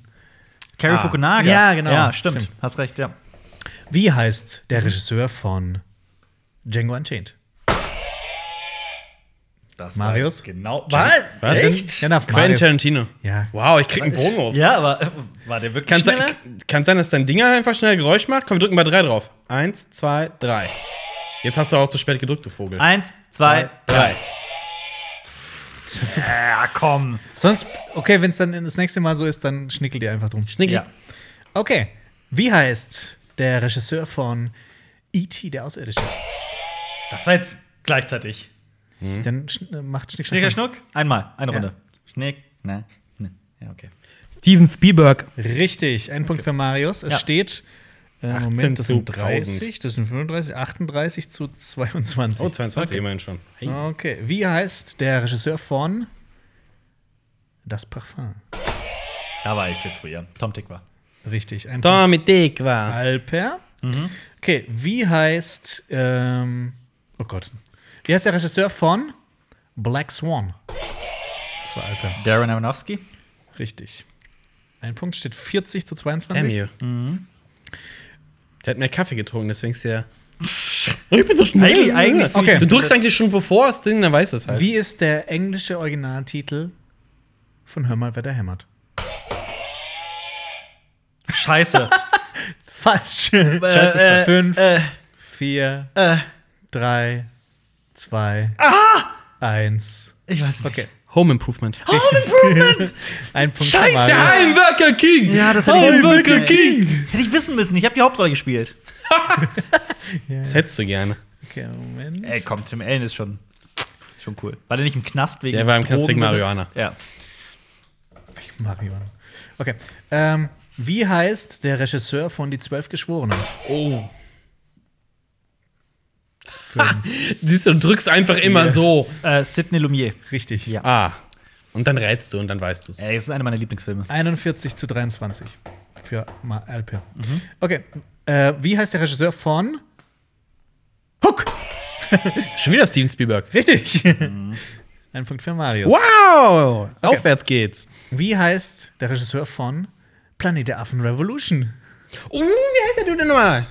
Speaker 1: Cary
Speaker 3: Ah.
Speaker 1: Fukunaga.
Speaker 2: Ja, genau.
Speaker 1: Ja, stimmt.
Speaker 2: Stimmt.
Speaker 1: Hast recht, ja.
Speaker 2: Wie heißt der Regisseur von Django Unchained?
Speaker 1: Das
Speaker 2: war Marius?
Speaker 1: Genau.
Speaker 3: Was?
Speaker 2: Ja, na, auf
Speaker 3: Quentin
Speaker 2: Marius.
Speaker 3: Tarantino.
Speaker 2: Ja.
Speaker 3: Wow, ich krieg einen Bogen auf.
Speaker 1: Ja, aber äh, war der wirklich
Speaker 3: Kann
Speaker 1: schneller?
Speaker 3: sein, kann sein, dass dein Dinger einfach schnell Geräusch macht. Komm, wir drücken bei drei drauf. Eins, zwei, drei. Jetzt hast du auch zu spät gedrückt, du Vogel.
Speaker 1: Eins, zwei,
Speaker 3: drei.
Speaker 1: ja, komm.
Speaker 2: Sonst, okay, wenn es dann das nächste Mal so ist, dann schnickelt ihr einfach drum.
Speaker 3: Schnicki.
Speaker 1: Ja.
Speaker 2: Okay. Wie heißt der Regisseur von E.T., der Außerirdische?
Speaker 1: Das war jetzt gleichzeitig.
Speaker 2: Dann schn äh, macht Schnick,
Speaker 1: Schnicker
Speaker 2: Schnack, Schnack.
Speaker 1: Schnuck, einmal, eine
Speaker 2: Ja.
Speaker 1: Runde. Schnick, ne, ne. Ja, okay.
Speaker 3: Steven Spielberg.
Speaker 2: Richtig. Ein Punkt für Marius. Es
Speaker 1: Ja.
Speaker 2: steht. Äh,
Speaker 3: 18
Speaker 2: Moment, das
Speaker 3: zu
Speaker 2: sind
Speaker 3: 1000.
Speaker 2: 30, das sind 35, 38 zu 22.
Speaker 3: Oh, 22 immerhin schon. Mhm.
Speaker 2: Okay, wie heißt der Regisseur von Das Parfum?
Speaker 1: Da war ich jetzt früher. Tom Tick war.
Speaker 2: Richtig, ein Punkt
Speaker 3: Damit dick
Speaker 2: für
Speaker 3: war.
Speaker 2: Alper.
Speaker 1: Mhm.
Speaker 2: Okay, wie heißt ähm, Oh Gott. Wie heißt der Regisseur von Black Swan? Das war Alper.
Speaker 1: Darren Aronofsky.
Speaker 2: Richtig. Ein Punkt steht 40 zu 22.
Speaker 3: Damn you.
Speaker 1: Mhm.
Speaker 3: Der hat mehr Kaffee getrunken, deswegen ist der. ich bin so schnell.
Speaker 1: Eigentlich- eigentlich-
Speaker 3: okay. Du
Speaker 2: Du
Speaker 3: drückst eigentlich schon bevor das Ding, dann weißt du es halt.
Speaker 2: Wie ist der englische Originaltitel von Hör mal, wer da hämmert?
Speaker 1: [LAUGHS] Scheiße.
Speaker 2: Falsch. Scheiße,
Speaker 1: Scheiße,
Speaker 2: es war
Speaker 1: äh,
Speaker 2: fünf.
Speaker 1: äh,
Speaker 2: Vier,
Speaker 1: äh, Ah!
Speaker 2: drei, zwei, eins.
Speaker 1: ich weiß nicht.
Speaker 2: Okay.
Speaker 3: Home Improvement. Oh,
Speaker 2: Ein Punkt. für
Speaker 1: Scheiße,
Speaker 2: Mario.
Speaker 3: Heimwerker King!
Speaker 1: Ja, das hätte ich wissen
Speaker 3: Heimwerker
Speaker 1: müssen, ey.
Speaker 3: King!
Speaker 1: Hätte ich wissen müssen, ich habe die Hauptrolle gespielt.
Speaker 3: Das hättest du gerne.
Speaker 2: Okay, Moment.
Speaker 1: Ey, komm, Tim Allen ist schon, schon cool. War der nicht im Knast wegen.
Speaker 3: Der war im Knast wegen
Speaker 1: Drogenbesitz? Ja.
Speaker 2: Mario. Okay. Ähm, wie heißt der Regisseur von Die Zwölf Geschworenen?
Speaker 3: Oh.
Speaker 2: Fünf.
Speaker 3: [LAUGHS] Siehst du, du drückst einfach immer so.
Speaker 1: Äh, Sidney Lumier.
Speaker 2: Richtig.
Speaker 1: Ja.
Speaker 3: Ah. Und dann rätst du und dann weißt du es.
Speaker 1: Ey, das ist einer meiner Lieblingsfilme.
Speaker 2: 41 zu 23 für Ma Alper. Okay. Äh, wie heißt der Regisseur von Hook?
Speaker 3: Schon wieder Steven Spielberg.
Speaker 2: Richtig. Mhm. Ein Punkt für Mario.
Speaker 3: Wow! Aufwärts geht's.
Speaker 2: Wie heißt der Regisseur von Planet der Affen
Speaker 3: Oh,
Speaker 2: Revolution?
Speaker 3: Uh, wie heißt der Dude denn nochmal?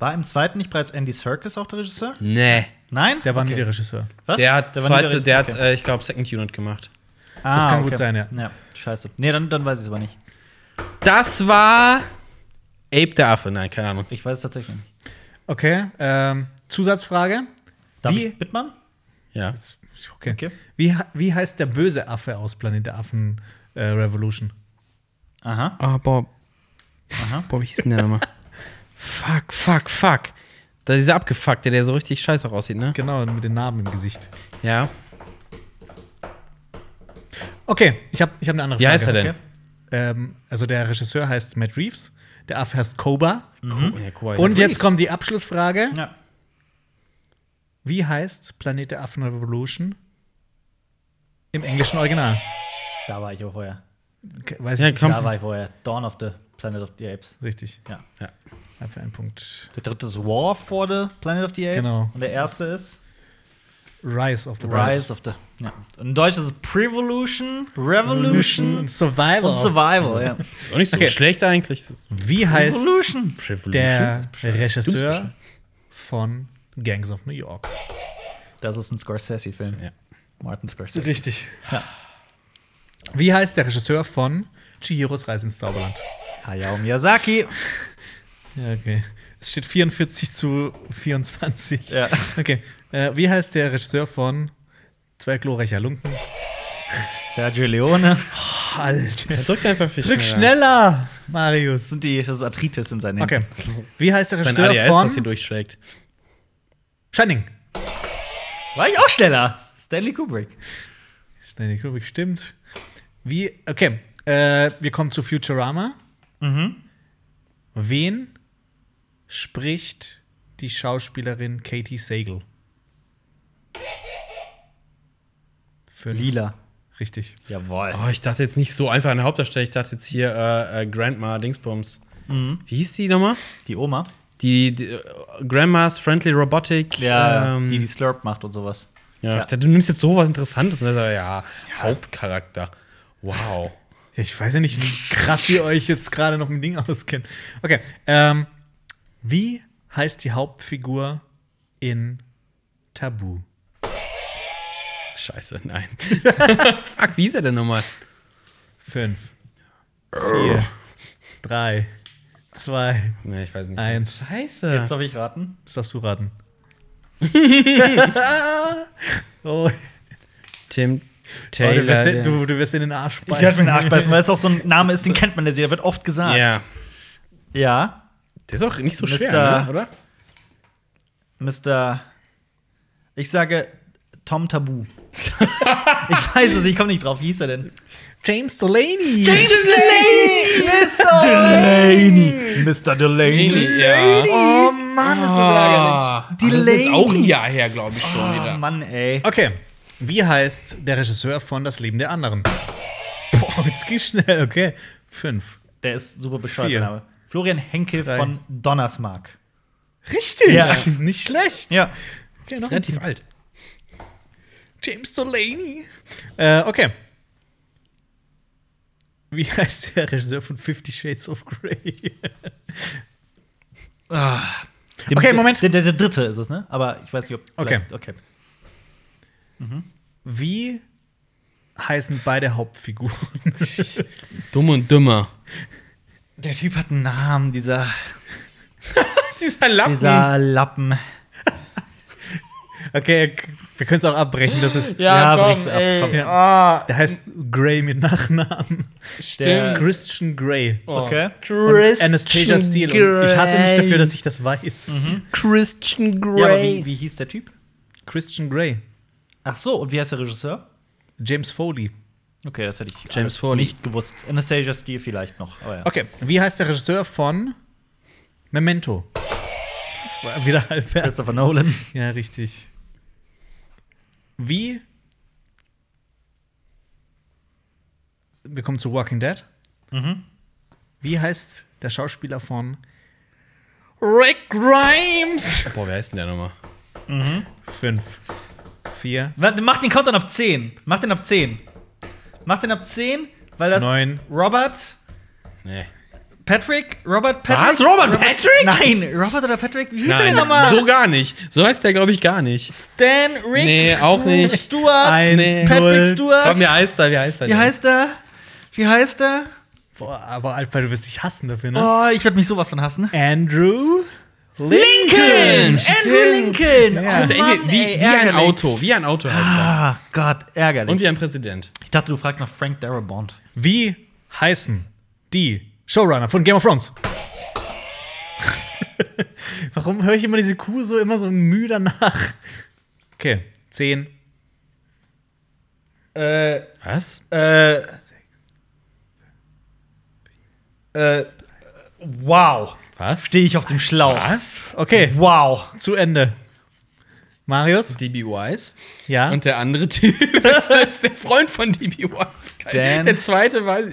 Speaker 1: War im zweiten nicht bereits Andy Serkis auch der Regisseur?
Speaker 3: Nee.
Speaker 1: Nein?
Speaker 2: Der war nie
Speaker 1: Okay.
Speaker 2: der Regisseur.
Speaker 1: Was?
Speaker 3: Der hat
Speaker 1: war nie
Speaker 3: zweite, der
Speaker 1: Regisseur?
Speaker 3: hat, äh, ich glaube, Second Unit gemacht.
Speaker 1: Okay. Ah,
Speaker 2: kann gut sein, ja.
Speaker 1: Ja, scheiße. Nee, dann, dann weiß ich es aber nicht.
Speaker 3: Das war Ape der Affe. Nein, keine Ahnung.
Speaker 1: Ich weiß es tatsächlich nicht.
Speaker 2: Okay, ähm, Zusatzfrage.
Speaker 1: Darf
Speaker 2: Wie-
Speaker 1: ich Bittmann?
Speaker 3: Ja.
Speaker 2: Okay.
Speaker 1: Okay.
Speaker 2: Wie, wie heißt der böse Affe aus Planet der Affen äh, Revolution?
Speaker 1: Aha.
Speaker 3: Ah, Bob.
Speaker 1: Aha.
Speaker 3: Boah, wie hieß denn der nochmal? [LAUGHS] fuck, fuck, fuck. Da dieser Abgefuckte, der so richtig scheiße auch aussieht, ne?
Speaker 2: Genau, mit den Narben im Gesicht.
Speaker 3: Ja.
Speaker 2: Okay, ich habe ich hab eine andere
Speaker 3: Wie
Speaker 2: Frage.
Speaker 3: heißt er denn?
Speaker 2: Ähm, also der Regisseur heißt Matt Reeves, der Affe heißt Cobra.
Speaker 3: Oh, ja, guck mal,
Speaker 2: Und
Speaker 3: ja.
Speaker 2: jetzt kommt die Abschlussfrage.
Speaker 1: Ja.
Speaker 2: Wie heißt Planet der Affen Revolution im englischen Original?
Speaker 1: Da war ich auch vorher.
Speaker 2: Ke- Weiß
Speaker 3: Ja,
Speaker 2: ich
Speaker 3: komm.
Speaker 2: nicht.
Speaker 1: Da war ich vorher. Dawn of the Planet of the Apes.
Speaker 2: Richtig.
Speaker 1: Ja.
Speaker 2: Dafür einen Punkt.
Speaker 1: Der dritte ist War for the Planet of the Apes.
Speaker 2: Genau.
Speaker 1: Und der erste ist
Speaker 2: Rise of the
Speaker 1: Rise of the. Ja. Und in Deutsch ist es Prevolution, Revolution
Speaker 2: und Survival.
Speaker 1: und Survival. Ja.
Speaker 3: Auch nicht so
Speaker 2: Okay.
Speaker 3: schlecht eigentlich. Das ist
Speaker 2: Wie heißt
Speaker 1: Revolution.
Speaker 2: der
Speaker 3: Du
Speaker 2: Regisseur von Gangs of New York?
Speaker 1: Das ist ein Scorsese-Film.
Speaker 3: Ja.
Speaker 1: Martin Scorsese.
Speaker 2: Richtig. Wie heißt der Regisseur von Chihiros Reise ins Zauberland?
Speaker 1: Hayao Miyazaki.
Speaker 2: Ja, okay. Es steht 44 zu 24.
Speaker 1: Ja.
Speaker 2: Okay. Äh, wie heißt der Regisseur von Zwei glorreicher Lunken?
Speaker 1: Sergio Leone. Halt.
Speaker 2: Alter.
Speaker 3: Drück einfach viel
Speaker 2: Drück schneller, Marius.
Speaker 1: Das, sind die, das ist Arthritis in seinen
Speaker 2: Okay.
Speaker 1: Händen.
Speaker 2: Wie heißt der
Speaker 3: Das ist
Speaker 2: Regisseur
Speaker 3: dein ADS, das hier
Speaker 2: von
Speaker 3: durchschlägt.
Speaker 2: Shining?
Speaker 1: War ich auch schneller? Stanley Kubrick.
Speaker 2: Stanley Kubrick, stimmt. Wie, okay. Äh, wir kommen zu Futurama.
Speaker 1: Mhm.
Speaker 2: Wen spricht die Schauspielerin Katie Sagal? Fünf.
Speaker 1: Lila.
Speaker 2: Richtig.
Speaker 1: Jawohl.
Speaker 3: Oh, ich dachte jetzt nicht so einfach an der Hauptdarsteller. Ich dachte jetzt hier äh, äh, Grandma Dingsbums. Wie hieß die nochmal?
Speaker 1: Die Oma.
Speaker 3: Die, die äh, Grandma's Friendly Robotic.
Speaker 1: Ja,
Speaker 3: ähm,
Speaker 1: die die Slurp macht und sowas.
Speaker 3: ja. Ich dachte, du nimmst jetzt sowas Interessantes. Ne? Ja, Hauptcharakter. Wow.
Speaker 2: Ja, Ich weiß ja nicht, wie krass ihr euch jetzt gerade noch mit Ding auskennt. Okay. Ähm, wie heißt die Hauptfigur in Tabu?
Speaker 3: Scheiße,
Speaker 1: [LAUGHS]
Speaker 3: nein. Fuck, wie ist er denn nochmal?
Speaker 2: Fünf. Vier. drei. Zwei.
Speaker 3: Nee, ich weiß nicht.
Speaker 2: Eins.
Speaker 3: Scheiße.
Speaker 1: Jetzt darf ich raten.
Speaker 2: Das darfst du raten. oh,
Speaker 3: Tim
Speaker 1: Oh,
Speaker 3: Taylor.
Speaker 2: du, wirst,
Speaker 3: der-
Speaker 2: in- du, du wirst in den Arsch
Speaker 1: Ich werde mir
Speaker 2: beißen.
Speaker 1: den Arsch beißen, weil es auch so ein Name ist, den kennt man ja sehr, wird oft gesagt.
Speaker 3: ja.
Speaker 1: Ja,
Speaker 3: Der ist auch nicht so schwer,
Speaker 1: Mister-
Speaker 3: ne? oder?
Speaker 1: Mr. Ich sage Tom Tabu. ich weiß es, nicht, ich komme nicht drauf. Wie hieß er denn?
Speaker 2: James Delaney.
Speaker 1: Delaney! Mr. Delaney!
Speaker 3: Ja.
Speaker 2: Oh Mann, das ist
Speaker 3: Ah,
Speaker 1: Die
Speaker 3: das ist jetzt
Speaker 1: Lady.
Speaker 3: auch ein Jahr her, glaube ich, schon
Speaker 1: Oh,
Speaker 3: wieder.
Speaker 1: Mann, ey.
Speaker 2: Okay. Wie heißt der Regisseur von Das Leben der anderen? Boah, jetzt geh schnell. Okay. Fünf.
Speaker 1: Der ist super bescheuert,
Speaker 2: Vier.
Speaker 1: der Name. Florian Henkel
Speaker 2: Drei.
Speaker 1: von Donnersmark.
Speaker 2: Richtig.
Speaker 1: Ja.
Speaker 2: [LAUGHS] Nicht schlecht.
Speaker 1: Ja.
Speaker 2: Okay,
Speaker 3: Ist
Speaker 2: noch.
Speaker 3: relativ alt.
Speaker 2: James Delaney. Äh, okay. Wie [LAUGHS] heißt der Regisseur von Fifty Shades of Grey? Okay, Moment.
Speaker 1: Der, der, der dritte ist es, ne? Aber ich weiß nicht, ob.
Speaker 2: Okay.
Speaker 1: vielleicht- okay.
Speaker 2: Wie heißen beide Hauptfiguren? [LAUGHS]
Speaker 3: Dumm und dümmer.
Speaker 1: Der Typ hat einen Namen, dieser,
Speaker 3: Dieser Lappen.
Speaker 1: [LAUGHS] dieser Lappen.
Speaker 2: Okay, k- wir können es auch abbrechen. Das ist,
Speaker 1: Ja, komm,
Speaker 3: brich's
Speaker 1: ey.
Speaker 2: Ja.
Speaker 3: Ah,
Speaker 2: der heißt Grey mit Nachnamen.
Speaker 1: Der-
Speaker 2: Christian Grey.
Speaker 1: Okay.
Speaker 2: Und Anastasia Steele. Und ich hasse mich dafür, dass ich das weiß.
Speaker 3: Christian
Speaker 1: Ja, aber wie, wie hieß der Typ?
Speaker 2: Christian Grey.
Speaker 1: Ach so, und wie heißt der Regisseur?
Speaker 2: James Foley.
Speaker 1: Okay, das hätte ich
Speaker 3: James
Speaker 1: alles
Speaker 3: Foley.
Speaker 1: nicht gewusst. Anastasia Steele vielleicht noch. Aber ja.
Speaker 2: Okay, wie heißt der Regisseur von Memento? Das war wieder halbwert.
Speaker 1: Christopher Nolan.
Speaker 2: Ja, richtig. Wie? Wir kommen zu Walking Dead.
Speaker 1: Mhm.
Speaker 2: Wie heißt der Schauspieler von Rick Grimes?
Speaker 3: Boah, wer heißt denn der nochmal?
Speaker 2: Fünf, vier,
Speaker 1: Warte, Mach den Countdown ab 10. Mach den ab 10. Mach den ab 10, weil das
Speaker 2: Neun.
Speaker 1: Robert
Speaker 3: Nee.
Speaker 1: Patrick, Robert Patrick.
Speaker 3: Was? Robert Patrick?
Speaker 1: Nein, [LAUGHS] Robert oder Patrick? Wie hieß er denn
Speaker 3: Nein,
Speaker 1: nochmal?
Speaker 3: so gar nicht. So heißt der, glaube ich, gar nicht.
Speaker 1: Stan Riggs.
Speaker 3: Nee, auch nicht.
Speaker 1: Stuart.
Speaker 2: Eins,
Speaker 3: nee.
Speaker 1: Patrick
Speaker 2: null.
Speaker 3: Komm,
Speaker 1: Stuart.
Speaker 3: wie heißt er? Wie heißt er?
Speaker 1: Wie
Speaker 3: denn?
Speaker 1: heißt er? Wie heißt er?
Speaker 2: Boah, aber Alper, du wirst dich hassen dafür, ne?
Speaker 1: Oh, ich werde mich sowas von hassen.
Speaker 2: Andrew
Speaker 1: Lincoln! Andrew Lincoln!
Speaker 2: Ja.
Speaker 3: Also,
Speaker 1: Oh, Mann,
Speaker 3: wie,
Speaker 1: ey,
Speaker 3: wie ein
Speaker 1: ärgerlich.
Speaker 3: Auto. Wie ein Auto heißt er.
Speaker 1: Ah, Gott, ärgerlich.
Speaker 3: Und wie ein Präsident.
Speaker 1: ich dachte, du fragst nach Frank Darabont.
Speaker 2: Wie heißen die Showrunner von Game
Speaker 1: [LAUGHS]
Speaker 2: of Thrones? Warum höre ich immer diese Kuh so immer so müde nach? Okay, 10.
Speaker 1: Äh,
Speaker 3: Was?
Speaker 1: äh. Äh. Wow.
Speaker 3: Was?
Speaker 1: Stehe ich auf dem Schlauch.
Speaker 3: Was?
Speaker 2: Okay,
Speaker 1: Wow.
Speaker 2: zu Ende. Marius?
Speaker 3: DB Wise.
Speaker 1: Ah.
Speaker 2: Ja.
Speaker 3: Und der andere [LAUGHS] Typ ist, das der Freund von DB Wise. Geil.
Speaker 1: Dan.
Speaker 3: Der zweite weiß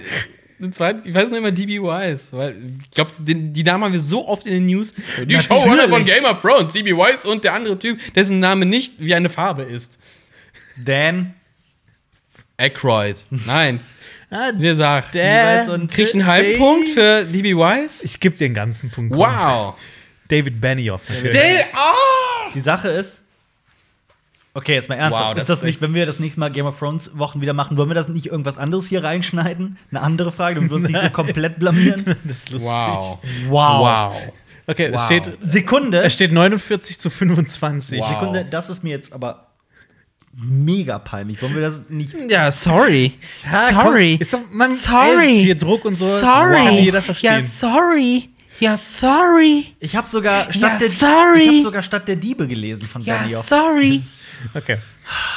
Speaker 3: der zweite, ich weiß noch immer DB Wise, weil ich glaube, den- die Namen haben wir so oft in den News. Die Showrunner von Game of Thrones, DB Wise und der andere Typ, dessen Name nicht wie eine Farbe ist.
Speaker 1: Dan.
Speaker 3: Aykroyd. Nein,
Speaker 1: [LAUGHS]
Speaker 2: Ah,
Speaker 3: wir sagen.
Speaker 2: der-
Speaker 3: Krieg einen halben
Speaker 2: der-
Speaker 3: Punkt für DB Wise?
Speaker 2: Ich gebe dir einen ganzen Punkt. Komm.
Speaker 3: Wow.
Speaker 2: David Benioff natürlich.
Speaker 3: Der, ah!
Speaker 1: Die Sache ist. Okay, jetzt mal ernsthaft.
Speaker 3: Wow, das
Speaker 1: ist das
Speaker 3: ist echt-
Speaker 1: nicht, wenn wir das nächste Mal Game of Thrones Wochen wieder machen, wollen wir das nicht irgendwas anderes hier reinschneiden? Eine andere Frage, damit wir uns nicht
Speaker 3: [LAUGHS]
Speaker 1: so komplett blamieren.
Speaker 2: Das ist lustig.
Speaker 3: Wow.
Speaker 1: Wow.
Speaker 3: Wow.
Speaker 2: Okay,
Speaker 3: Wow.
Speaker 2: Es, steht,
Speaker 1: Sekunde.
Speaker 2: es steht 49 zu 25.
Speaker 3: Wow.
Speaker 1: Sekunde, das ist mir jetzt aber mega peinlich. Wollen wir das nicht.
Speaker 3: Ja, sorry.
Speaker 2: Ja, Ah, komm, ist doch- man- ey, ist hier Druck und so, kann jeder verstehen.
Speaker 3: sorry. Ja, sorry.
Speaker 1: Ich habe sogar statt
Speaker 3: Ja,
Speaker 1: der
Speaker 3: sorry.
Speaker 1: Ich hab sogar statt der Diebe gelesen von Benioff.
Speaker 3: sorry.
Speaker 2: Okay.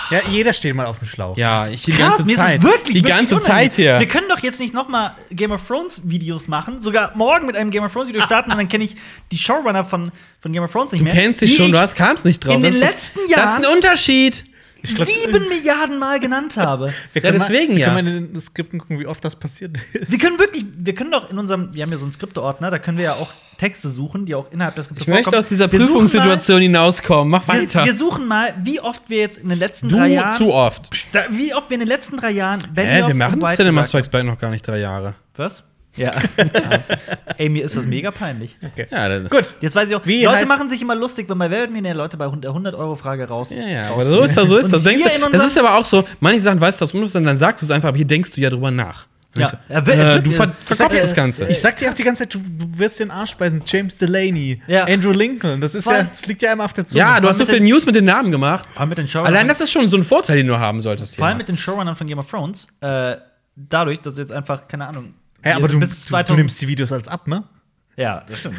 Speaker 2: Ja, jeder steht mal auf dem Schlauch.
Speaker 3: Ja, ich die
Speaker 1: Krass,
Speaker 3: ganze
Speaker 1: mir ist es
Speaker 3: Zeit.
Speaker 1: wirklich,
Speaker 3: die
Speaker 1: wirklich
Speaker 3: ganze
Speaker 1: unangenehm.
Speaker 3: Zeit hier.
Speaker 1: Wir können doch jetzt nicht noch mal Game of Thrones Videos machen, sogar morgen mit einem Game of Thrones Video starten und dann kenne ich die Showrunner von, von Game of Thrones nicht
Speaker 3: Du
Speaker 1: mehr.
Speaker 3: kennst dich
Speaker 1: die
Speaker 3: schon,
Speaker 1: ich
Speaker 3: du hast, kamst nicht drauf.
Speaker 1: in
Speaker 3: Das
Speaker 1: den
Speaker 3: ist-
Speaker 1: letzten
Speaker 3: Das
Speaker 1: Jahren-
Speaker 3: ist ein Unterschied.
Speaker 2: glaub-
Speaker 1: sieben Milliarden Mal genannt habe.
Speaker 2: Wir
Speaker 3: Ja,
Speaker 2: können
Speaker 3: deswegen
Speaker 2: mal,
Speaker 3: ja.
Speaker 2: Wir können mal in den Skripten gucken, wie oft das passiert ist.
Speaker 1: Wir können wirklich, wir können doch in unserem, wir haben ja so einen Skripteordner, da können wir ja auch Texte suchen, die auch innerhalb des Skriptes
Speaker 3: Ich möchte
Speaker 1: vorkommen.
Speaker 3: aus dieser
Speaker 1: Wir suchen
Speaker 3: Prüfungssituation hinauskommen. Mach
Speaker 1: mal- Wir,
Speaker 3: weiter.
Speaker 1: wir suchen mal, wie oft wir jetzt in den letzten drei
Speaker 3: du
Speaker 1: Jahren,
Speaker 3: zu oft.
Speaker 1: da, wie oft wir in den letzten drei Jahren
Speaker 3: Hä,
Speaker 1: Benioff
Speaker 3: wir machen
Speaker 1: und
Speaker 3: das
Speaker 1: White
Speaker 3: denn im
Speaker 1: gesagt-
Speaker 3: Master X noch gar nicht drei Jahre.
Speaker 1: Was? Ja. [LAUGHS] Ey, mir ist das mega peinlich.
Speaker 2: Okay.
Speaker 3: Ja, dann-
Speaker 2: Gut.
Speaker 1: Jetzt weiß ich auch,
Speaker 2: Wie
Speaker 1: Leute
Speaker 2: heißt-
Speaker 1: machen sich immer lustig, wenn bei Wer wird Millionär Leute bei 100-Euro-Frage raus.
Speaker 3: Ja, ja, aber
Speaker 1: raus-
Speaker 3: so ist das, so ist
Speaker 1: Und
Speaker 3: das. Denkst
Speaker 1: wir
Speaker 3: du,
Speaker 1: in
Speaker 3: das
Speaker 1: unserem-
Speaker 3: ist aber auch so, manche Sachen weißt du aus dem Unbewusstsein, dann sagst du es einfach, aber hier denkst du ja drüber nach. Und
Speaker 1: Ja.
Speaker 3: ich so,
Speaker 1: Ja, wir-
Speaker 3: äh, du
Speaker 1: wir-
Speaker 3: ver
Speaker 1: wir-
Speaker 3: verkaufst das
Speaker 1: äh,
Speaker 3: Ganze.
Speaker 2: Ich sag dir auch die ganze Zeit, du du wirst den Arsch beißen. James Delaney,
Speaker 1: Ja.
Speaker 2: Andrew Lincoln, das ist
Speaker 1: Voll.
Speaker 2: ja, das liegt ja einmal auf der Zunge.
Speaker 3: ja, du hast so
Speaker 1: mit
Speaker 3: viel News mit den Namen gemacht.
Speaker 1: Vor allem mit den Showrunnern,
Speaker 3: Allein das ist schon so ein Vorteil, den du haben solltest.
Speaker 1: vor allem
Speaker 3: hier.
Speaker 1: mit den Showrunnern von Game of Thrones, äh, dadurch, dass jetzt einfach, keine Ahnung,
Speaker 2: Hä,
Speaker 1: wir
Speaker 2: aber du,
Speaker 1: sind
Speaker 2: du, du nimmst die Videos als ab, ne?
Speaker 1: Ja, das stimmt.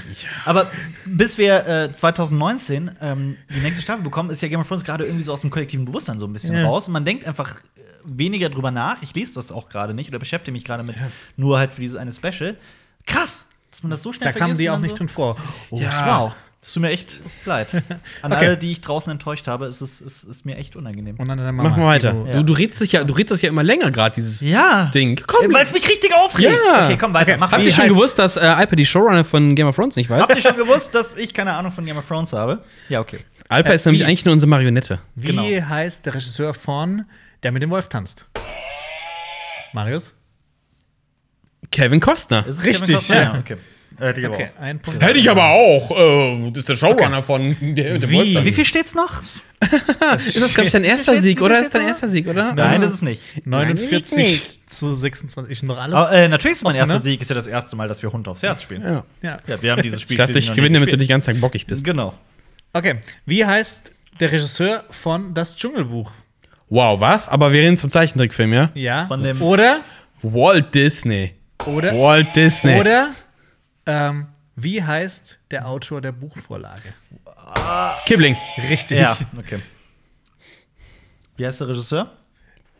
Speaker 1: Aber bis wir äh, 2019 ähm, die nächste Staffel bekommen, ist ja Game of Thrones gerade irgendwie so aus dem kollektiven Bewusstsein so ein bisschen
Speaker 2: Ja.
Speaker 1: raus. Und man denkt einfach äh, weniger drüber nach. Ich lese das auch gerade nicht oder beschäftige mich gerade mit nur halt für dieses eine Special. Krass, dass man das so schnell
Speaker 2: Da kamen
Speaker 1: vergisst
Speaker 2: die
Speaker 1: und
Speaker 2: auch
Speaker 1: dann
Speaker 2: nicht
Speaker 1: so.
Speaker 2: drin vor. Oh,
Speaker 3: Ja.
Speaker 1: Wow. Das tut mir echt leid. An
Speaker 2: Okay.
Speaker 1: alle, die ich draußen enttäuscht habe, ist es ist, ist mir echt unangenehm.
Speaker 2: Und dann deine Mama.
Speaker 3: Mach mal weiter.
Speaker 2: die
Speaker 3: Du, du redest dich ja, du redest das ja immer länger gerade dieses
Speaker 1: Ja.
Speaker 3: Ding. Komm,
Speaker 1: Weil es mich richtig aufregt.
Speaker 3: Ja.
Speaker 1: Okay, komm weiter. Mach
Speaker 3: habt
Speaker 1: wie
Speaker 3: ihr schon
Speaker 1: heißt-
Speaker 3: gewusst, dass äh, Alper die Showrunner von Game of Thrones nicht weiß?
Speaker 1: Habt ihr schon gewusst, dass ich keine Ahnung von Game of Thrones habe? Ja, okay.
Speaker 3: Alper ist nämlich
Speaker 2: wie?
Speaker 3: eigentlich nur unsere Marionette.
Speaker 2: wo- Wie
Speaker 3: Genau.
Speaker 2: heißt der Regisseur von Der mit dem Wolf tanzt? Marius?
Speaker 3: Kevin Costner.
Speaker 1: Ist es
Speaker 2: Richtig,
Speaker 1: Kevin Costner?
Speaker 2: ja.
Speaker 1: ja. Okay. Hätte ich aber auch.
Speaker 2: ein Punkt.
Speaker 3: Hätte ich aber auch. Äh, das ist der Showrunner von der, der
Speaker 2: Wie?
Speaker 3: Wolfgang.
Speaker 1: Wie viel steht's noch?
Speaker 3: Ist das, glaube ich, dein erster
Speaker 1: Wie
Speaker 3: Sieg,
Speaker 1: viel
Speaker 3: oder?
Speaker 1: steht's
Speaker 3: Ist dein
Speaker 1: noch?
Speaker 3: erster Sieg, oder?
Speaker 1: Nein,
Speaker 3: Ah.
Speaker 1: das ist nicht.
Speaker 2: 49
Speaker 3: Nein, nicht.
Speaker 2: zu 26. Ist noch alles.
Speaker 3: Ah,
Speaker 1: Aber, äh, natürlich ist mein
Speaker 2: Offen,
Speaker 1: erster
Speaker 2: ne?
Speaker 1: Sieg ist ja das erste Mal, dass wir Hund aufs Herz spielen.
Speaker 3: Ja.
Speaker 2: ja.
Speaker 1: Ja, wir haben dieses Spiel.
Speaker 3: Ich lass dich
Speaker 1: noch nie
Speaker 3: gewinnen, damit du
Speaker 1: gespielt.
Speaker 3: den ganzen Tag bockig bist.
Speaker 1: Genau.
Speaker 2: Okay. Wie heißt der Regisseur von Das Dschungelbuch?
Speaker 3: Wow, was? Aber wir reden zum Zeichentrickfilm, ja?
Speaker 2: Ja.
Speaker 1: Von dem-
Speaker 2: oder,
Speaker 3: Walt Disney.
Speaker 2: oder,
Speaker 3: Walt Disney.
Speaker 2: oder, ähm, wie heißt der Autor der Buchvorlage?
Speaker 3: Kibling.
Speaker 2: Richtig.
Speaker 1: Ja, okay. Wie heißt der Regisseur?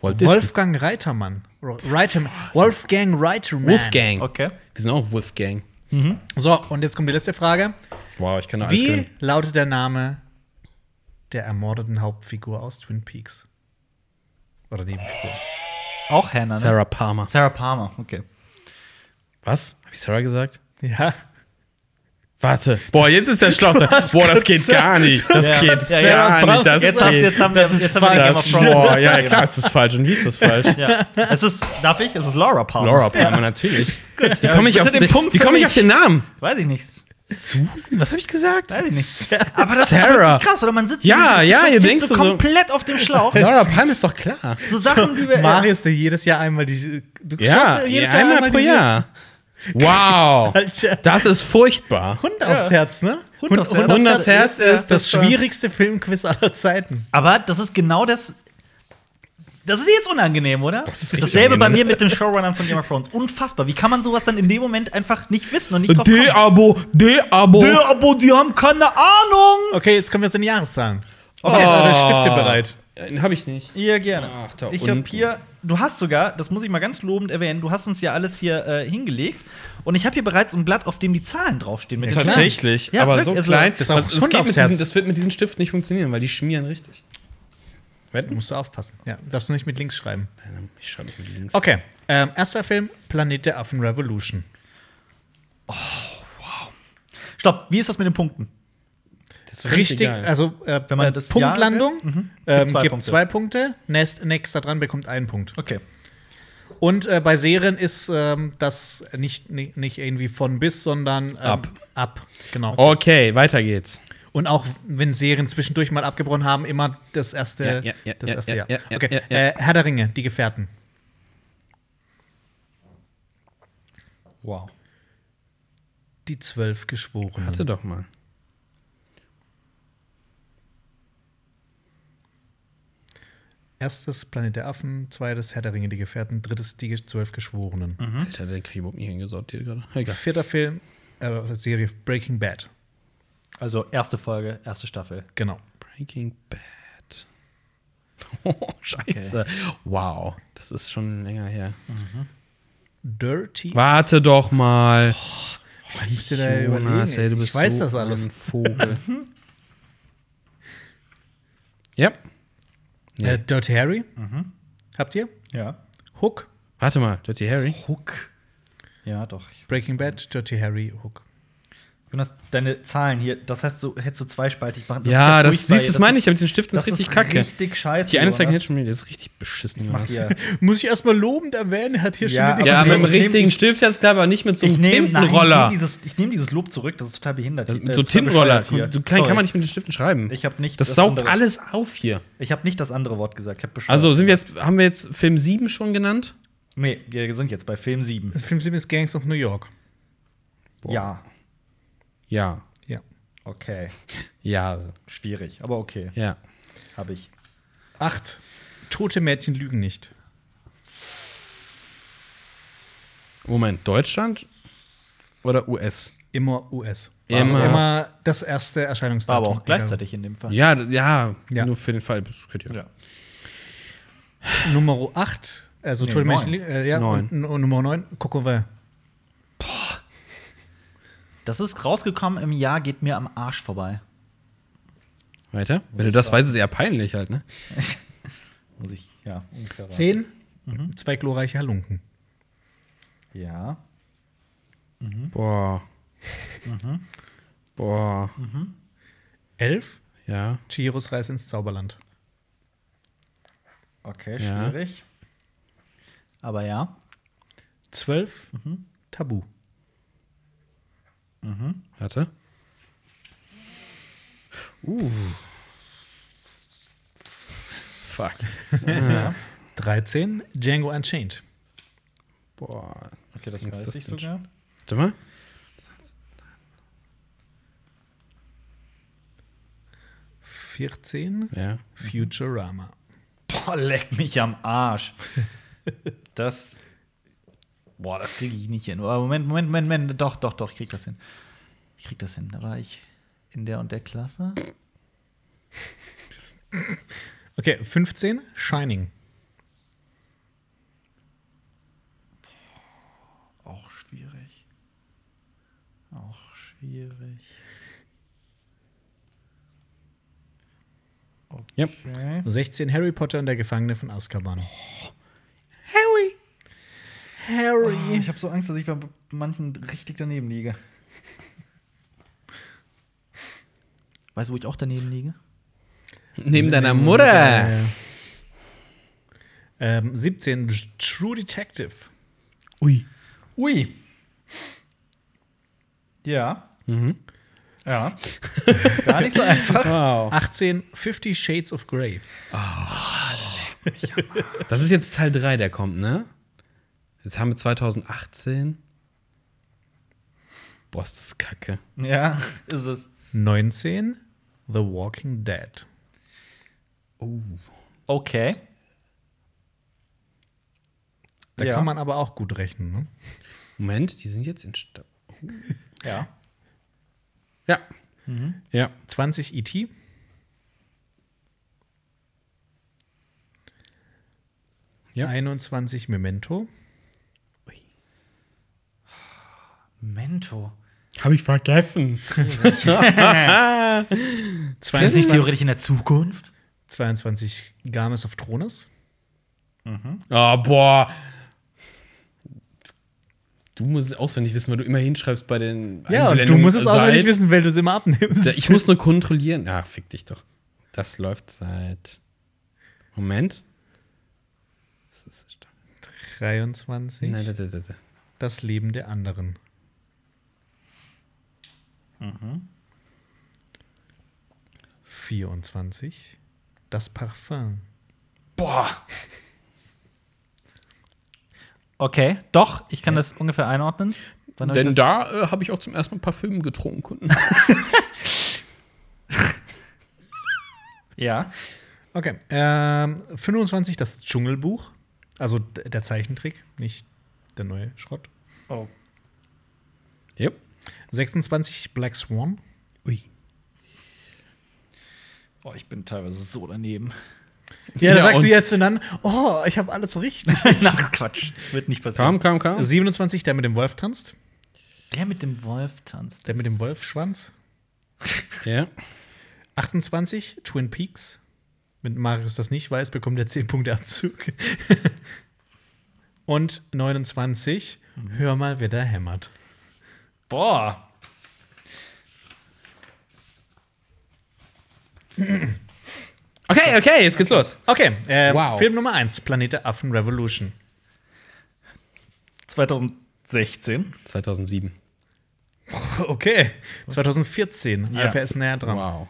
Speaker 3: Walt
Speaker 2: Wolfgang Reitermann. Ro- Reitermann. Wolfgang Reitermann.
Speaker 3: Wolfgang.
Speaker 1: Okay.
Speaker 3: Wir sind auch Wolfgang.
Speaker 2: So, und jetzt kommt die letzte Frage.
Speaker 3: Wow, ich kann da alles
Speaker 2: Wie
Speaker 3: können.
Speaker 2: lautet der Name der ermordeten Hauptfigur aus Twin Peaks? Oder Nebenfigur?
Speaker 1: Auch Hannah. Ne?
Speaker 3: Sarah Palmer.
Speaker 1: Sarah Palmer, okay.
Speaker 3: Was? Hab ich Sarah gesagt?
Speaker 2: Ja.
Speaker 3: Warte. Boah, jetzt ist der Schlauchter. Boah, das geht gar nicht. Das
Speaker 1: Ja.
Speaker 3: geht
Speaker 1: Ja, ja,
Speaker 3: gar
Speaker 1: das
Speaker 3: nicht. Das
Speaker 1: jetzt,
Speaker 3: geht.
Speaker 1: hast, jetzt haben wir,
Speaker 2: das ist
Speaker 1: jetzt haben wir den Game of
Speaker 3: das,
Speaker 1: Thrones.
Speaker 3: boah, ja, klar, ist das falsch. Und wie ist das falsch?
Speaker 1: Ja. Es ist, darf ich? Es ist Laura Palmer.
Speaker 3: Laura Palmer, natürlich. Wie
Speaker 1: Ja,
Speaker 3: komme ich,
Speaker 1: bitte
Speaker 3: auf
Speaker 1: den
Speaker 3: den-
Speaker 1: Punkt
Speaker 3: wie
Speaker 1: für
Speaker 3: komm ich
Speaker 1: mich.
Speaker 3: auf den Namen?
Speaker 1: Weiß ich nicht.
Speaker 3: Susan? Was habe ich gesagt?
Speaker 1: Weiß ich nicht.
Speaker 4: Aber
Speaker 1: Aber das ist
Speaker 3: Sarah.
Speaker 1: wirklich krass, oder? Man sitzt
Speaker 3: Ja,
Speaker 1: hier und
Speaker 3: ja,
Speaker 4: ihr
Speaker 1: steht
Speaker 3: denkst
Speaker 1: so
Speaker 3: du so-
Speaker 1: komplett auf dem Schlauch.
Speaker 3: Laura Palmer ist doch klar.
Speaker 1: So Sachen, die wir.
Speaker 2: Mario ist ja jedes Jahr einmal die. Du
Speaker 3: Äh, Ja,
Speaker 2: schaust
Speaker 3: ja, einmal, pro
Speaker 2: diese
Speaker 3: Jahr.
Speaker 1: [LAUGHS]
Speaker 3: Wow.
Speaker 2: Alter.
Speaker 3: Das ist furchtbar.
Speaker 2: Hund aufs Herz, ne? Hund,
Speaker 1: aufs Herz.
Speaker 3: Hund aufs Herz
Speaker 2: ist, äh,
Speaker 3: ist
Speaker 2: das
Speaker 3: das, äh,
Speaker 2: schwierigste Filmquiz aller Zeiten.
Speaker 1: Aber das ist genau das. Das ist jetzt unangenehm, oder?
Speaker 3: ist richtig
Speaker 1: Dasselbe bei mir
Speaker 3: unangenehm.
Speaker 1: mit den Showrunnern von Game of Thrones. Unfassbar. Wie kann man sowas dann in dem Moment einfach nicht wissen und nicht drauf kommen?
Speaker 3: D-Abo, D-Abo.
Speaker 1: Der, aber die haben keine Ahnung.
Speaker 2: Okay, jetzt kommen wir zu den Jahreszahlen. Okay,
Speaker 3: Oh.
Speaker 2: oh. Stifte bereit.
Speaker 3: Habe Äh, ich nicht.
Speaker 1: Ja, gerne.
Speaker 3: Ach, da
Speaker 1: ich
Speaker 3: unten.
Speaker 1: habe hier, du hast sogar, das muss ich mal ganz lobend erwähnen, du hast uns ja alles hier äh, hingelegt. Und ich habe hier bereits ein Blatt, auf dem die Zahlen draufstehen. Mit den Zahlen.
Speaker 3: Tatsächlich,
Speaker 1: Ja,
Speaker 3: aber so
Speaker 1: wirklich, also-
Speaker 3: klein.
Speaker 2: Das ist auch Hund
Speaker 3: geht
Speaker 2: aufs
Speaker 3: mit
Speaker 2: Herz.
Speaker 3: diesen, das wird mit diesen Stiften nicht funktionieren, weil die schmieren richtig. Wetten?
Speaker 2: Musst du aufpassen. Ja, darfst du nicht mit links schreiben.
Speaker 3: Ich schreibe mit links.
Speaker 2: Okay, ähm, erster Film: Planet der Affen Revolution.
Speaker 1: Stopp, wie ist das mit den Punkten?
Speaker 3: Das ist
Speaker 2: Richtig,
Speaker 3: geil.
Speaker 2: also äh,
Speaker 1: Wenn man
Speaker 2: äh,
Speaker 1: das Jahr
Speaker 2: Punktlandung ähm,
Speaker 1: Gibt zwei
Speaker 2: gibt
Speaker 1: Punkte.
Speaker 2: zwei Punkte. Nächst, nächster dran bekommt einen Punkt.
Speaker 1: Okay.
Speaker 2: Und äh, bei Serien ist ähm, das nicht, nicht, nicht irgendwie von bis, sondern ähm,
Speaker 3: Ab.
Speaker 2: Ab, genau.
Speaker 3: okay, weiter geht's.
Speaker 2: Und auch wenn Serien zwischendurch mal abgebrochen haben, immer das erste,
Speaker 3: Ja, ja, ja,
Speaker 2: das
Speaker 3: ja,
Speaker 2: erste
Speaker 3: ja,
Speaker 2: Jahr.
Speaker 3: ja, ja,
Speaker 2: okay.
Speaker 3: ja, ja.
Speaker 2: Äh, Herr der Ringe, die Gefährten.
Speaker 3: Wow.
Speaker 2: Die zwölf Geschworenen.
Speaker 3: Warte doch mal.
Speaker 2: Erstes Planet der Affen, zweites Herr der Ringe, die Gefährten, drittes die Ge- zwölf
Speaker 3: Mhm.
Speaker 2: Geschworenen.
Speaker 3: Alter, der krieg ich überhaupt nicht hingesortiert gerade. Egal.
Speaker 2: Vierter Film, äh, Serie Breaking Bad.
Speaker 1: Also erste Folge, erste Staffel.
Speaker 2: Genau.
Speaker 3: Breaking Bad. [LAUGHS] Oh, scheiße. Wow, das ist schon länger her.
Speaker 2: Dirty.
Speaker 3: Warte doch mal.
Speaker 2: Ich muss dir da überlegen,
Speaker 3: ey,
Speaker 2: ey.
Speaker 3: du bist
Speaker 2: ich weiß
Speaker 3: so
Speaker 2: das alles.
Speaker 3: Ein [LAUGHS] Vogel. ja. Nee.
Speaker 2: Äh, Dirty Harry.
Speaker 3: Mhm.
Speaker 2: Habt ihr?
Speaker 1: Ja.
Speaker 2: Hook.
Speaker 3: Warte mal, Dirty Harry.
Speaker 1: Hook. Ja, doch.
Speaker 2: Breaking Bad, Dirty Harry, Hook.
Speaker 1: Jonas, deine Zahlen hier, das heißt, du hättest du zweispaltig machen.
Speaker 3: ja, das
Speaker 1: furchtbar
Speaker 3: siehst du,
Speaker 1: hier.
Speaker 3: das meine ich, aber mit den Stiften ist
Speaker 1: Das ist
Speaker 3: richtig kacke.
Speaker 1: richtig scheiße.
Speaker 3: die eine zeigt
Speaker 1: Jonas.
Speaker 3: jetzt schon wieder, das ist richtig beschissen.
Speaker 1: Mach
Speaker 3: Jonas.
Speaker 1: hier.
Speaker 2: Muss ich erstmal lobend erwähnen, hat hier
Speaker 1: Ja,
Speaker 2: schon wieder.
Speaker 3: Ja,
Speaker 1: Aber
Speaker 3: mit
Speaker 1: ich
Speaker 3: dem
Speaker 1: nehm-
Speaker 3: richtigen
Speaker 1: ich-
Speaker 3: Stift jetzt, glaube ich, aber nicht mit [LAUGHS] so einem
Speaker 1: nehm- nein,
Speaker 3: Tintenroller.
Speaker 1: Ich nehme dieses, ich nehm dieses Lob zurück, das ist total behindert.
Speaker 3: Mit
Speaker 1: Äh,
Speaker 3: so
Speaker 1: total
Speaker 3: Tintenroller.
Speaker 1: bescheuert hier.
Speaker 3: So klein
Speaker 1: Sorry.
Speaker 3: kann man nicht mit den Stiften schreiben.
Speaker 1: Ich habe nicht
Speaker 3: das, saugt
Speaker 1: andere-
Speaker 3: alles auf hier.
Speaker 1: Ich habe nicht das andere Wort gesagt. Ich hab bescheuert
Speaker 3: Also sind wir
Speaker 1: gesagt.
Speaker 3: jetzt, haben wir jetzt Film 7 schon genannt?
Speaker 1: Nee, wir sind jetzt bei Film 7.
Speaker 2: Das Filmteam ist Gangs of New York.
Speaker 1: Ja,
Speaker 3: Ja.
Speaker 2: Ja.
Speaker 1: okay.
Speaker 3: Jahre.
Speaker 1: Schwierig, aber okay,
Speaker 3: Ja.
Speaker 1: habe ich.
Speaker 2: Acht. Tote Mädchen lügen nicht.
Speaker 3: Moment, Deutschland oder US?
Speaker 2: Immer US.
Speaker 3: Immer.
Speaker 2: immer das erste
Speaker 1: War
Speaker 2: Erscheinungsdatum.
Speaker 1: aber auch gleichzeitig in dem Fall.
Speaker 3: Ja, d- ja,
Speaker 2: Ja.
Speaker 3: nur für den Fall. Das könnt ihr.
Speaker 1: Ja.
Speaker 2: Egal. Nummer 8, also
Speaker 1: Nee,
Speaker 2: Tote
Speaker 1: neun.
Speaker 2: Mädchen lügen. Äh, ja,
Speaker 3: Neun.
Speaker 2: Und, und Nummer 9, Coco Vin.
Speaker 1: Das ist rausgekommen im Jahr, geht mir am Arsch vorbei.
Speaker 3: Weiter? Wenn du das weißt, ist es eher peinlich halt, ne?
Speaker 1: Muss ich, ja, Mhm. ungefähr. Zehn.
Speaker 2: Zehn. Zwei glorreiche Halunken.
Speaker 1: Ja. Mhm.
Speaker 3: Boah. Boah.
Speaker 2: Elf.
Speaker 3: Ja.
Speaker 2: Chihiros Reise ins Zauberland.
Speaker 1: Okay,
Speaker 3: Ja.
Speaker 1: schwierig. Aber ja.
Speaker 2: Zwölf.
Speaker 1: Mhm.
Speaker 2: Tabu.
Speaker 3: Warte. Uh. Fuck.
Speaker 2: 13. Django Unchained.
Speaker 3: Boah.
Speaker 1: Okay, das
Speaker 3: Was ist
Speaker 1: weiß ich
Speaker 3: denn?
Speaker 1: sogar.
Speaker 3: Warte mal.
Speaker 2: Vierzehn.
Speaker 3: Ja.
Speaker 2: Futurama.
Speaker 1: Boah, leck mich am [LAUGHS] Arsch. Das. Boah, das kriege ich nicht hin. Aber Moment, Moment, Moment, Moment. Doch, doch, doch, ich krieg das hin. Ich krieg das hin. Da war ich in der und der Klasse.
Speaker 2: Okay, 15. Shining.
Speaker 1: Auch schwierig. Auch schwierig.
Speaker 3: Ja.
Speaker 2: 16. Harry Potter und der Gefangene von Azkaban.
Speaker 3: Harry.
Speaker 2: Harry.
Speaker 1: Ah, habe so Angst, dass ich bei manchen richtig daneben liege. Weißt du, wo ich auch daneben liege?
Speaker 3: Neben deiner Mutter.
Speaker 2: Ähm, 17, True Detective.
Speaker 3: Ui.
Speaker 1: Ui. Ja. Ja. [LAUGHS] Gar nicht so einfach.
Speaker 3: Wow.
Speaker 2: 18, 50 Shades of Grey.
Speaker 3: Das ist jetzt Teil 3, der kommt, ne? Jetzt haben wir 2018. Boah, ist das kacke.
Speaker 1: Ja, ist es.
Speaker 2: 19, The Walking Dead.
Speaker 1: Okay.
Speaker 2: Da
Speaker 1: Ja.
Speaker 2: kann man aber auch gut rechnen. Ne?
Speaker 3: Moment, die sind jetzt in Sta
Speaker 1: Ja.
Speaker 3: Ja. Ja.
Speaker 2: 20, E.T.
Speaker 3: Ja.
Speaker 2: 21, Memento.
Speaker 1: Mento.
Speaker 3: Habe ich vergessen.
Speaker 2: 22,
Speaker 1: in der Zukunft?
Speaker 2: 22, Games of Thrones.
Speaker 3: Ah, boah. Du musst es auswendig wissen, weil du immer hinschreibst bei den
Speaker 2: Ja, und du
Speaker 3: Einblendungen.
Speaker 2: musst es auswendig
Speaker 3: Seit-
Speaker 2: wissen, weil du es immer abnimmst.
Speaker 3: Ich muss nur kontrollieren. Ah, fick dich doch. Das läuft seit. Moment. Das ist
Speaker 2: 23,
Speaker 3: Nein, da, da, da, da.
Speaker 2: Das Leben der anderen. Mhm. 24, Das Parfum.
Speaker 1: Boah. Okay, doch, ich kann das ungefähr einordnen. Wann hab ich
Speaker 3: Denn
Speaker 1: das-
Speaker 3: da äh, habe ich auch zum ersten Mal Parfüm getrunken.
Speaker 1: ja.
Speaker 2: Okay. Ähm, 25, das Dschungelbuch. Also d- der Zeichentrick, nicht der neue Schrott.
Speaker 1: Oh.
Speaker 3: yep.
Speaker 2: 26, Black Swan.
Speaker 3: Ui.
Speaker 1: oh, ich bin teilweise so daneben.
Speaker 2: Ja, da
Speaker 3: Ja,
Speaker 2: sagst du
Speaker 3: und-
Speaker 2: jetzt und dann, oh, ich habe alles richtig.
Speaker 1: Nach Quatsch. Wird nicht passieren.
Speaker 3: Kam, kam, kam.
Speaker 2: 27, der mit dem Wolf tanzt.
Speaker 1: Der mit dem Wolf tanzt.
Speaker 2: Der mit dem Wolfschwanz.
Speaker 3: Ja.
Speaker 2: 28, Twin Peaks. Wenn Marius das nicht weiß, bekommt er 10 Punkte Abzug. [LAUGHS] Und 29, hör mal, wer da hämmert.
Speaker 1: Boah.
Speaker 3: Okay, okay, jetzt geht's los.
Speaker 2: Okay, ähm,
Speaker 3: Wow.
Speaker 2: Film Nummer 1, Planet der Affen Revolution. [LAUGHS]
Speaker 1: 2016.
Speaker 3: 2007.
Speaker 2: Okay, 2014,
Speaker 1: Ja.
Speaker 2: Alper ist näher dran.
Speaker 3: Wow.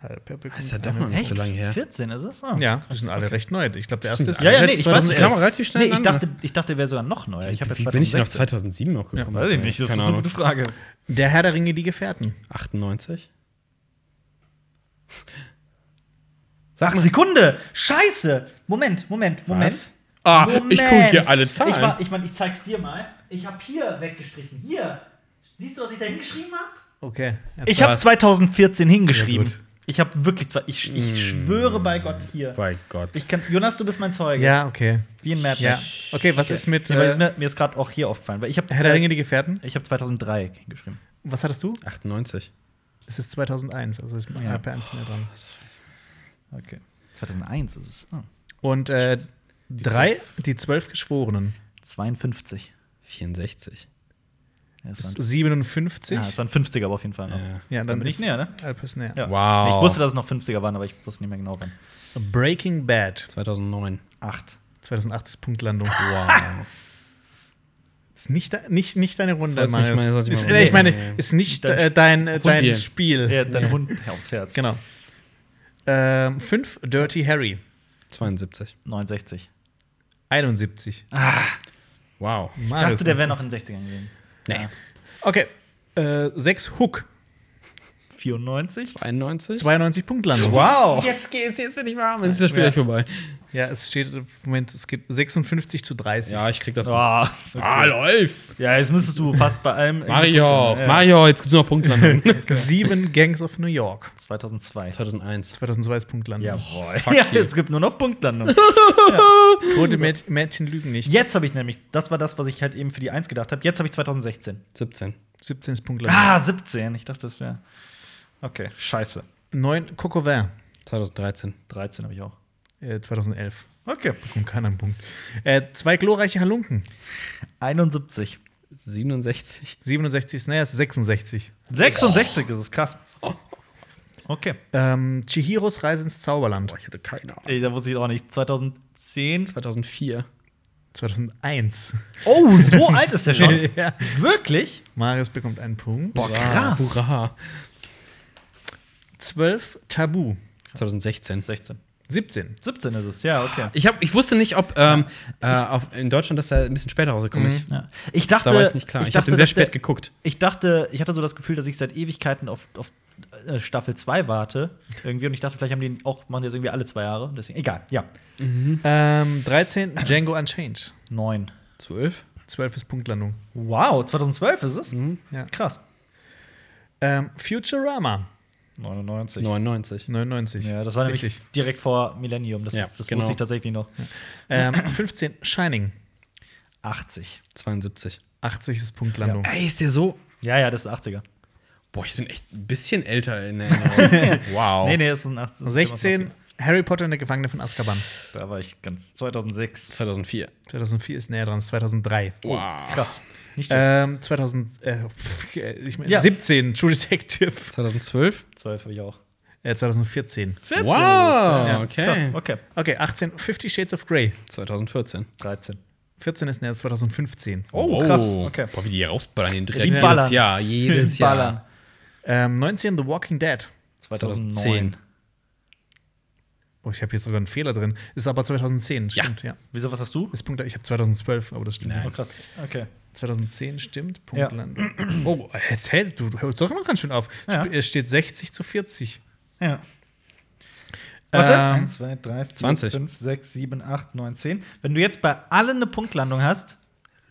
Speaker 2: Alper bekommt
Speaker 3: Ist ja doch
Speaker 2: eine-
Speaker 3: noch nicht so lange her.
Speaker 1: 14 ist es? Oh.
Speaker 2: Ja, die sind alle recht neu. Ich glaube, der erste
Speaker 3: Stimmt,
Speaker 2: ist
Speaker 3: ja,
Speaker 1: ja, nee, ich
Speaker 2: letztes
Speaker 1: weiß nicht.
Speaker 2: 2011.
Speaker 3: Kam relativ schnell
Speaker 1: Nee, ich
Speaker 3: aneinander.
Speaker 1: dachte, ich dachte, der wäre sogar noch neuer. Ich habe jetzt
Speaker 3: Wie bin ich denn auf
Speaker 1: 2016.
Speaker 3: 2007 noch gekommen?
Speaker 1: Weiß ich nicht, das ist
Speaker 3: Keine
Speaker 1: eine
Speaker 3: Ahnung.
Speaker 1: gute Frage.
Speaker 2: Der Herr der Ringe, die Gefährten.
Speaker 3: 98?
Speaker 4: Ach, Sekunde! Scheiße! Moment, Moment, Moment.
Speaker 3: Was? Ah, ich gucke
Speaker 4: Moment.
Speaker 3: hier alle Zahlen.
Speaker 4: Ich, war, ich, mein, ich zeig's dir mal. Ich habe hier weggestrichen. Hier. Siehst du, was ich da hingeschrieben habe?
Speaker 2: Okay.
Speaker 4: Ich habe
Speaker 3: Was?
Speaker 4: 2014 hingeschrieben.
Speaker 2: Ja, gut.
Speaker 4: ich habe wirklich zwei. Ich, ich schwöre bei Gott hier.
Speaker 3: Bei Gott.
Speaker 4: Ich kann, Jonas, du bist mein Zeuge.
Speaker 2: ja, okay.
Speaker 4: Wie ein Mad
Speaker 2: Ja.
Speaker 4: Max.
Speaker 2: Okay, was ist mit
Speaker 4: Nee, weil es
Speaker 2: äh,
Speaker 4: mir, mir ist gerade auch hier aufgefallen, weil ich habe
Speaker 2: Herr der Ringe, die Gefährten?
Speaker 4: ich habe 2003 hingeschrieben.
Speaker 2: Was hattest du?
Speaker 3: 98.
Speaker 2: Es ist 2001, also ist
Speaker 4: Ja.
Speaker 2: Alper 1 näher dran.
Speaker 4: Okay. 2001 ist es. Ah,
Speaker 2: Und äh, drei, die zwölf Geschworenen.
Speaker 4: 52.
Speaker 3: 64.
Speaker 4: Ja, es
Speaker 2: Das ist
Speaker 4: waren, ja, es
Speaker 2: 57.
Speaker 4: waren 50er aber auf jeden Fall. noch.
Speaker 3: Ja.
Speaker 2: Ja,
Speaker 4: Dann bin ich
Speaker 2: ist
Speaker 4: näher, ne?
Speaker 2: Alper ist näher.
Speaker 4: Ja.
Speaker 3: Wow.
Speaker 4: Ich wusste, dass es noch 50er waren, aber ich wusste nicht mehr genau wann.
Speaker 2: Breaking Bad.
Speaker 3: 2009.
Speaker 4: 8.
Speaker 2: 2008 ist Punktlandung.
Speaker 3: Wow.
Speaker 2: Ist nicht, de nicht, nicht deine Runde,
Speaker 3: Soll's nicht
Speaker 2: Marius.
Speaker 3: mal- soll's nicht
Speaker 2: ist,
Speaker 3: mal-
Speaker 2: nee, ich meine,
Speaker 3: Nee, nee.
Speaker 2: ist nicht
Speaker 4: Dein
Speaker 2: äh, dein, äh, dein
Speaker 3: Spiel.
Speaker 2: Spiel.
Speaker 4: Ja, dein Hund aufs Herz.
Speaker 2: Genau. Ähm, 5, Dirty Harry.
Speaker 3: 72.
Speaker 4: 69.
Speaker 2: 71.
Speaker 3: Wow.
Speaker 4: Ich dachte, der wäre noch in den 60ern gewesen.
Speaker 3: Nee.
Speaker 2: Okay. Äh, 6, Hook.
Speaker 4: 94.
Speaker 3: 91.
Speaker 2: 92 Punktlandung.
Speaker 1: Wow.
Speaker 3: Jetzt geht's, jetzt bin ich warm. Jetzt ist das Spiel
Speaker 2: Ja.
Speaker 3: gleich vorbei.
Speaker 2: Ja, es steht im Moment, es geht 56 zu 30.
Speaker 3: Ja, ich krieg das.
Speaker 4: Ah,
Speaker 3: Ah, läuft.
Speaker 4: Ja, jetzt müsstest du fast bei allem. ne?
Speaker 3: Mario,
Speaker 4: Ja.
Speaker 3: Mario, jetzt gibt's nur noch Punktlandung. [LAUGHS]
Speaker 2: 7 Gangs of New York.
Speaker 4: 2002.
Speaker 3: 2001.
Speaker 2: 2002 ist Punktlandung.
Speaker 4: Ja, boah. [LAUGHS] ja,
Speaker 3: you.
Speaker 4: es gibt nur noch Punktlandung.
Speaker 2: Tote Mäd Mädchen lügen nicht.
Speaker 4: Jetzt habe ich nämlich, das war das, was ich halt eben für die 1 gedacht habe. Jetzt habe ich 2016.
Speaker 3: 17.
Speaker 2: 17 ist Punktlandung.
Speaker 4: Ah, 17. Ich dachte, das wäre. Okay, scheiße.
Speaker 2: 9, Coco Vin.
Speaker 3: 2013.
Speaker 4: 13 habe ich auch.
Speaker 2: Äh, 2011.
Speaker 4: Okay.
Speaker 2: Kommt keiner an Punkt. Äh, zwei glorreiche Halunken.
Speaker 4: 71.
Speaker 3: 67.
Speaker 2: 67 ist, naja, ist 66.
Speaker 4: 66 ist es krass. Okay.
Speaker 2: Ähm, Chihiros Reise ins Zauberland.
Speaker 3: Boah, ich hatte keine Ahnung.
Speaker 1: Ey, da wusste ich auch nicht. 2010.
Speaker 3: 2004.
Speaker 2: 2001.
Speaker 3: [LAUGHS]
Speaker 4: Oh, so alt ist der schon.
Speaker 2: ja.
Speaker 4: Wirklich?
Speaker 2: Marius bekommt einen Punkt.
Speaker 4: Boah, krass.
Speaker 3: Hurra.
Speaker 2: 12 Tabu.
Speaker 3: 2016.
Speaker 1: 16.
Speaker 2: 17.
Speaker 1: 17 ist es, ja, okay.
Speaker 3: Ich, hab, ich wusste nicht, ob ähm, äh, auf, in Deutschland, dass er ein bisschen später rausgekommen ist.
Speaker 1: Ja. Ich dachte,
Speaker 3: Da war ich nicht klar. Mhm. Ich, hab
Speaker 1: dachte,
Speaker 3: den sehr
Speaker 1: dass der-
Speaker 3: spät geguckt.
Speaker 1: Ich dachte, ich hatte so das Gefühl, dass ich seit Ewigkeiten auf, auf äh, Staffel 2 warte. Irgendwie. Und ich dachte, vielleicht haben die auch, machen die das irgendwie alle zwei Jahre. Deswegen, egal, ja.
Speaker 2: Ähm, 13 Django Unchained.
Speaker 1: 9.
Speaker 3: 12?
Speaker 2: 12 ist Punktlandung.
Speaker 1: Wow, 2012 ist es?
Speaker 3: Mhm.
Speaker 2: Ja.
Speaker 1: Krass.
Speaker 2: Ähm, Futurama.
Speaker 1: 99.
Speaker 3: 99.
Speaker 2: 99.
Speaker 1: Ja, das war nämlich
Speaker 2: Richtig.
Speaker 1: direkt vor Millennium. Das,
Speaker 3: Ja,
Speaker 1: das
Speaker 3: genau.
Speaker 1: wusste ich tatsächlich noch.
Speaker 2: Ähm, 15 Shining.
Speaker 1: 80.
Speaker 3: 72.
Speaker 2: 80 ist Punktlandung.
Speaker 3: Ey, ist der so.
Speaker 1: Ja, ja, das ist 80er.
Speaker 3: Boah, ich bin echt ein bisschen älter in Erinnerung.
Speaker 1: [LAUGHS]
Speaker 3: wow.
Speaker 1: Nee, nee, das ist ein 80er.
Speaker 2: 16 Harry Potter und der Gefangene von Azkaban.
Speaker 1: Da war ich ganz 2006.
Speaker 3: 2004.
Speaker 2: 2004 ist näher dran, ist 2003.
Speaker 3: Wow.
Speaker 1: Oh, Krass. Nicht schlecht.
Speaker 2: Ähm, 2000, äh, [LAUGHS] pf, äh, ich mein,
Speaker 1: Ja.
Speaker 2: 17, True Detective.
Speaker 3: 2012?
Speaker 1: 12 habe ich auch.
Speaker 2: Äh, 2014.
Speaker 1: 14.
Speaker 3: Wow,
Speaker 1: Ja,
Speaker 3: okay.
Speaker 1: Krass. Okay.
Speaker 2: Okay, 18, 50 Shades of Grey.
Speaker 3: 2014.
Speaker 1: 13.
Speaker 2: 14 ist näher, 2015.
Speaker 1: Oh, krass. Okay.
Speaker 3: Boah, wie die hier rausballern, den Dreck.
Speaker 1: Die
Speaker 3: Jedes
Speaker 1: ballern.
Speaker 3: Jahr, jedes
Speaker 1: Ballern.
Speaker 3: Jahr.
Speaker 2: Ähm, 19 The Walking Dead.
Speaker 1: 2009.
Speaker 2: Oh, ich habe jetzt sogar einen Fehler drin. Ist aber 2010,
Speaker 3: Ja.
Speaker 2: stimmt, ja.
Speaker 1: Wieso, was hast du?
Speaker 2: Ist Punkt, ich habe 2012, aber das stimmt
Speaker 3: Nein.
Speaker 2: nicht.
Speaker 1: Oh, krass. Okay.
Speaker 2: 2010 stimmt, Punktland. Oh, jetzt hältst du, du hörst doch noch ganz schön auf.
Speaker 1: Ja.
Speaker 2: Sp- Es steht 60 zu 40.
Speaker 1: Ja.
Speaker 2: Warte.
Speaker 1: Warte.
Speaker 2: Ähm,
Speaker 1: 1, 2, 3, 4,
Speaker 3: 20.
Speaker 1: 5, 6, 7, 8, 9, 10. Wenn du jetzt bei allen eine Punktlandung hast,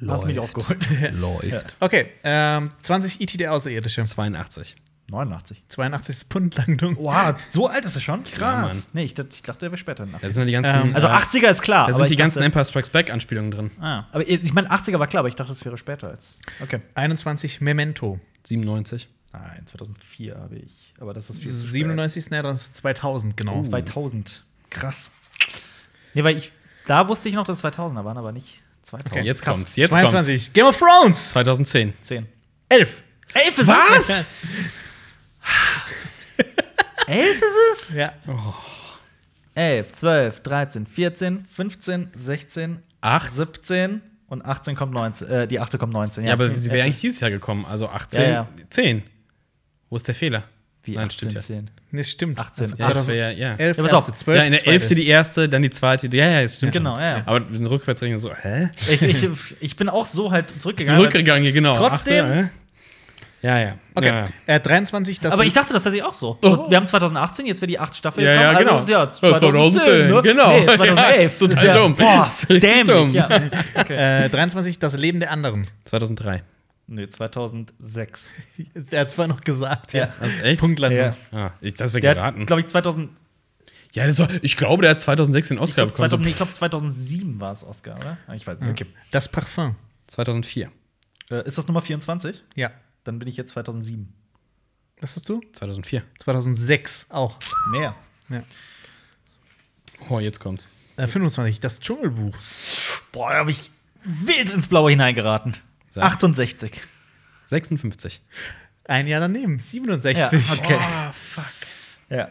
Speaker 1: hast du mich
Speaker 3: Läuft.
Speaker 1: aufgeholt. [LAUGHS]
Speaker 3: Läuft.
Speaker 2: Okay, ähm, 20 IT der Außerirdische.
Speaker 3: 82.
Speaker 1: 89.
Speaker 2: 82 ist Punktlandung.
Speaker 1: Wow, so alt ist er schon?
Speaker 3: Mann.
Speaker 1: Krass. nee, ich, dacht- ich dachte, er wäre später in
Speaker 3: Da
Speaker 1: 80.
Speaker 3: sind ja die ganzen.
Speaker 2: Ähm,
Speaker 1: Also
Speaker 3: äh,
Speaker 1: 80er ist klar.
Speaker 3: Da
Speaker 1: aber
Speaker 3: sind die
Speaker 1: ich
Speaker 3: ganzen
Speaker 1: dachte,
Speaker 3: Empire Strikes Back Anspielungen drin.
Speaker 1: Ah, aber ich ich meine, 80er war klar, aber ich dachte, es wäre später als. Okay.
Speaker 2: 21 Memento.
Speaker 3: 97.
Speaker 1: Nein, 2004 habe ich. Aber das ist viel zu spät.
Speaker 2: 97 ist näher, das ist 2000, genau.
Speaker 1: 2000. Krass. Oh, Nee, weil ich. Da wusste ich noch, dass es 2000er waren, aber nicht 2000.
Speaker 3: jetzt
Speaker 2: krass.
Speaker 3: kommt's, jetzt
Speaker 2: 22. Game of Thrones.
Speaker 3: 2010.
Speaker 1: 10.
Speaker 2: 11.
Speaker 1: 11 ist
Speaker 2: Was?
Speaker 1: es! 11 ist es?
Speaker 2: Ja.
Speaker 1: 11, 12, 13, 14, 15, 16,
Speaker 3: Acht.
Speaker 1: 17 und 18 kommt 19. Äh, die 8. kommt 19.
Speaker 3: Ja, aber sie wäre eigentlich dieses Jahr gekommen. Also 18.
Speaker 1: Ja, ja.
Speaker 3: 10. Wo ist der Fehler?
Speaker 1: Wie
Speaker 3: Nein,
Speaker 1: 18,
Speaker 3: stimmt ja.
Speaker 1: 10.
Speaker 2: Nee, stimmt.
Speaker 1: 18.
Speaker 2: Also
Speaker 3: Ja, das
Speaker 2: 2011,
Speaker 3: wär, ja.
Speaker 2: ja. 11,
Speaker 1: Ja, pass auf.
Speaker 2: erste, 12,
Speaker 3: ja, in der 11. die erste, dann die zweite. Ja, ja, es stimmt.
Speaker 1: Ja, genau,
Speaker 3: schon.
Speaker 1: ja, ja.
Speaker 3: Aber den Rückwärtsrechnen so, hä?
Speaker 1: Ich, ich, ich bin auch so halt zurückgegangen.
Speaker 3: Rückgegangen, hier, genau.
Speaker 1: Trotzdem-
Speaker 3: Achte, hä? ja, ja.
Speaker 2: Okay.
Speaker 3: Ja, ja.
Speaker 2: Äh, 23, das
Speaker 1: Aber ich
Speaker 2: sind-
Speaker 1: dachte, das tatsächlich auch so. so.
Speaker 3: Oh.
Speaker 1: Wir haben 2018, jetzt wäre die 8. Staffel
Speaker 3: Ja, ja,
Speaker 1: gekommen,
Speaker 3: genau.
Speaker 1: Also, das ist ja
Speaker 3: Ja,
Speaker 1: 2010,
Speaker 3: 2010,
Speaker 1: ne?
Speaker 3: genau.
Speaker 1: Nee,
Speaker 3: [LAUGHS] Ja,
Speaker 1: 2011.
Speaker 3: ist total
Speaker 1: Ist ja-
Speaker 3: dumm.
Speaker 1: Boah,
Speaker 3: [LAUGHS] Ist richtig
Speaker 1: dämlich.
Speaker 3: dumm.
Speaker 1: Ja. Okay.
Speaker 2: äh, 23, das Leben der anderen.
Speaker 3: 2003.
Speaker 1: Nee, 2006.
Speaker 2: Er hat zwar noch gesagt, ja.
Speaker 1: Ja.
Speaker 3: Also echt?
Speaker 2: Punktlandung.
Speaker 1: Ja.
Speaker 3: Ah, ich, das wäre
Speaker 1: Der hat,
Speaker 3: geraten.
Speaker 1: glaube ich, 2000,
Speaker 3: Ja, das war, ich glaube, der hat 2006 den
Speaker 1: ich
Speaker 3: Oscar
Speaker 1: glaub,
Speaker 3: bekommen.
Speaker 1: 2000, nee, ich glaube 2007 war es Oscar, oder? Ah, Ich weiß nicht. Okay.
Speaker 2: Das Parfum.
Speaker 3: 2004.
Speaker 1: Äh, ist das Nummer 24?
Speaker 2: Ja.
Speaker 1: Dann bin ich jetzt 2007.
Speaker 2: Was hast du?
Speaker 3: 2004.
Speaker 2: 2006 auch.
Speaker 1: Mehr.
Speaker 2: Ja.
Speaker 3: Oh, jetzt kommt's.
Speaker 2: Äh, 25, das Dschungelbuch.
Speaker 1: Boah, da habe ich wild ins Blaue hineingeraten.
Speaker 3: Sag.
Speaker 1: 68.
Speaker 3: 56.
Speaker 2: Ein Jahr daneben, 67.
Speaker 1: Ja, okay.
Speaker 3: Ah, fuck.
Speaker 1: Ja.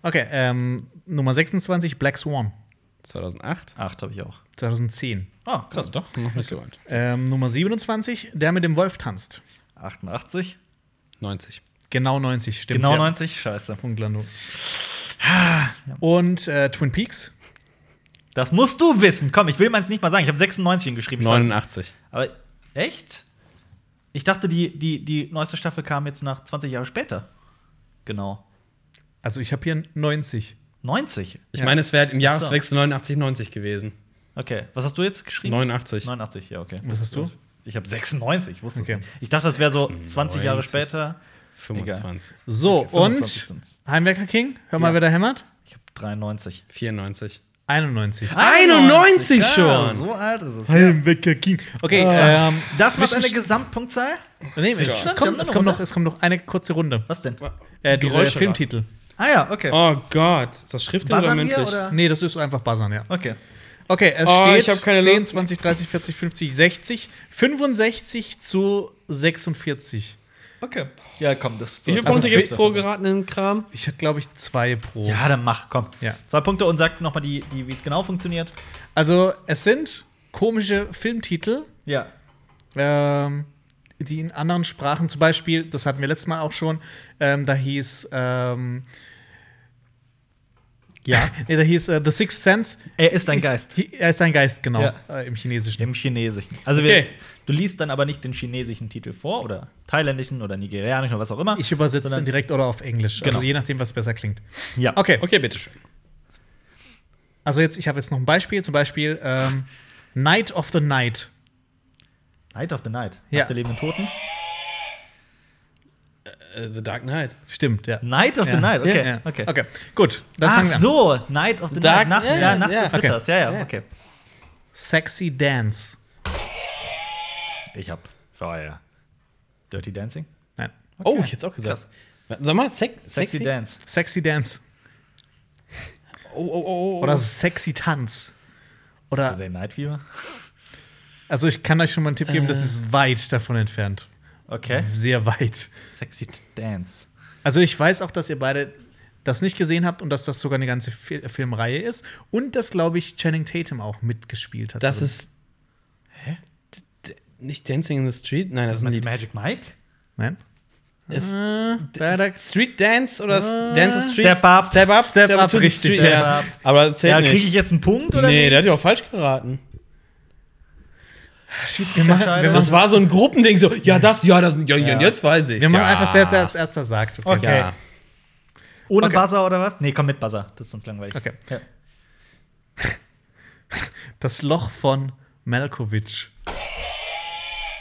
Speaker 2: Okay, ähm, Nummer 26, Black Swan,
Speaker 3: 2008.
Speaker 1: 8 habe ich auch.
Speaker 2: 2010.
Speaker 1: Ah,
Speaker 3: Also doch, noch nicht so alt.
Speaker 2: Ähm, Nummer 27, Der mit dem Wolf tanzt.
Speaker 1: 88.
Speaker 3: 90.
Speaker 2: Genau 90, stimmt.
Speaker 1: Genau Ah,
Speaker 2: ja.
Speaker 1: 90. Scheiße.
Speaker 2: Punktlandung. Und äh, Twin Peaks,
Speaker 1: Das musst du wissen. Komm, ich will meins nicht mal sagen. Ich habe 96 geschrieben. Ich weiß-
Speaker 3: 89.
Speaker 1: Aber echt? Ich dachte, die, die, die neueste Staffel kam jetzt nach 20 Jahre später. Genau.
Speaker 2: also ich habe hier 90.
Speaker 1: 90.
Speaker 3: Ich
Speaker 2: Ja.
Speaker 3: meine, es wäre im Jahreswechsel 89, 90 gewesen.
Speaker 1: Okay. Was hast du jetzt geschrieben?
Speaker 3: 89.
Speaker 1: 89, ja, okay.
Speaker 2: Was hast du?
Speaker 1: Ich habe 96, ich wusste
Speaker 2: Okay.
Speaker 1: es nicht. Ich dachte, das wäre so 20 Jahre
Speaker 3: 96.
Speaker 1: später.
Speaker 3: 25.
Speaker 2: So,
Speaker 1: Okay, 25
Speaker 2: und
Speaker 1: sind's.
Speaker 2: Heimwerker King, hör mal, wer da hämmert.
Speaker 1: Ich habe 93.
Speaker 3: 94.
Speaker 2: 91.
Speaker 1: Ah,
Speaker 3: 91
Speaker 1: Ja,
Speaker 3: schon.
Speaker 1: so alt ist es.
Speaker 2: Heimwerker King. Okay,
Speaker 3: Ah.
Speaker 2: ähm,
Speaker 1: Das macht
Speaker 2: Zwischen-
Speaker 1: eine Gesamtpunktzahl?
Speaker 2: nee, es, es, kommt, es, kommt noch, es kommt noch eine kurze Runde.
Speaker 1: Was denn?
Speaker 2: Äh, dieser
Speaker 3: Geräusche
Speaker 2: Filmtitel.
Speaker 1: Ah ja, okay.
Speaker 3: Oh Gott. Ist das schriftlich oder
Speaker 1: Buzzern wir,
Speaker 3: mündlich?
Speaker 1: oder?
Speaker 2: Nee, das ist einfach Buzzern, ja.
Speaker 1: Okay.
Speaker 2: Okay, es
Speaker 3: Oh,
Speaker 2: steht
Speaker 3: ich hab keine
Speaker 2: 10,
Speaker 3: Lust.
Speaker 2: 20, 30, 40, 50, 60, 65 zu 46.
Speaker 4: Okay.
Speaker 1: Ja, komm, das
Speaker 5: Wie viele
Speaker 1: das-
Speaker 5: Punkte
Speaker 1: also
Speaker 5: gibt's
Speaker 1: Fe-
Speaker 5: pro geratenen Kram?
Speaker 2: Ich hätte, glaube ich, zwei pro.
Speaker 1: Ja, dann mach, komm.
Speaker 2: Ja.
Speaker 1: Zwei Punkte und sag nochmal, die, die, wie es genau funktioniert.
Speaker 2: Also, es sind komische Filmtitel,
Speaker 1: Ja.
Speaker 2: ähm, die in anderen Sprachen, zum Beispiel, das hatten wir letztes Mal auch schon, ähm, da hieß, ähm,
Speaker 1: Ja.
Speaker 2: nee, da hieß äh, The Sixth Sense.
Speaker 1: er ist ein Geist.
Speaker 2: Hi- Er ist ein Geist, genau,
Speaker 1: Ja.
Speaker 2: äh, im Chinesischen.
Speaker 1: Im Chinesischen. Also, wir,
Speaker 3: Okay.
Speaker 1: du liest dann aber nicht den chinesischen Titel vor oder thailändischen oder nigerianischen oder was auch immer.
Speaker 2: Ich übersetze
Speaker 1: Sondern-
Speaker 2: dann direkt oder auf Englisch,
Speaker 1: Genau.
Speaker 2: also je nachdem, was besser klingt.
Speaker 1: ja.
Speaker 2: Okay,
Speaker 3: Okay, bitteschön.
Speaker 2: also jetzt, ich habe jetzt noch ein Beispiel, zum Beispiel ähm, Night of the Night.
Speaker 1: Night of the Night.
Speaker 2: Ja.
Speaker 1: Nacht der lebenden Toten.
Speaker 3: Äh, The Dark Knight.
Speaker 2: Stimmt, ja.
Speaker 1: Night of the
Speaker 2: Ja.
Speaker 1: Night, okay.
Speaker 2: Ja.
Speaker 1: okay.
Speaker 2: okay, gut. Dann
Speaker 1: Ach
Speaker 2: fangen wir an.
Speaker 1: so, Night of the
Speaker 3: Dark-
Speaker 1: Night. Nacht,
Speaker 3: ja,
Speaker 1: ja, Nacht
Speaker 3: ja.
Speaker 1: des
Speaker 2: Okay.
Speaker 1: Ritters, ja, ja,
Speaker 3: Ja.
Speaker 1: okay.
Speaker 2: Sexy Dance.
Speaker 1: Ich hab vorher Dirty Dancing.
Speaker 2: Nein.
Speaker 3: Oh, ich hätte es auch gesagt. Sag mal, sex
Speaker 1: Sexy,
Speaker 3: sexy.
Speaker 1: Dance.
Speaker 2: Sexy Dance.
Speaker 3: Oh, oh, oh, oh.
Speaker 2: Oder Sexy Tanz.
Speaker 1: Oder
Speaker 2: Oder,
Speaker 1: den Night Fever.
Speaker 2: also ich kann euch schon mal einen Tipp geben,
Speaker 3: Äh.
Speaker 2: das ist weit davon entfernt.
Speaker 1: Okay.
Speaker 2: Sehr weit.
Speaker 1: Sexy Dance.
Speaker 2: Also ich weiß auch, dass ihr beide das nicht gesehen habt und dass das sogar eine ganze Fil äh, Filmreihe ist. Und dass, glaube ich, Channing Tatum auch mitgespielt hat.
Speaker 3: das
Speaker 2: Also,
Speaker 3: ist. Hä? D d- nicht Dancing in the Street? Nein, das ist ein
Speaker 1: Meinst du Magic
Speaker 3: Lied.
Speaker 1: Mike?
Speaker 2: Nein?
Speaker 3: Ist
Speaker 2: Da, da,
Speaker 3: Street Dance oder S- Dance the Street?
Speaker 1: Step Up.
Speaker 3: Step Up,
Speaker 2: Step Up,
Speaker 3: to the
Speaker 2: richtig,
Speaker 3: Street,
Speaker 1: Step
Speaker 3: ja.
Speaker 1: Up.
Speaker 3: Aber das zählt
Speaker 1: Ja,
Speaker 3: nicht.
Speaker 1: kriege ich jetzt einen Punkt oder
Speaker 3: nee,
Speaker 1: nee,
Speaker 3: der hat ja auch falsch geraten.
Speaker 1: Schiedsrichterentscheidung.
Speaker 3: Das war so ein Gruppending, so, ja, das, ja, das, ja, ja. jetzt weiß ich.
Speaker 2: wir machen
Speaker 3: ja.
Speaker 2: einfach, der, der als erster sagt. Okay.
Speaker 1: Okay.
Speaker 3: Ja.
Speaker 1: Ohne
Speaker 2: Okay.
Speaker 1: Buzzer oder was? Nee, komm mit Buzzer. Das ist sonst langweilig.
Speaker 2: Okay.
Speaker 1: Ja.
Speaker 2: Das Loch von Malkovich.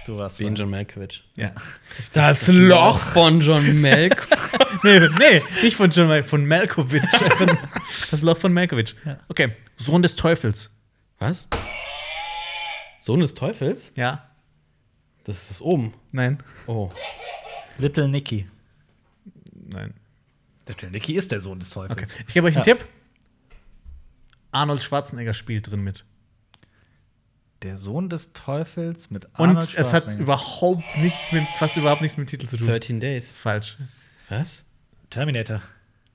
Speaker 1: Du warst
Speaker 3: Wie in
Speaker 1: wohl.
Speaker 3: John Malkovich.
Speaker 2: Ja. [LAUGHS]
Speaker 3: Das Loch von John Malkovich.
Speaker 2: nee, nee, nicht von John Malkovich, von
Speaker 3: [LAUGHS]
Speaker 2: Malkovich. das Loch von Malkovich. Okay. Sohn des Teufels.
Speaker 3: Was? Sohn des Teufels?
Speaker 2: Ja?
Speaker 3: Das ist das oben.
Speaker 2: Nein?
Speaker 3: Oh.
Speaker 1: Little Nicky.
Speaker 2: Nein.
Speaker 1: Little Nicky ist der Sohn des
Speaker 2: Okay.
Speaker 1: Teufels.
Speaker 2: Ich gebe euch einen
Speaker 1: Ja.
Speaker 2: Tipp. Arnold Schwarzenegger spielt drin mit.
Speaker 1: Der Sohn des Teufels mit
Speaker 2: Und
Speaker 1: Arnold
Speaker 2: es hat
Speaker 1: Schwarzenegger.
Speaker 2: überhaupt nichts mit, fast überhaupt nichts mit dem Titel zu tun.
Speaker 3: 13 Days.
Speaker 2: Falsch.
Speaker 3: Was?
Speaker 1: Terminator.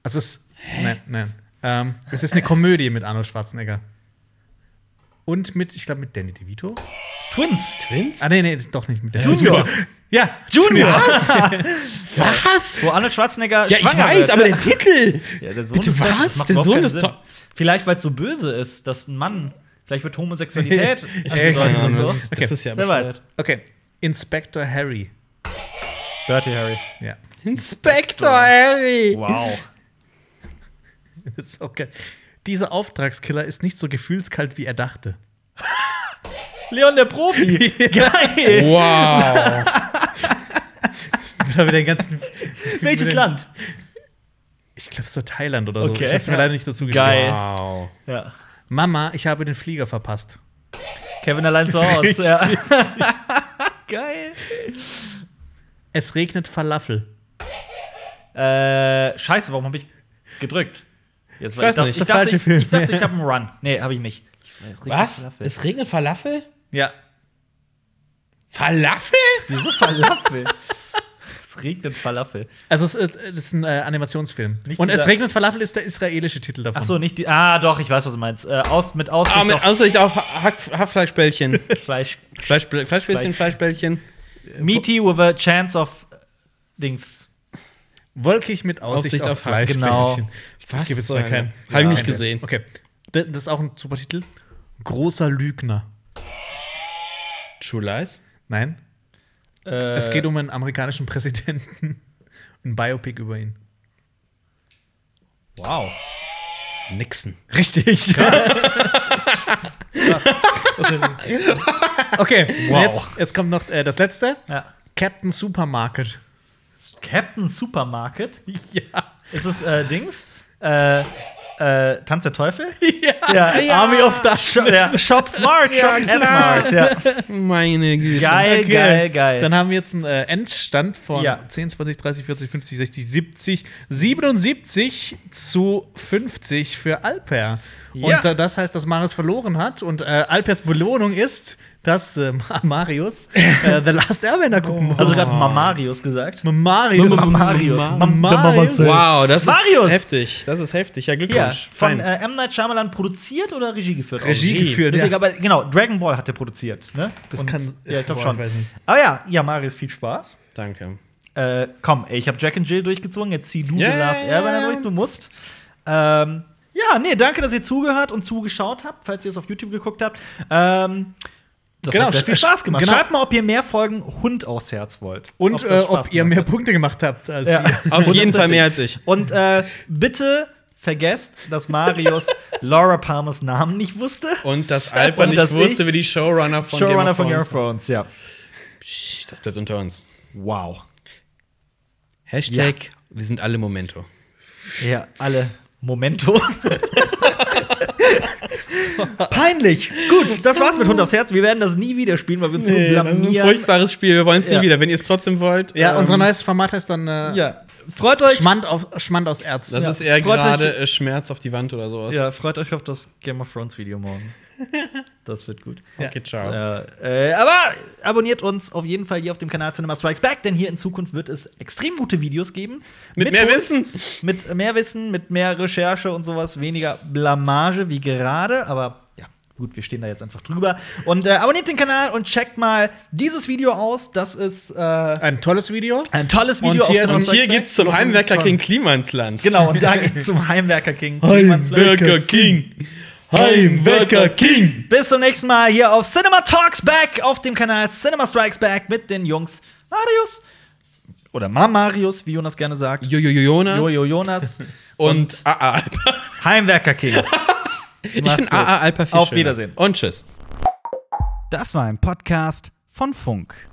Speaker 2: Also es. Nein, nein. Ähm, es ist eine Komödie mit Arnold Schwarzenegger. Und mit, ich glaube, mit Danny DeVito.
Speaker 1: Twins.
Speaker 3: Twins?
Speaker 2: Ah, nee, nee, doch nicht mit Danny
Speaker 1: Junior.
Speaker 2: DeVito. Ja,
Speaker 1: Wo Arnold Schwarzenegger
Speaker 3: Ja, ich weiß, aber der Titel!
Speaker 1: Ja, der Sohn
Speaker 3: Bitte
Speaker 1: des Teufels. Das
Speaker 3: was?
Speaker 1: macht
Speaker 3: Der
Speaker 1: überhaupt
Speaker 3: Sohn
Speaker 1: keinen
Speaker 3: des
Speaker 1: Sinn.
Speaker 3: Teu-
Speaker 1: Vielleicht, weil es so böse ist, dass ein Mann. Vielleicht wird Homosexualität.
Speaker 2: Ich-
Speaker 1: angedeutet
Speaker 2: keine
Speaker 1: und
Speaker 2: Ahnung,
Speaker 1: so.
Speaker 2: das ist- Okay.
Speaker 3: ja
Speaker 1: Wer weiß.
Speaker 2: Okay. Inspector Harry.
Speaker 1: Dirty Harry.
Speaker 2: Ja. [LAUGHS]
Speaker 3: Inspector Harry!
Speaker 1: Wow.
Speaker 2: Das ist okay. Dieser Auftragskiller ist nicht so gefühlskalt, wie er dachte. [LAUGHS]
Speaker 1: Leon der Profi. Geil.
Speaker 3: Wow!
Speaker 2: Oder mit den ganzen.
Speaker 1: Welches Land?
Speaker 2: Ich glaube, es war Thailand oder so.
Speaker 1: Okay.
Speaker 2: Ich habe mir leider nicht dazu geschrieben.
Speaker 1: Geil.
Speaker 3: wow.
Speaker 1: Ja.
Speaker 2: Mama, ich habe den Flieger verpasst.
Speaker 1: Kevin allein zu Hause. Ja. Geil.
Speaker 2: Es regnet Falafel.
Speaker 1: Äh, scheiße, warum habe ich gedrückt? Jetzt war
Speaker 2: Ich
Speaker 1: ich,
Speaker 2: weiß
Speaker 1: das,
Speaker 2: nicht,
Speaker 1: ich,
Speaker 2: der
Speaker 1: dachte,
Speaker 2: falsche
Speaker 1: ich,
Speaker 2: Film.
Speaker 1: ich dachte, ich habe einen Run. Nee, habe ich [LAUGHS] nicht.
Speaker 3: Was? Es regnet Falafel?
Speaker 2: Ja.
Speaker 3: Falafel?
Speaker 1: Wieso Falafel? es regnet Falafel.
Speaker 2: Also es ist, es ist ein äh, Animationsfilm.
Speaker 1: Nicht
Speaker 2: Und es
Speaker 1: dieser-
Speaker 2: regnet Falafel ist der israelische Titel davon.
Speaker 1: Ach so, nicht die. Ah, doch, ich weiß, was du meinst. Äh, aus, mit Aussicht
Speaker 3: Ah, mit
Speaker 1: auf
Speaker 3: Aussicht auf Ha- Hack- Hackfleischbällchen.
Speaker 1: Fleisch.
Speaker 3: Fleisch, Fleischbällchen,
Speaker 1: Fleisch.
Speaker 3: Fleischbällchen.
Speaker 1: Meaty with a chance of äh, Dings.
Speaker 2: Wolkig mit Aussicht,
Speaker 3: Aussicht
Speaker 2: auf,
Speaker 3: auf
Speaker 2: Fleisch.
Speaker 1: genau.
Speaker 3: Was?
Speaker 2: Gib jetzt
Speaker 3: zur
Speaker 2: mal
Speaker 3: Hölle?
Speaker 2: keinen.
Speaker 3: Hab ich nicht
Speaker 2: Okay.
Speaker 3: gesehen.
Speaker 2: Okay. D- Das ist auch ein super Titel. Großer Lügner.
Speaker 3: True Lies?
Speaker 2: Nein.
Speaker 1: Äh,
Speaker 2: Es geht um einen amerikanischen Präsidenten. [LAUGHS] Ein Biopic über ihn.
Speaker 1: Wow.
Speaker 3: Nixon.
Speaker 2: Richtig. [LAUGHS] okay,
Speaker 1: Wow.
Speaker 2: jetzt, jetzt kommt noch äh, das letzte.
Speaker 1: Ja.
Speaker 2: Captain Supermarket.
Speaker 1: Captain [LAUGHS] Supermarket.
Speaker 2: Ja.
Speaker 1: Ist es äh, Dings? Äh, äh, Tanz der Teufel?
Speaker 2: ja.
Speaker 1: [LAUGHS] Ja.
Speaker 2: Army of Darkness.
Speaker 1: ja. Shop Smart, Shop S-Smart. Ja.
Speaker 3: Meine Güte.
Speaker 1: Geil,
Speaker 2: Okay.
Speaker 1: geil, geil.
Speaker 2: Dann haben wir jetzt einen äh, Endstand von
Speaker 1: Ja.
Speaker 2: 10, 20, 30, 40, 50, 60, 70, 77 zu 50 für Alper.
Speaker 4: Ja.
Speaker 2: Und äh, das heißt, dass Marius verloren hat und äh, Alpers Belohnung ist, dass äh, Ma- Marius [LAUGHS] äh, The Last Airbender gucken muss.
Speaker 1: Also, gerade Mamarius gesagt.
Speaker 2: Marius.
Speaker 1: Mamarius. Mam-
Speaker 2: Marius.
Speaker 1: Mamarius.
Speaker 3: Wow, das
Speaker 1: Marius!
Speaker 3: ist heftig. Das ist heftig. Ja,
Speaker 1: Ja,
Speaker 3: Glückwunsch.
Speaker 1: von
Speaker 3: Fein.
Speaker 1: äh, M. Night Shyamalan produziert oder Regie geführt?
Speaker 2: Regie geführt,
Speaker 1: Deswegen,
Speaker 2: ja.
Speaker 1: aber genau, Dragon Ball hat er produziert, ne?
Speaker 2: Das kann-
Speaker 1: Ja, ich glaube
Speaker 2: Boah,
Speaker 1: schon.
Speaker 2: weiß nicht.
Speaker 1: Aber ja, ja, Marius, viel Spaß.
Speaker 3: Danke.
Speaker 1: Äh, komm, ey, ich habe Jack and Jill durchgezogen, jetzt zieh du
Speaker 3: Ja,
Speaker 1: The Last
Speaker 3: ja, ja,
Speaker 1: Airbender
Speaker 3: ja.
Speaker 1: durch, du musst. Ähm, ja, nee, danke, dass ihr zugehört und zugeschaut habt, falls ihr es auf YouTube geguckt habt. Ähm, das
Speaker 2: Genau,
Speaker 1: hat sehr viel
Speaker 2: sch-
Speaker 1: Spaß gemacht.
Speaker 2: genau.
Speaker 1: Schreibt mal, ob ihr mehr Folgen Hund aufs Herz wollt.
Speaker 2: Und
Speaker 1: das
Speaker 2: äh,
Speaker 1: Spaß
Speaker 2: ob ihr
Speaker 1: gemacht
Speaker 2: mehr
Speaker 1: hat.
Speaker 2: Punkte gemacht habt als
Speaker 1: Ja.
Speaker 2: wir.
Speaker 3: Auf jeden Fall mehr als ich.
Speaker 1: Und äh, bitte vergesst, dass
Speaker 3: [LAUGHS]
Speaker 1: Marius Laura Palmers Namen nicht wusste.
Speaker 3: Und dass Alper
Speaker 1: Und
Speaker 3: nicht
Speaker 1: dass
Speaker 3: wusste,
Speaker 1: ich-
Speaker 3: wie die Showrunner von
Speaker 1: Showrunner von
Speaker 3: Game
Speaker 1: Game
Speaker 3: of
Speaker 1: of Thrones, ja.
Speaker 3: Thrones. Das bleibt unter uns.
Speaker 1: Wow.
Speaker 3: Hashtag, wir sind alle Momento.
Speaker 1: Ja, alle. Momento. Peinlich. Gut, das war's mit Hund aufs Herz. Wir werden das nie wieder spielen, weil wir uns so
Speaker 3: das ist ein
Speaker 1: blamieren.
Speaker 3: furchtbares Spiel. Wir wollen es nie
Speaker 1: Ja.
Speaker 3: wieder. Wenn ihr es trotzdem wollt.
Speaker 2: Ja,
Speaker 3: ähm,
Speaker 2: unser neues Format heißt dann äh,
Speaker 1: Ja, freut euch.
Speaker 2: Schmand, auf, Schmand aus Erz.
Speaker 3: Das
Speaker 2: Ja.
Speaker 3: ist eher
Speaker 1: freut euch-
Speaker 3: gerade äh, Schmerz auf die Wand oder sowas.
Speaker 1: Ja, freut euch auf das Game of Thrones Video morgen. Das wird gut.
Speaker 3: Okay, ciao.
Speaker 1: Äh, äh, aber abonniert uns auf jeden Fall hier auf dem Kanal Cinema Strikes Back, denn hier in Zukunft wird es extrem gute Videos geben.
Speaker 3: Mit mehr
Speaker 1: uns,
Speaker 3: Wissen.
Speaker 1: Mit mehr Wissen, mit mehr Recherche und sowas, weniger Blamage wie gerade, aber ja. Gut, wir stehen da jetzt einfach drüber. Und äh, abonniert den Kanal und checkt mal dieses Video aus. Das ist äh,
Speaker 2: Ein tolles Video.
Speaker 1: ein tolles
Speaker 2: Und
Speaker 1: Video. auf
Speaker 2: hier ist-
Speaker 1: Cinema
Speaker 3: Und
Speaker 1: Strikes
Speaker 3: hier
Speaker 1: Back.
Speaker 3: geht's zum Heimwerker King Klima ins Land.
Speaker 1: Genau, und da geht's zum Heimwerker King.
Speaker 3: Heimwerker King. Heimwerker King.
Speaker 1: Bis zum nächsten Mal hier auf Cinema Talks Back auf dem Kanal Cinema Strikes Back mit den Jungs Marius oder Mamarius, wie Jonas gerne sagt.
Speaker 3: Jojo Jonas
Speaker 1: Jojo
Speaker 3: [LAUGHS]
Speaker 1: Jonas,
Speaker 3: und AA Alpa.
Speaker 1: Heimwerker King.
Speaker 3: Ich
Speaker 1: Macht's
Speaker 3: bin
Speaker 1: gut.
Speaker 3: AA Alpa viel
Speaker 1: Auf
Speaker 3: schöner.
Speaker 1: Wiedersehen.
Speaker 3: Und tschüss.
Speaker 1: Das war ein Podcast von Funk.